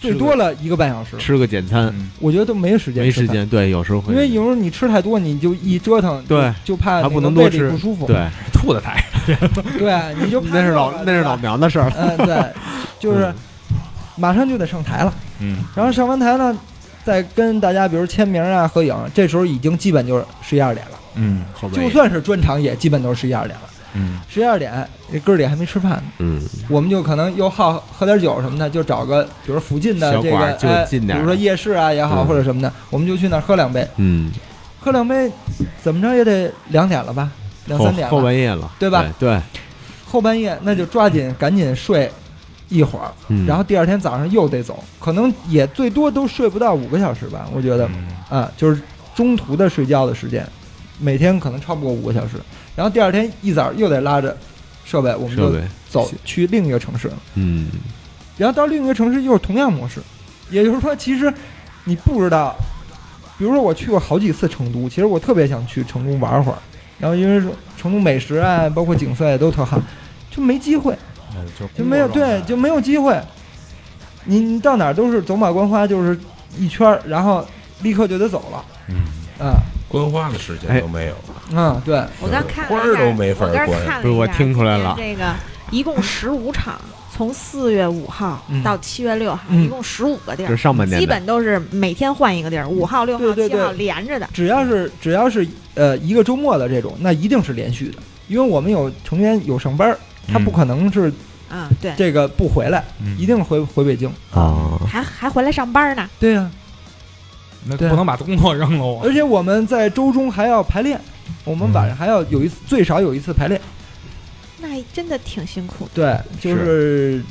最多了一个半小时，
吃个简餐，
嗯
我觉得都没时间
没
吃
时
饭。
间，对，有时候会，
因为有时候你吃太多，你就一折腾，
对
就，就怕
还不能
那个胃
多
里
吃
不舒服，
对，嗯
吐的太
对，你就怕
那是
饿
老
了
那是老，娘的事儿
对吧嗯，对，就是
嗯
马上就得上台了，
嗯
然后上完台呢，再跟大家比如签名啊、合影，这时候已经基本就是十一二点了，
嗯
后背
就算是专场也基本都是十一二点了，
嗯
十一二点这哥儿里还没吃饭呢，
嗯，
我们就可能又好喝点酒什么的，就找个比如附近的
小
这
馆
个
儿就
哎，
近
比
点儿
如说夜市啊也好
嗯
或者什么的，我们就去那儿喝两杯，
嗯，
喝两杯，怎么着也得两点了吧，两
后
三点
后
了。
半夜了，
对吧？
对，
后半夜那就抓紧赶紧睡一会儿，
嗯
然后第二天早上又得走，可能也最多都睡不到五个小时吧，我觉
嗯
得
嗯
啊，就是中途的睡觉的时间，每天可能超不过五个小时，然后第二天一早又得拉着设备，我们
设
就
备，
走去另一个城市，
嗯，
然后到另一个城市又是同样模式，也就是说，其实你不知道，比如说我去过好几次成都，其实我特别想去成都玩会儿，然后因为说成都美食啊，包括景色也都特好，就没机会，
就
就没有对，就没有机会。你你到哪儿都是走马观花，就是一圈儿，然后立刻就得走了。嗯，
观花的时
哎
间都没有，
啊，对，
我刚看了一下
花儿都没法
我刚
关
看了一下，
不是我听出来了
今年这个一共十五场，从四月五号
嗯
到七月六号，
嗯
一共十五个地
这是
儿，
上半年的，
基本都是每天换一个地儿，五号、六号、
嗯对对
七
对
号连着的。
只要是只要是呃一个周末的这种，那一定是连续的，因为我们有成员有上班儿，他不可能是
嗯，对，
这个不回来，
嗯
一定回回北京。
啊，
还还回来上班呢。
对呀、
那不能把工作扔了我
而且我
嗯
们在周中还要排练，我们晚上还要有一次、最少有一次排练，
那还真的挺辛苦的。
对，就是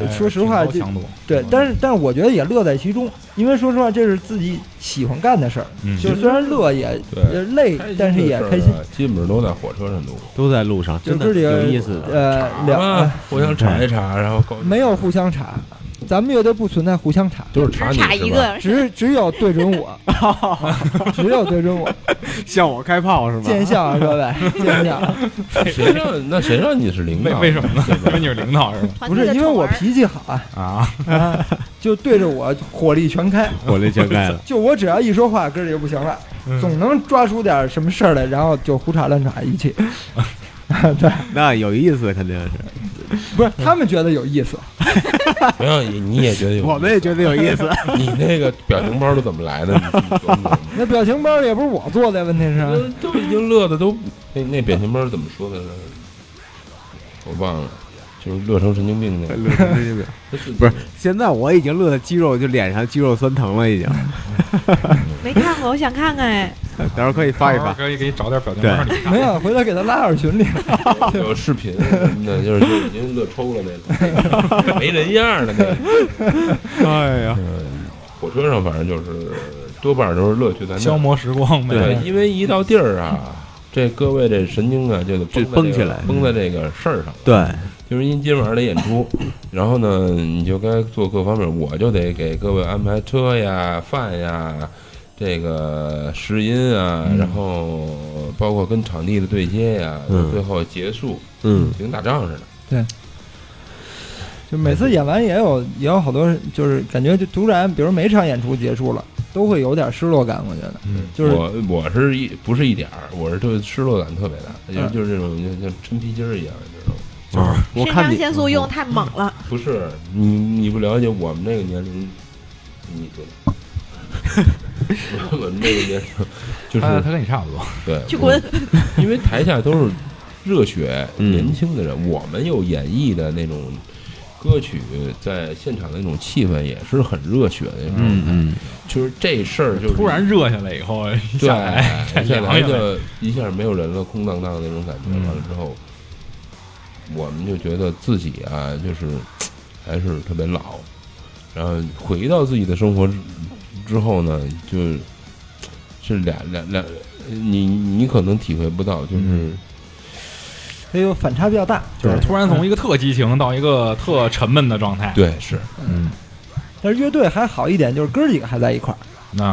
哎
说实话，
挺
这
高强度，
对，但是但是我觉得也乐在其中，因为说实话，这是自己喜欢干的事儿。
嗯
就是虽然乐也
对
也累，但是也开心。，
啊基本上都在火车上度过。
都在路上，
就
啊真
是
的
这
有
个
意思的。
呃，两
啊
呃，
互相查一查，然后告
没有互相查，咱们乐队不存在互相查，
就是
只
查你
差
是
一
吧？
个，
只只有对准我， 只有对准我，
向我开炮是吧？
见笑啊，各 位，见笑啊。
谁让那谁让你是领
为
导？
为什么呢？ 因为你是领导是吗？
团
不
队
是
的
因为我
宠儿
脾气好啊，
啊，
啊，就对着我火力全开。
火力全开了，
就我只要一说话，哥儿就不行了，总能抓出点什么事儿来，然后就胡扯乱扯一 气。对，
那有意思肯定是，
不是他们觉得有意思，
没有你也觉得有？
我们也觉得有意思。
你那个表情包都怎么来的？你自己琢磨琢磨
那表情包也不是我做的，问题是，
都已经乐的都那那表情包怎么说的？我忘了，就是乐成神经病那个。
不是， 现在我已经乐得肌肉就脸上肌肉酸疼了，已经。
没看过，我想看看哎。
到时候可以发一发。
可以给你找点表情包，你看
没有，回头给他拉到群里。
有视频什么的，就是就已经乐抽了那 种，没人样儿的那个。
哎呀，
火车上反正就是多半都是乐趣在那
消
儿。
磨时光
对
呗。，
因为一到地儿啊，这各位这神经啊就得
就
绷在这
绷
个
起来嗯
绷在这个事儿上。
对，
就是因今晚上的演出，然后呢，你就该做各方面，我就得给各位安排车呀、饭呀、这个试音啊，然后包括跟场地的对接呀，
嗯
最后结束，
嗯，
就跟打仗似的。
就每次演完也有也有好多，就是感觉就突然，比如每场演出结束了，都会有点失落感。我觉得，
嗯
就是
我我是一不是一点儿，我是对失落感特别大，就
嗯
是就是这种就像抻皮筋儿一样，你知道吗？
我
肾
看
上
你嗯
腺素用太猛了，
不是你你不了解我们这个年龄，你知道。 我们这个年龄就是
啊他他跟你差不多，
对
去滚！
因为台下都是热血、
嗯
年轻的人，我们有演绎的那种歌曲，在现场的那种气氛也是很热血的。
嗯，嗯，
就是这事儿就是
突然热下来以后，一
对
下来
一下
凉
来
下来
就一下没有人了，空荡荡的那种感觉。
嗯
完了之后，我们就觉得自己啊，就是还是特别老。然后回到自己的生活之之后呢，就是是俩俩俩，你你可能体会不到，就是。
嗯
所以反差比较大。
就是突然从一个特激情到一个特沉闷的状态。
对， 是
嗯，
但是乐队还好一点，就是哥儿几个还在一块儿。
那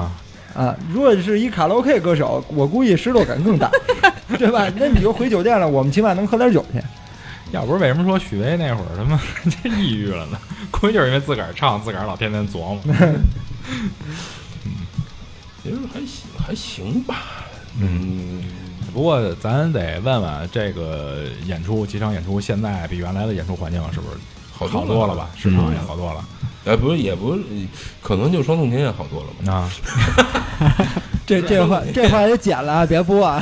啊，如果是一卡拉 OK 歌手，我估计失落感更大，对吧？那你就回酒店了，我们起码能喝点酒去。
要不是为什么说许巍那会儿他妈 这抑郁了呢？估计就是因为自个儿唱，自个儿老天天琢磨。
其实还行，还行吧。嗯，
不过咱得问问这个演出几场演出，现在比原来的演出环境是不是
好
好
多
多了吧？？市场也好多了。
哎，不是，也不是，可能就双宋天也好多了吧。
啊，
这这话这话也剪了啊，别播啊。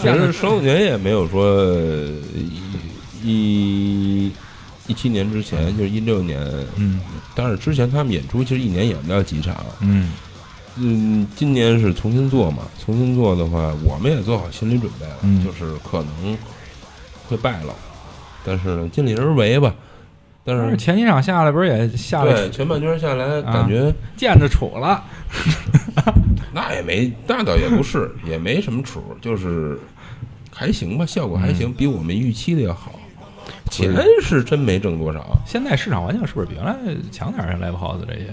其实双宋天也没有说呃一一一七年之前，就是一六年，
嗯
但是之前他们演出其实一年演不了几场。
嗯
嗯，今年是重新做嘛，重新做的话，我们也做好心理准备了，
嗯
就是可能会败了，但是呢，尽力而为吧。但
但是
是
前几场下来不是也下
对
来
前半圈下来，
啊
感觉、
见着楚了？
那也没，那倒也不是，也没什么处，就是还行吧，效果还
嗯
行，比我们预期的要好。钱是真没挣多少，
现在市场环境是不是比原来强点儿像 live house 这些？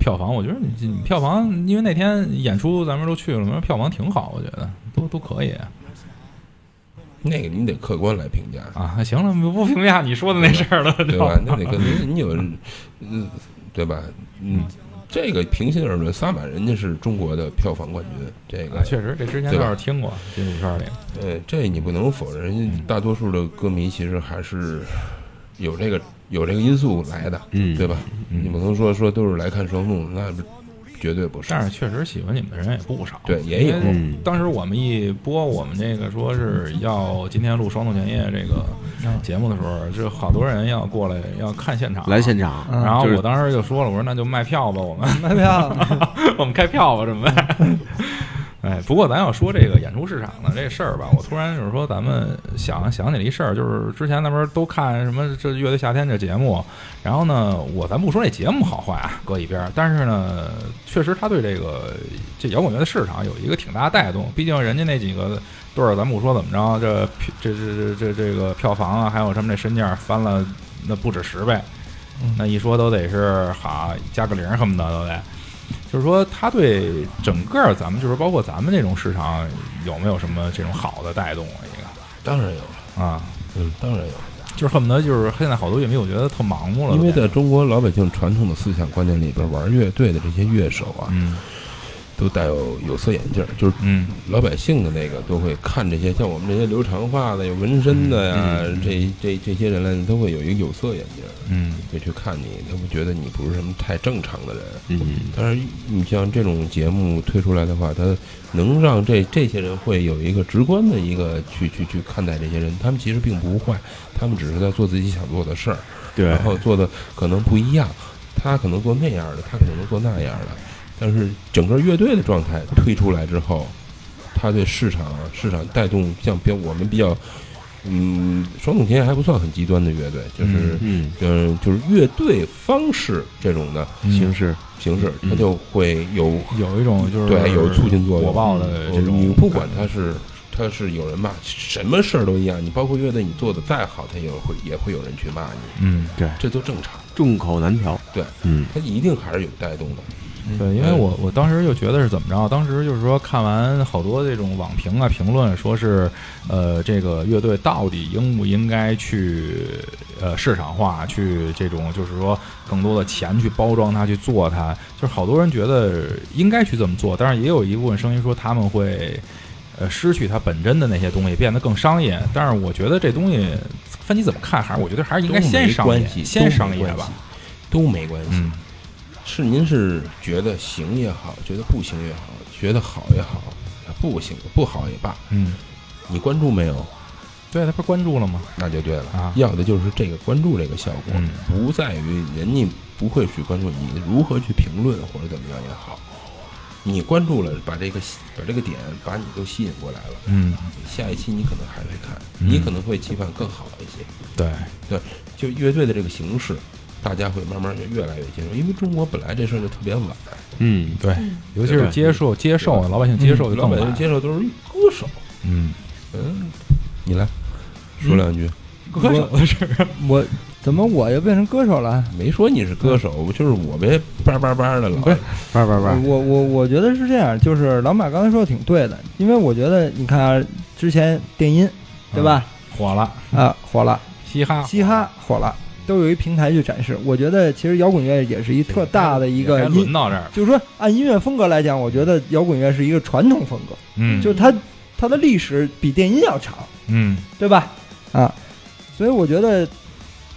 票房，我觉得你你票房，因为那天演出咱们都去了嘛，票房挺好，我觉得都都可以
那个你得客观来评价，
啊。行了，不评价你说的那事儿了，
对吧？那得跟你 你有，嗯，对吧？嗯，这个平心而论，萨满人家是中国的票房冠军，这
啊
个
确实，这之前
对吧
倒是听过金属圈里，
呃，这你不能否认，人家大多数的歌迷其实还是有这个有这个因素来的，
嗯
对吧？你不能说说都是来看双宋，那不绝对不是。
但是确实喜欢你们的人也不少。
对也有
因为
嗯
当时我们一播我们这个说是要今天录《双宋前夜》这个
嗯
节目的时候，这好多人要过来要看现场，
来现场，
嗯
然后
就是
我当时就 说了，我说那就卖票吧，我们
卖票，
我们开票吧，准备。哎，不过咱要说这个演出市场的这事儿吧，我突然就是说，咱们想想起了一事儿，就是之前那边都看什么这《乐队夏天》这节目，然后呢，我咱不说这节目好坏啊，搁一边儿，但是呢，确实他对这个这摇滚乐的市场有一个挺大的带动，毕竟人家那几个队儿，咱不说怎么着，这这这这这这个票房啊，还有他们这身价翻了那不止十倍，那一说都得是哈加个零儿恨不得都得。就是说，他对整个咱们，就是包括咱们这种市场，有没有什么这种好的带动啊？一
当然有了，
个啊，
嗯，当然有了。
就是恨不得就是现在好多乐迷，我觉得特盲目了，
因为
这
在中国老百姓传统的思想观念里边，玩乐队的这些乐手啊，
嗯
都戴有有色眼镜儿，就是
嗯
老百姓的那个都会看这些，像我们这些留长发的、有纹身的呀，
嗯嗯
这这这些人呢，都会有一个有色眼镜儿，
嗯
会去看你，他会觉得你不是什么太正常的人。
嗯
但是你像这种节目推出来的话，它能让这这些人会有一个直观的一个去去去看待这些人，他们其实并不坏，他们只是在做自己想做的事儿。
对
然后做的可能不一样，他可能做那样的，他可能做那样的，但是整个乐队的状态推出来之后，他对市场市场带动，像比较我们比较，嗯，双筒天还不算很极端的乐队，就是
嗯，
嗯、就是乐队方式这种的
形式
形式，它
嗯
就会有
嗯有一种就是
对有促进作用嗯
火爆的这种，
你不管他是。他是有人骂，什么事儿都一样。你包括乐队，你做的再好，他也会也会有人去骂你，
嗯
这都正常。
众口难调。
对，
嗯，
它一定还是有带动的。
对，因为嗯我我当时就觉得是怎么着，当时就是说看完好多这种网评啊评论，说是呃这个乐队到底应不应该去呃市场化，去这种就是说更多的钱去包装它，去做它，就是好多人觉得应该去这么做，但是也有一部分声音说他们会。呃，失去它本真的那些东西，变得更商业。但是我觉得这东西，分你怎么看，还是我觉得还是应该先商
都没
业
关系，
先商业吧。
都没关系，
嗯
是您是觉得行也好，觉得不行也好，觉得好也好，不行不好也罢，
嗯，
你关注没有？
对，他不是关注了吗？
那就对了，
啊
要的就是这个关注这个效果，
嗯
不在于人家不会去关注你如何去评论或者怎么样也好，你关注了，把这个把这个点把你都吸引过来了，
嗯，
下一期你可能还会看，
嗯
你可能会期盼更好一些，
对，
对，就乐队的这个形式，大家会慢慢就越来越接受，因为中国本来这事儿就特别晚，
嗯，
对，尤其是
对嗯
接受接受啊老百姓接受就
老
更
百姓
晚。
接受都是歌手。
嗯，
嗯，你来说两句，
歌手的事 儿，我怎么我又变成歌手了？
没说你是歌手，就是我别叭叭叭的了。
不是
叭叭叭，
我我我觉得是这样，就是老马刚才说的挺对的，因为我觉得你看啊，之前电音，对吧？
火了，
啊，火了，
嘻哈，
嘻哈火了，都有一平台去展示。我觉得其实摇滚乐也是一特大的一
也
个
该
音
轮，到这儿，
就是说按音乐风格来讲，我觉得摇滚乐是一个传统风格，
嗯，
就是它它的历史比电音要长，
嗯
对吧？啊，所以我觉得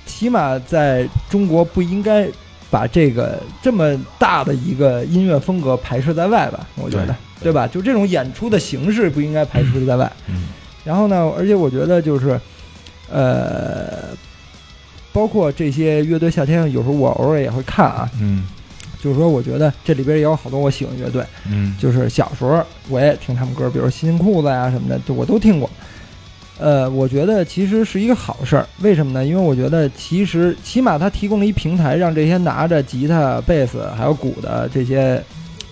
起码在中国不应该把这个这么大的一个音乐风格排斥在外吧，我觉得，对吧？就这种演出的形式不应该排斥在外。
嗯
然后呢，而且我觉得就是，呃，包括这些乐队夏天，有时候我偶尔也会看啊，
嗯
就是说我觉得这里边也有好多我喜欢乐队，
嗯，
就是小时候我也听他们歌，比如新裤子呀、啊什么的，就我都听过。呃，我觉得其实是一个好事儿，为什么呢？因为我觉得其实起码它提供了一平台，让这些拿着吉他、贝斯还有鼓的这些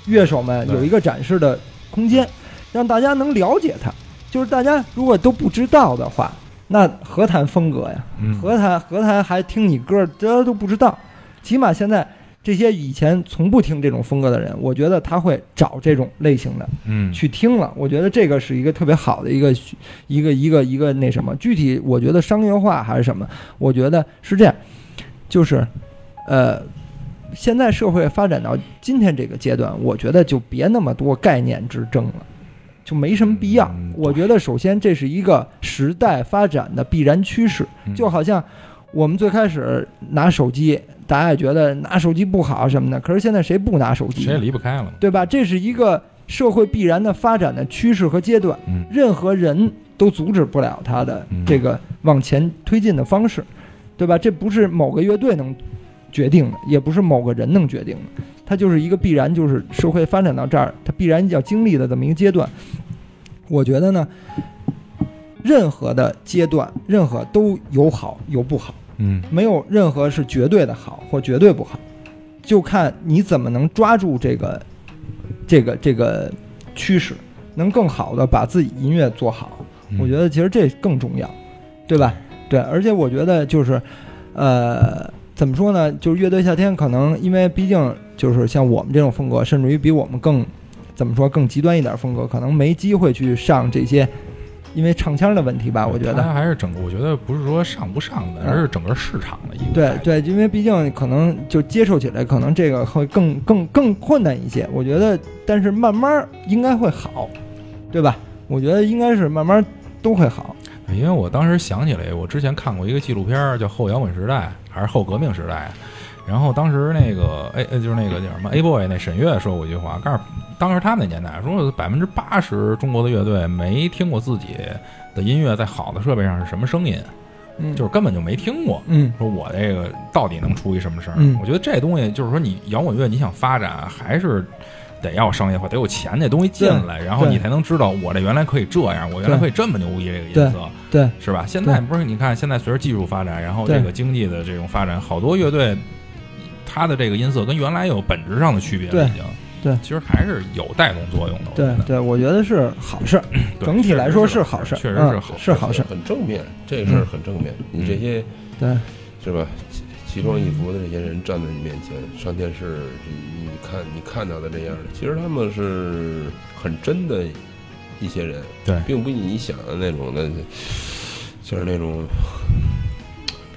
乐手们有一个展示的空间，让大家能了解它。就是大家如果都不知道的话，那何谈风格呀？
嗯
何谈何谈还听你歌，大家都不知道。起码现在这些以前从不听这种风格的人，我觉得他会找这种类型的
嗯
去听了。我觉得这个是一个特别好的一个一个一个一个那什么。具体我觉得商业化还是什么，我觉得是这样，就是呃。现在社会发展到今天这个阶段，我觉得就别那么多概念之争了，就没什么必要
嗯。对
我觉得首先这是一个时代发展的必然趋势，
嗯
就好像我们最开始拿手机，大家也觉得拿手机不好什么的，可是现在谁不拿手机
谁也？离不开了嘛，
对吧？这是一个社会必然的发展的趋势和阶段，
嗯
任何人都阻止不了它的
嗯
这个往前推进的方式，对吧？这不是某个乐队能决定的，也不是某个人能决定的，它就是一个必然，就是社会发展到这儿，它必然要经历的这么一个阶段。我觉得呢，任何的阶段，任何都有好有不好，
嗯
没有任何是绝对的好或绝对不好，就看你怎么能抓住这个这个这个趋势，能更好的把自己音乐做好。
嗯
我觉得其实这更重要，对吧？对，而且我觉得就是，呃，怎么说呢？就是乐队夏天可能因为毕竟就是像我们这种风格，甚至于比我们更怎么说更极端一点儿风格，可能没机会去上这些，因为唱腔的问题啊吧，我觉得。
它还是整个，我觉得不是说上不上的，
嗯
而是整个市场的一个
对对，因为毕竟可能就接受起来，可能这个会更更更困难一些。我觉得，但是慢慢儿应该会好，对吧？我觉得应该是慢慢儿都会好。
因为我当时想起来，我之前看过一个纪录片儿，叫《后摇滚时代》还是《后革命时代》，然后当时那个哎哎，就是那个叫什么 A Boy 那沈月说过一句话，告诉当时他们那年代说百分之八十中国的乐队没听过自己的音乐在好的设备上是什么声音，
嗯，
就是根本就没听过。
嗯
说我这个到底能出一什么声儿？
嗯
我觉得这东西就是说，你摇滚乐你想发展，啊还是得要商业化，得有钱这东西进来，然后
对
你才能知道我这原来可以这样，我原来可以这么牛逼这个音色，
对
是吧？现在不是你看，现在随着技术发展，然后这
对
个经济的这种发展，好多乐队它的这个音色跟原来有本质上的区别了，
对
已经。
对
其实还是有带动作用的。我觉
对
得
对，我觉得是好事儿。
嗯对
整体来说是好事儿，
确实是
嗯
好事
是好事儿。
很正面，这事儿很正面。你这些
对，
是吧？奇奇装异服的这些人站在你面前，上电视，你你看你看到的这样的，其实他们是很真的一些人，
对
并不是你想的那种的，就是那种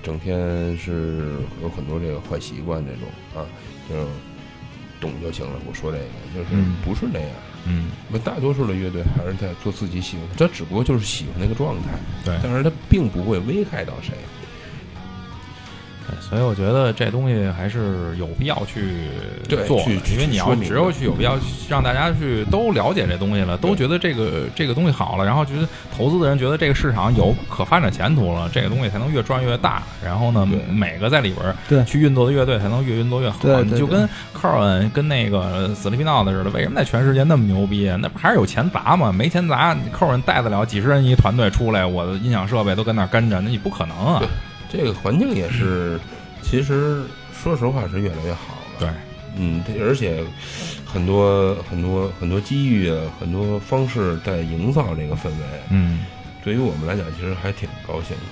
整天是有很多这个坏习惯这种啊，就是懂就行了。我说这个就是
嗯
不是那样。
嗯，
那大多数的乐队还是在做自己喜欢的，他只不过就是喜欢那个状态，
对。
但是他并不会危害到谁。
对，所以我觉得这东西还是有必要去
对
做的
去，去
因为你要
说明
只有去有必要去让大家去都了解这东西了，都觉得这个这个东西好了，然后觉得投资的人觉得这个市场有可发展前途了，这个东西才能越赚越大。然后呢，
对
每个在里边儿
对
去运作的乐队才能越运作越好。
对对
你就
对
跟 c a r n 跟那个 Sleepy n o t 似的，为什么在全世界那么牛逼啊？那不还是有钱砸吗？没钱砸 c a r n 带得了几十人一团队出来，我的音响设备都跟那儿跟着，那你不可能啊！
这个环境也是，其实说实话是越来越好了。
对，
嗯，这而且很多很多很多机遇啊，很多方式在营造这个氛围。
嗯。
对于我们来讲，其实还挺高兴的。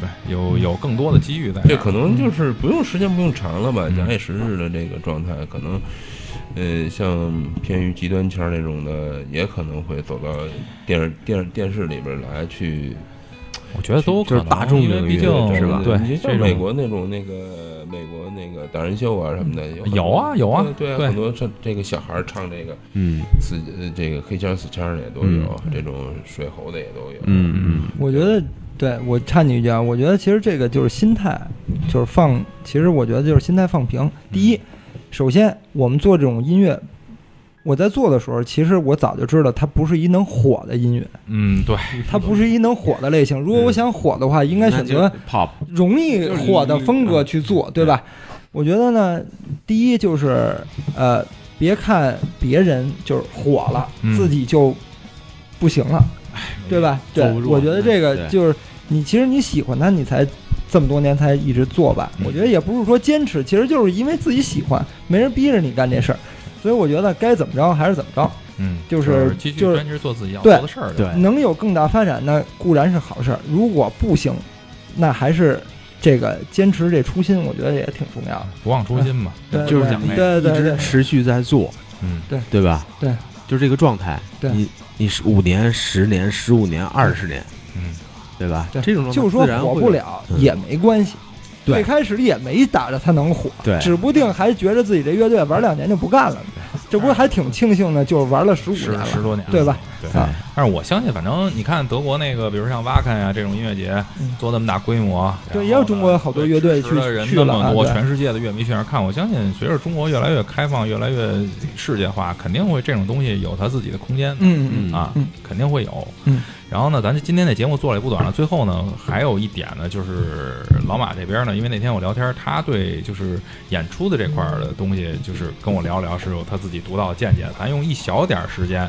对，有有更多的机遇在这
这
儿。
可能就是不用时间不用长了吧，
哎嗯
假以时日的这个状态，可能，呃，像偏于极端圈儿那种的，也可能会走到电视电视电视里边儿来去
我觉得都可
就是
能
大众
因为
领
毕
域
竟
是吧
对，
哦你就
这
像美
种
国那种那个美国那个达人秀啊什么的，有很多
有啊有啊
对啊，
对
很多这这个小孩儿唱这个
嗯
死呃这个黑腔死腔的也都有，
嗯
这种水猴的也都有。
嗯
我觉得，对我插你一句啊，我觉得其实这个就是心态，就是放，其实我觉得就是心态放平。第一，首先我们做这种音乐。我在做的时候，其实我早就知道它不是一能火的音乐，
嗯，对，
它不是一能火的类型。如果我想火的话，应该选择
pop
容易火的风格去做，对吧？我觉得呢，第一就是呃，别看别人就是火了，
嗯
自己就不行了，对吧？对
坐不，住
我觉得这个
对
就是你其实你喜欢它，你才这么多年才一直做吧。
嗯
我觉得也不是说坚持，其实就是因为自己喜欢，没人逼着你干这事儿，所以我觉得该怎么着还是怎么着。
嗯，
就是是
继续
就是
专职做自己要做
对
的事儿。
对，
能有更大发展，那固然是好事儿；如果不行，那还是这个坚持这初心，我觉得也挺重要的。
啊不忘初心嘛。
对
就是讲那
对
个
对对
一直持续在做，
嗯，
对吧？
对，
就这个状态，
对
你你是五年、十年、十五年、二十年，
嗯，
对吧？
对
这种状态
就是说
自然
火
会
不
有，
了
嗯
也没关系，
对
最开始也没打着他能火，
对
指不定还觉着自己这乐队玩两年就不干了呢，这不还挺庆幸的，就是玩了十五年
十
了，
十多年，
对吧？？
对
啊，
但是我相信，反正你看德国那个，比如像瓦肯呀这种音乐节
嗯
做那么大规模，
对
然后
也有中国好多乐队
支持的
去
人
去
那
了
么
啊
多，
对
全世界的乐迷去那儿看。我相信，随着中国越来越开放，越来越世界化，肯定会这种东西有它自己的空间。
嗯
嗯啊
嗯，
肯定会有。
嗯，
然后呢，咱今天的节目做了也不短啊了。最后呢，还有一点呢，就是老马这边呢，因为那天我聊天，他对就是演出的这块儿的东西，就是跟我聊聊，是有他自己独到的见解。咱用一小点儿时间，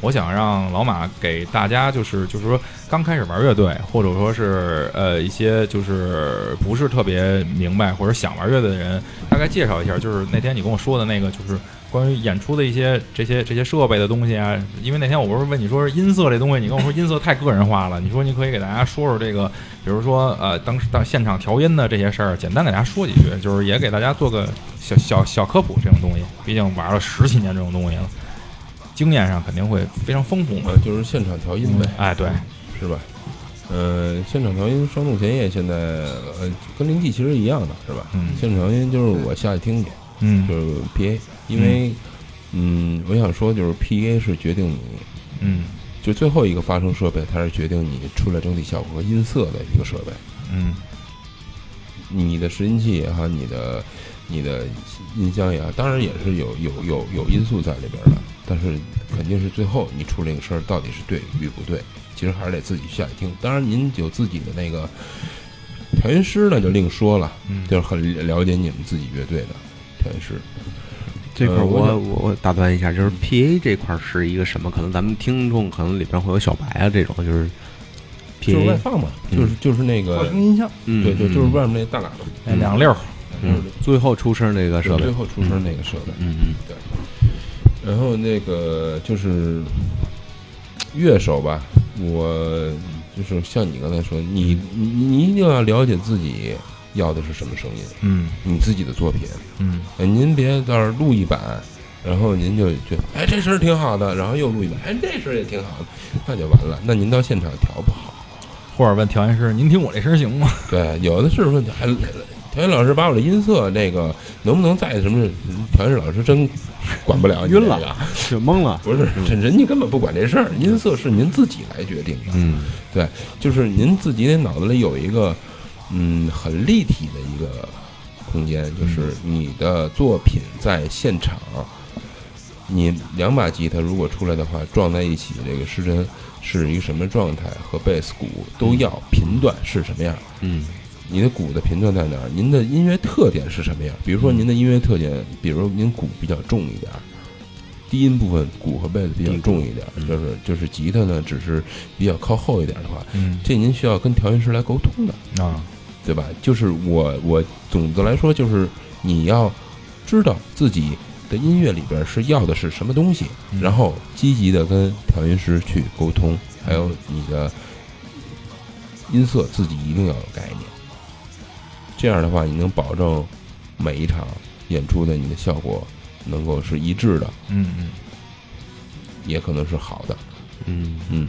我想让老马给大家，就是就是说刚开始玩乐队，或者说是呃一些就是不是特别明白或者想玩乐队的人，大概介绍一下，就是那天你跟我说的那个，就是关于演出的一些这些这些设备的东西啊。因为那天我不是问你说是音色这东西，你跟我说音色太个人化了，你说你可以给大家说说这个，比如说呃当时到现场调音的这些事儿，简单给大家说几句，就是也给大家做个小小小科普这种东西。毕竟玩了十几年这种东西了，经验上肯定会非常丰富嘛
啊。，就是现场调音呗，
哎，对，
是吧？嗯、现场调音，双动前夜现在呃跟灵记其实一样的是吧？
嗯
现场调音就是我下去听去，就
嗯
是 PA，因为嗯我想说就是 PA 是决定你
嗯
就最后一个发声设备，它是决定你出来整体效果和音色的一个设备。
嗯
你的拾音器也好，你的你的音箱也好，当然也是有有有有因素在里边的，但是肯定是最后你出这个声儿到底是对与不对，其实还是得自己下去听。当然，您有自己的那个调音师呢，就另说了，
嗯，
就是很了解你们自己乐队的调音师。
这块儿
呃我
我、
想
我我打断一下，就是 P A 这块儿是一个什么？可能咱们听众可能里边会有小白啊这种，就是 P
就是外
A，
放嘛，
嗯
就是就是那
扩
个
声，音箱，
嗯，
对对，就是
嗯，
外面那大喇叭，
嗯
两溜儿，
嗯，最后出声那个
就
设
是
备
最，后出声那个设备。
嗯嗯
然后那个就是乐手吧，我就是像你刚才说，你你你一定要了解自己要的是什么声音，
嗯
你自己的作品。
嗯
呃您别到时候录一版，然后您就觉得哎这声儿挺好的，然后又录一版，哎这声儿也挺好的，那就完了。那您到现场调不好。
或者问调音师，您听我这声儿行吗？
对，有的是问题，哎，调音老师把我的音色那个能不能再什么？调音老师真管不了你、这
晕
个
了就懵了，
不是，这人家根本不管这事儿，音色是您自己来决定的，
嗯
就是您自己得脑子里有一个，嗯，很立体的一个空间，就是你的作品在现场，你两把吉他如果出来的话，撞在一起，这个失真是一个什么状态，和贝斯鼓都要频段是什么样，
嗯
你的鼓的频段在哪儿？您的音乐特点是什么样？比如说您的音乐特点，比如您鼓比较重一点儿，低音部分鼓和贝斯比较重一点儿，就是就是吉他呢只是比较靠后一点儿的话，
嗯
这您需要跟调音师来沟通的，
啊，
对吧？就是我我总的来说就是你要知道自己的音乐里边是要的是什么东西，
嗯
然后积极的跟调音师去沟通，还有你的音色自己一定要有概念。这样的话，你能保证每一场演出的你的效果能够是一致的，
嗯嗯。
也可能是好的。
嗯
嗯，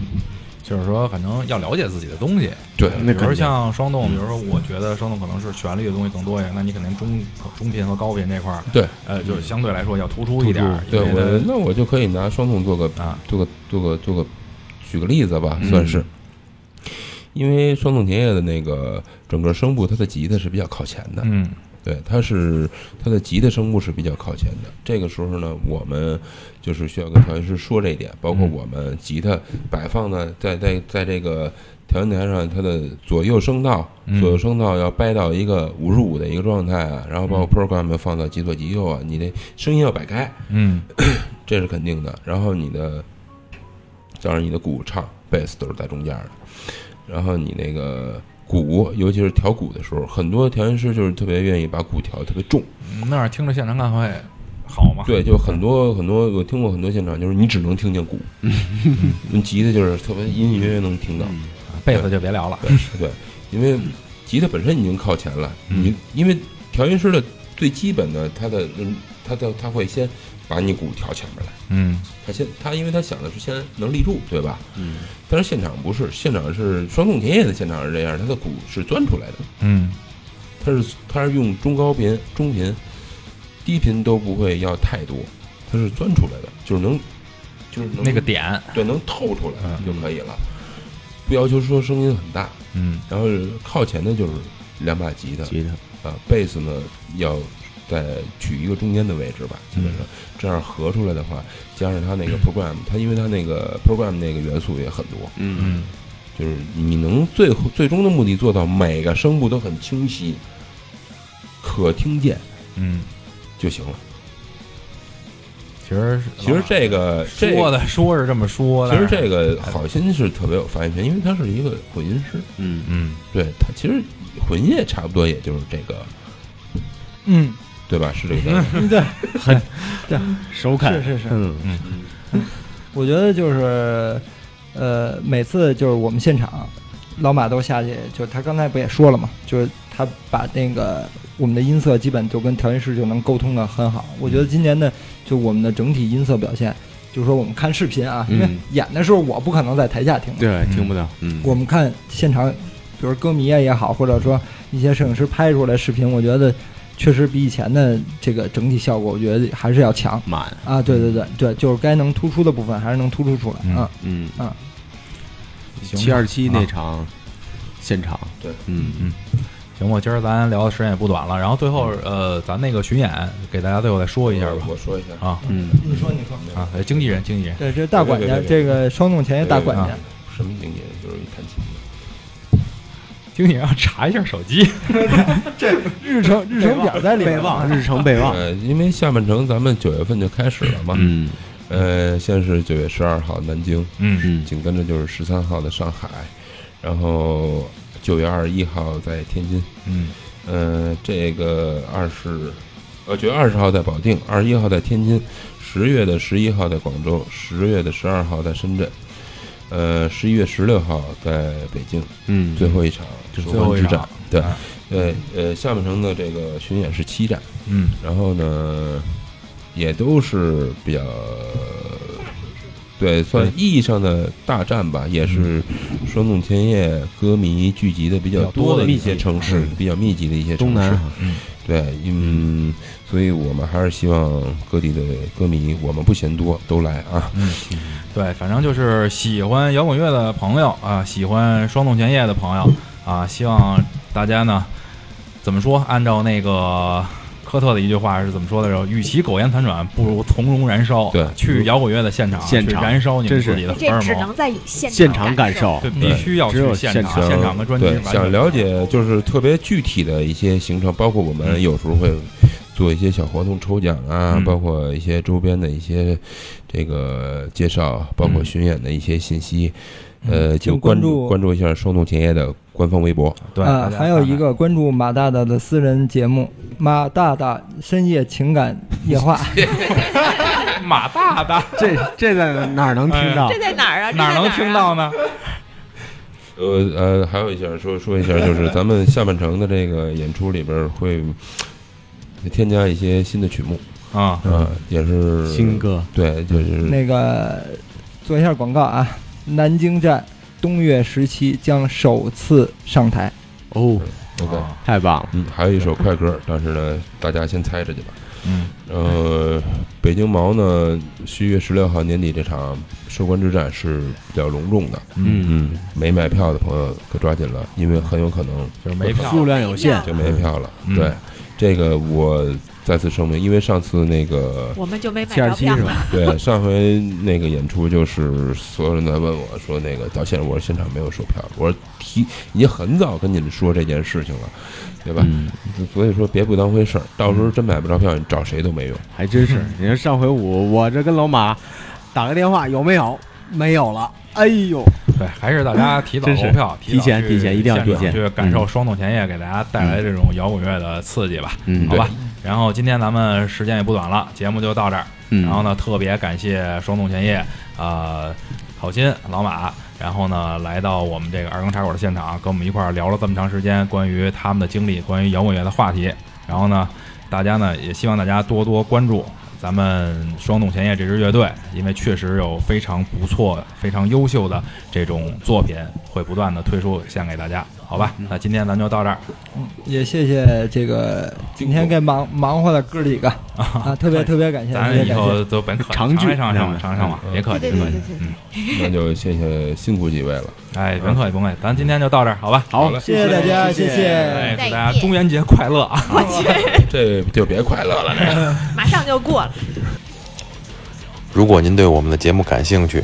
就是说，反正要了解自己的东西。
对
比
那
如
肯定
像双动，比如说，我觉得双动可能是旋律的东西更多一点，那你肯定中中频和高频这块儿，
对，
呃，就是相对来说要突出一点儿。
对
因为
我那我就可以拿双控做个
它啊，
做个做个做个，举个例子吧，
嗯
算是，因为双筒田野的那个整个声部，它的吉他是比较靠前的，
嗯
对，它是它的吉他声部是比较靠前的。这个时候呢，我们就是需要跟调音师说这一点，包括
嗯
我们吉他摆放呢，在在在这个调音台上，它的左右声道
嗯，
左右声道要掰到一个五十五的一个状态啊，然后包括 program 要放到极左极右啊，你的声音要摆开，
嗯
这是肯定的。然后你的，当然你的鼓、唱、贝斯都是在中间的。然后你那个鼓，尤其是调鼓的时候，很多调音师就是特别愿意把鼓调得特别重。
嗯那样听着现场看会好吗？
对，就很多很多，我听过很多现场，就是你只能听见鼓，你吉他就是特别隐隐约约能听到。
贝斯就别聊了。
对，因为吉他本身已经靠前了，你因为调音师的最基本的，他的嗯，他的他会先把你鼓调前面来。
嗯
他先他因为他想的是先能立住，对吧？
嗯。
但是现场不是，现场是双动田野的现场是这样，他的鼓是钻出来的，
嗯
他是他是用中高频、中频、低频都不会要太多，他是钻出来的，就是能就是能
那个点，
对能透出来
嗯
就可以了，不要求说声音很大，
嗯，
然后靠前的就是两把吉他，
吉他，
啊，贝斯呢要再取一个中间的位置吧，基本上
嗯
这样合出来的话，加上它那个 program，它因为它那个 program 那个元素也很多，
嗯，
嗯，
就是你能最后最终的目的做到每个声部都很清晰、可听见
嗯，
就行了。
其实是
其实这个这
哦说的说是这么说，
其实
但是
这个好心是特别有发言权，因为他是一个混音师，
嗯，
嗯
对他其实混音也差不多，也就是这个
嗯，
对 吧？是这个概念。
手
是是是，
嗯
我觉得就是，呃，每次就是我们现场，老马都下去，就是他刚才不也说了嘛，就是他把那个我们的音色基本就跟调音师就能沟通的很好。我觉得今年的就我们的整体音色表现，就是说我们看视频啊，因为
嗯
演的时候我不可能在台下听的，
对，听不到，嗯，
我们看现场，比如歌迷啊也好，或者说一些摄影师拍出来视频，我觉得确实比以前的这个整体效果，我觉得还是要强。
满，
啊，对对对对，就是该能突出的部分还是能突出出来
嗯
啊。
嗯
啊，
行吧
七二七那
啊
场现场，
对，
嗯嗯，
行吧，今儿咱聊的时间也不短了，然后最后呃，咱那个巡演给大家最后再说一下吧
我说一下
啊
嗯，
你说你说，
啊，哎经纪人经纪人，
对，这大管家
对对对，对
这个双弄前一哎大管
对
家
对，
嗯啊什么经纪人，就是一弹琴的。
经纪人要查一下手机，
日程日程表在里面。啊
忘日程备忘，
呃，因为下半程咱们九月份就开始了嘛，
嗯
呃，先是九月十二号南京，
嗯
嗯
紧跟着就是十三号的上海，然后九月二十一号在天津，
嗯
呃，这个二十，呃，九月二十号在保定，二十一号在天津，十月的十一号在广州，十月的十二号在深圳，呃，十一月十六号在北京，
嗯，
最后一场
这是
收
最后
官
一
之
场
战，对
啊，
对，呃，下半程的这个巡演是七站。
嗯
然后呢，也都是比较，对，算意义上的大战吧，也是
嗯
双众千叶歌迷聚集的比较多的一些城市，
嗯
比较密集的一些
东
城
南
市。
啊
对，嗯，所以我们还是希望各地的歌迷，我们不嫌多，都来啊。
对，反正就是喜欢摇滚乐的朋友啊，喜欢双动前夜的朋友啊，希望大家呢，怎么说？按照那个科特的一句话是怎么说的时候，与其苟延残喘，不如从容燃烧。
对
去摇滚乐的现场，
现场
去燃烧你们
真是
自己的荷
这
尔
只
蒙
能。在现
现场感。
感
受，
对，必须要
只
去
有
现
现
场，
场
现场跟专辑
对
完，全
想了解就是特别具体的一些行程，包括我们有时候会做一些小活动抽奖啊，
嗯
包括一些周边的一些这个介绍，包括巡演的一些信息。
嗯
呃，就
请
关
关
注
注
关注一下双动前夜的官方微博。
对，
啊，
大家
还有
看看
一个关注马大大的私人节目《马大大深夜情感夜话》，
马大大
这这在哪儿能听到
哎
这？在哪儿啊？这在
哪
哪
儿
儿
能
啊
听到？呢？
呃
嗯
呃，还有一下说说一下，就是咱们下半程的这个演出里边儿会呃添加一些新的曲目
啊，
啊，也是
新，歌，
对，就是
那个做一下广告啊，南京站东岳时期将首次上台。
哦，
OK。
太棒了，
嗯，还有一首快歌，但是呢，大家先猜着去吧。
嗯，
呃，北京毛呢，十一月十六号年底这场收官之战是比较隆重的，
嗯，
嗯，没买票的朋友可抓紧了，因为很有可能
就是没票，
数量有
啊
限，
就没票了。
嗯
对，这个我再次声明，因为上次那个，
我们就没买
七二
着
七
票
是，吧？
对，上回那个演出就是所有人都在问我说，那个到现在我说现场没有售票，我说提已经很早跟你们说这件事情了，对吧？
嗯，
所以说别不当回事儿，到时候真买不着票，你找谁都没用。
还真是。你说上回我我这跟老马打个电话，有没有？没有了，哎呦，
对，还是大家提早
真是
购票，
提前
早去
提前一定要
现场
提前嗯
去感受双动前夜给大家带来这种摇滚乐的刺激吧，
嗯
好吧。然后今天咱们时间也不短了，节目就到这儿。
嗯
然后呢，特别感谢双动前夜，呃，好心老马，然后呢来到我们这个二更茶馆的现场，跟我们一块儿聊了这么长时间关于他们的经历，关于摇滚乐的话题。然后呢，大家呢也希望大家多多关注咱们双动前夜这支乐队，因为确实有非常不错、非常优秀的这种作品会不断的推出献给大家。好吧，
嗯
那今天咱就到这儿。
也谢谢这个今天给忙忙活的哥几个啊，特别特别感谢，特
咱
别
以
感谢。
后都甭客气，
常聚
来上上上上网，
嗯
别客
对
气，
对
别
对
客
对
气。
对。
那就谢谢辛苦几位了。
哎，甭客气，甭客气，咱今天就到这儿，好吧？
好，
谢谢大家，谢谢。
哎，
再
祝大家
见
中元节快乐啊！
这就别快乐了，这个。
马上就过了。
如果您对我们的节目感兴趣，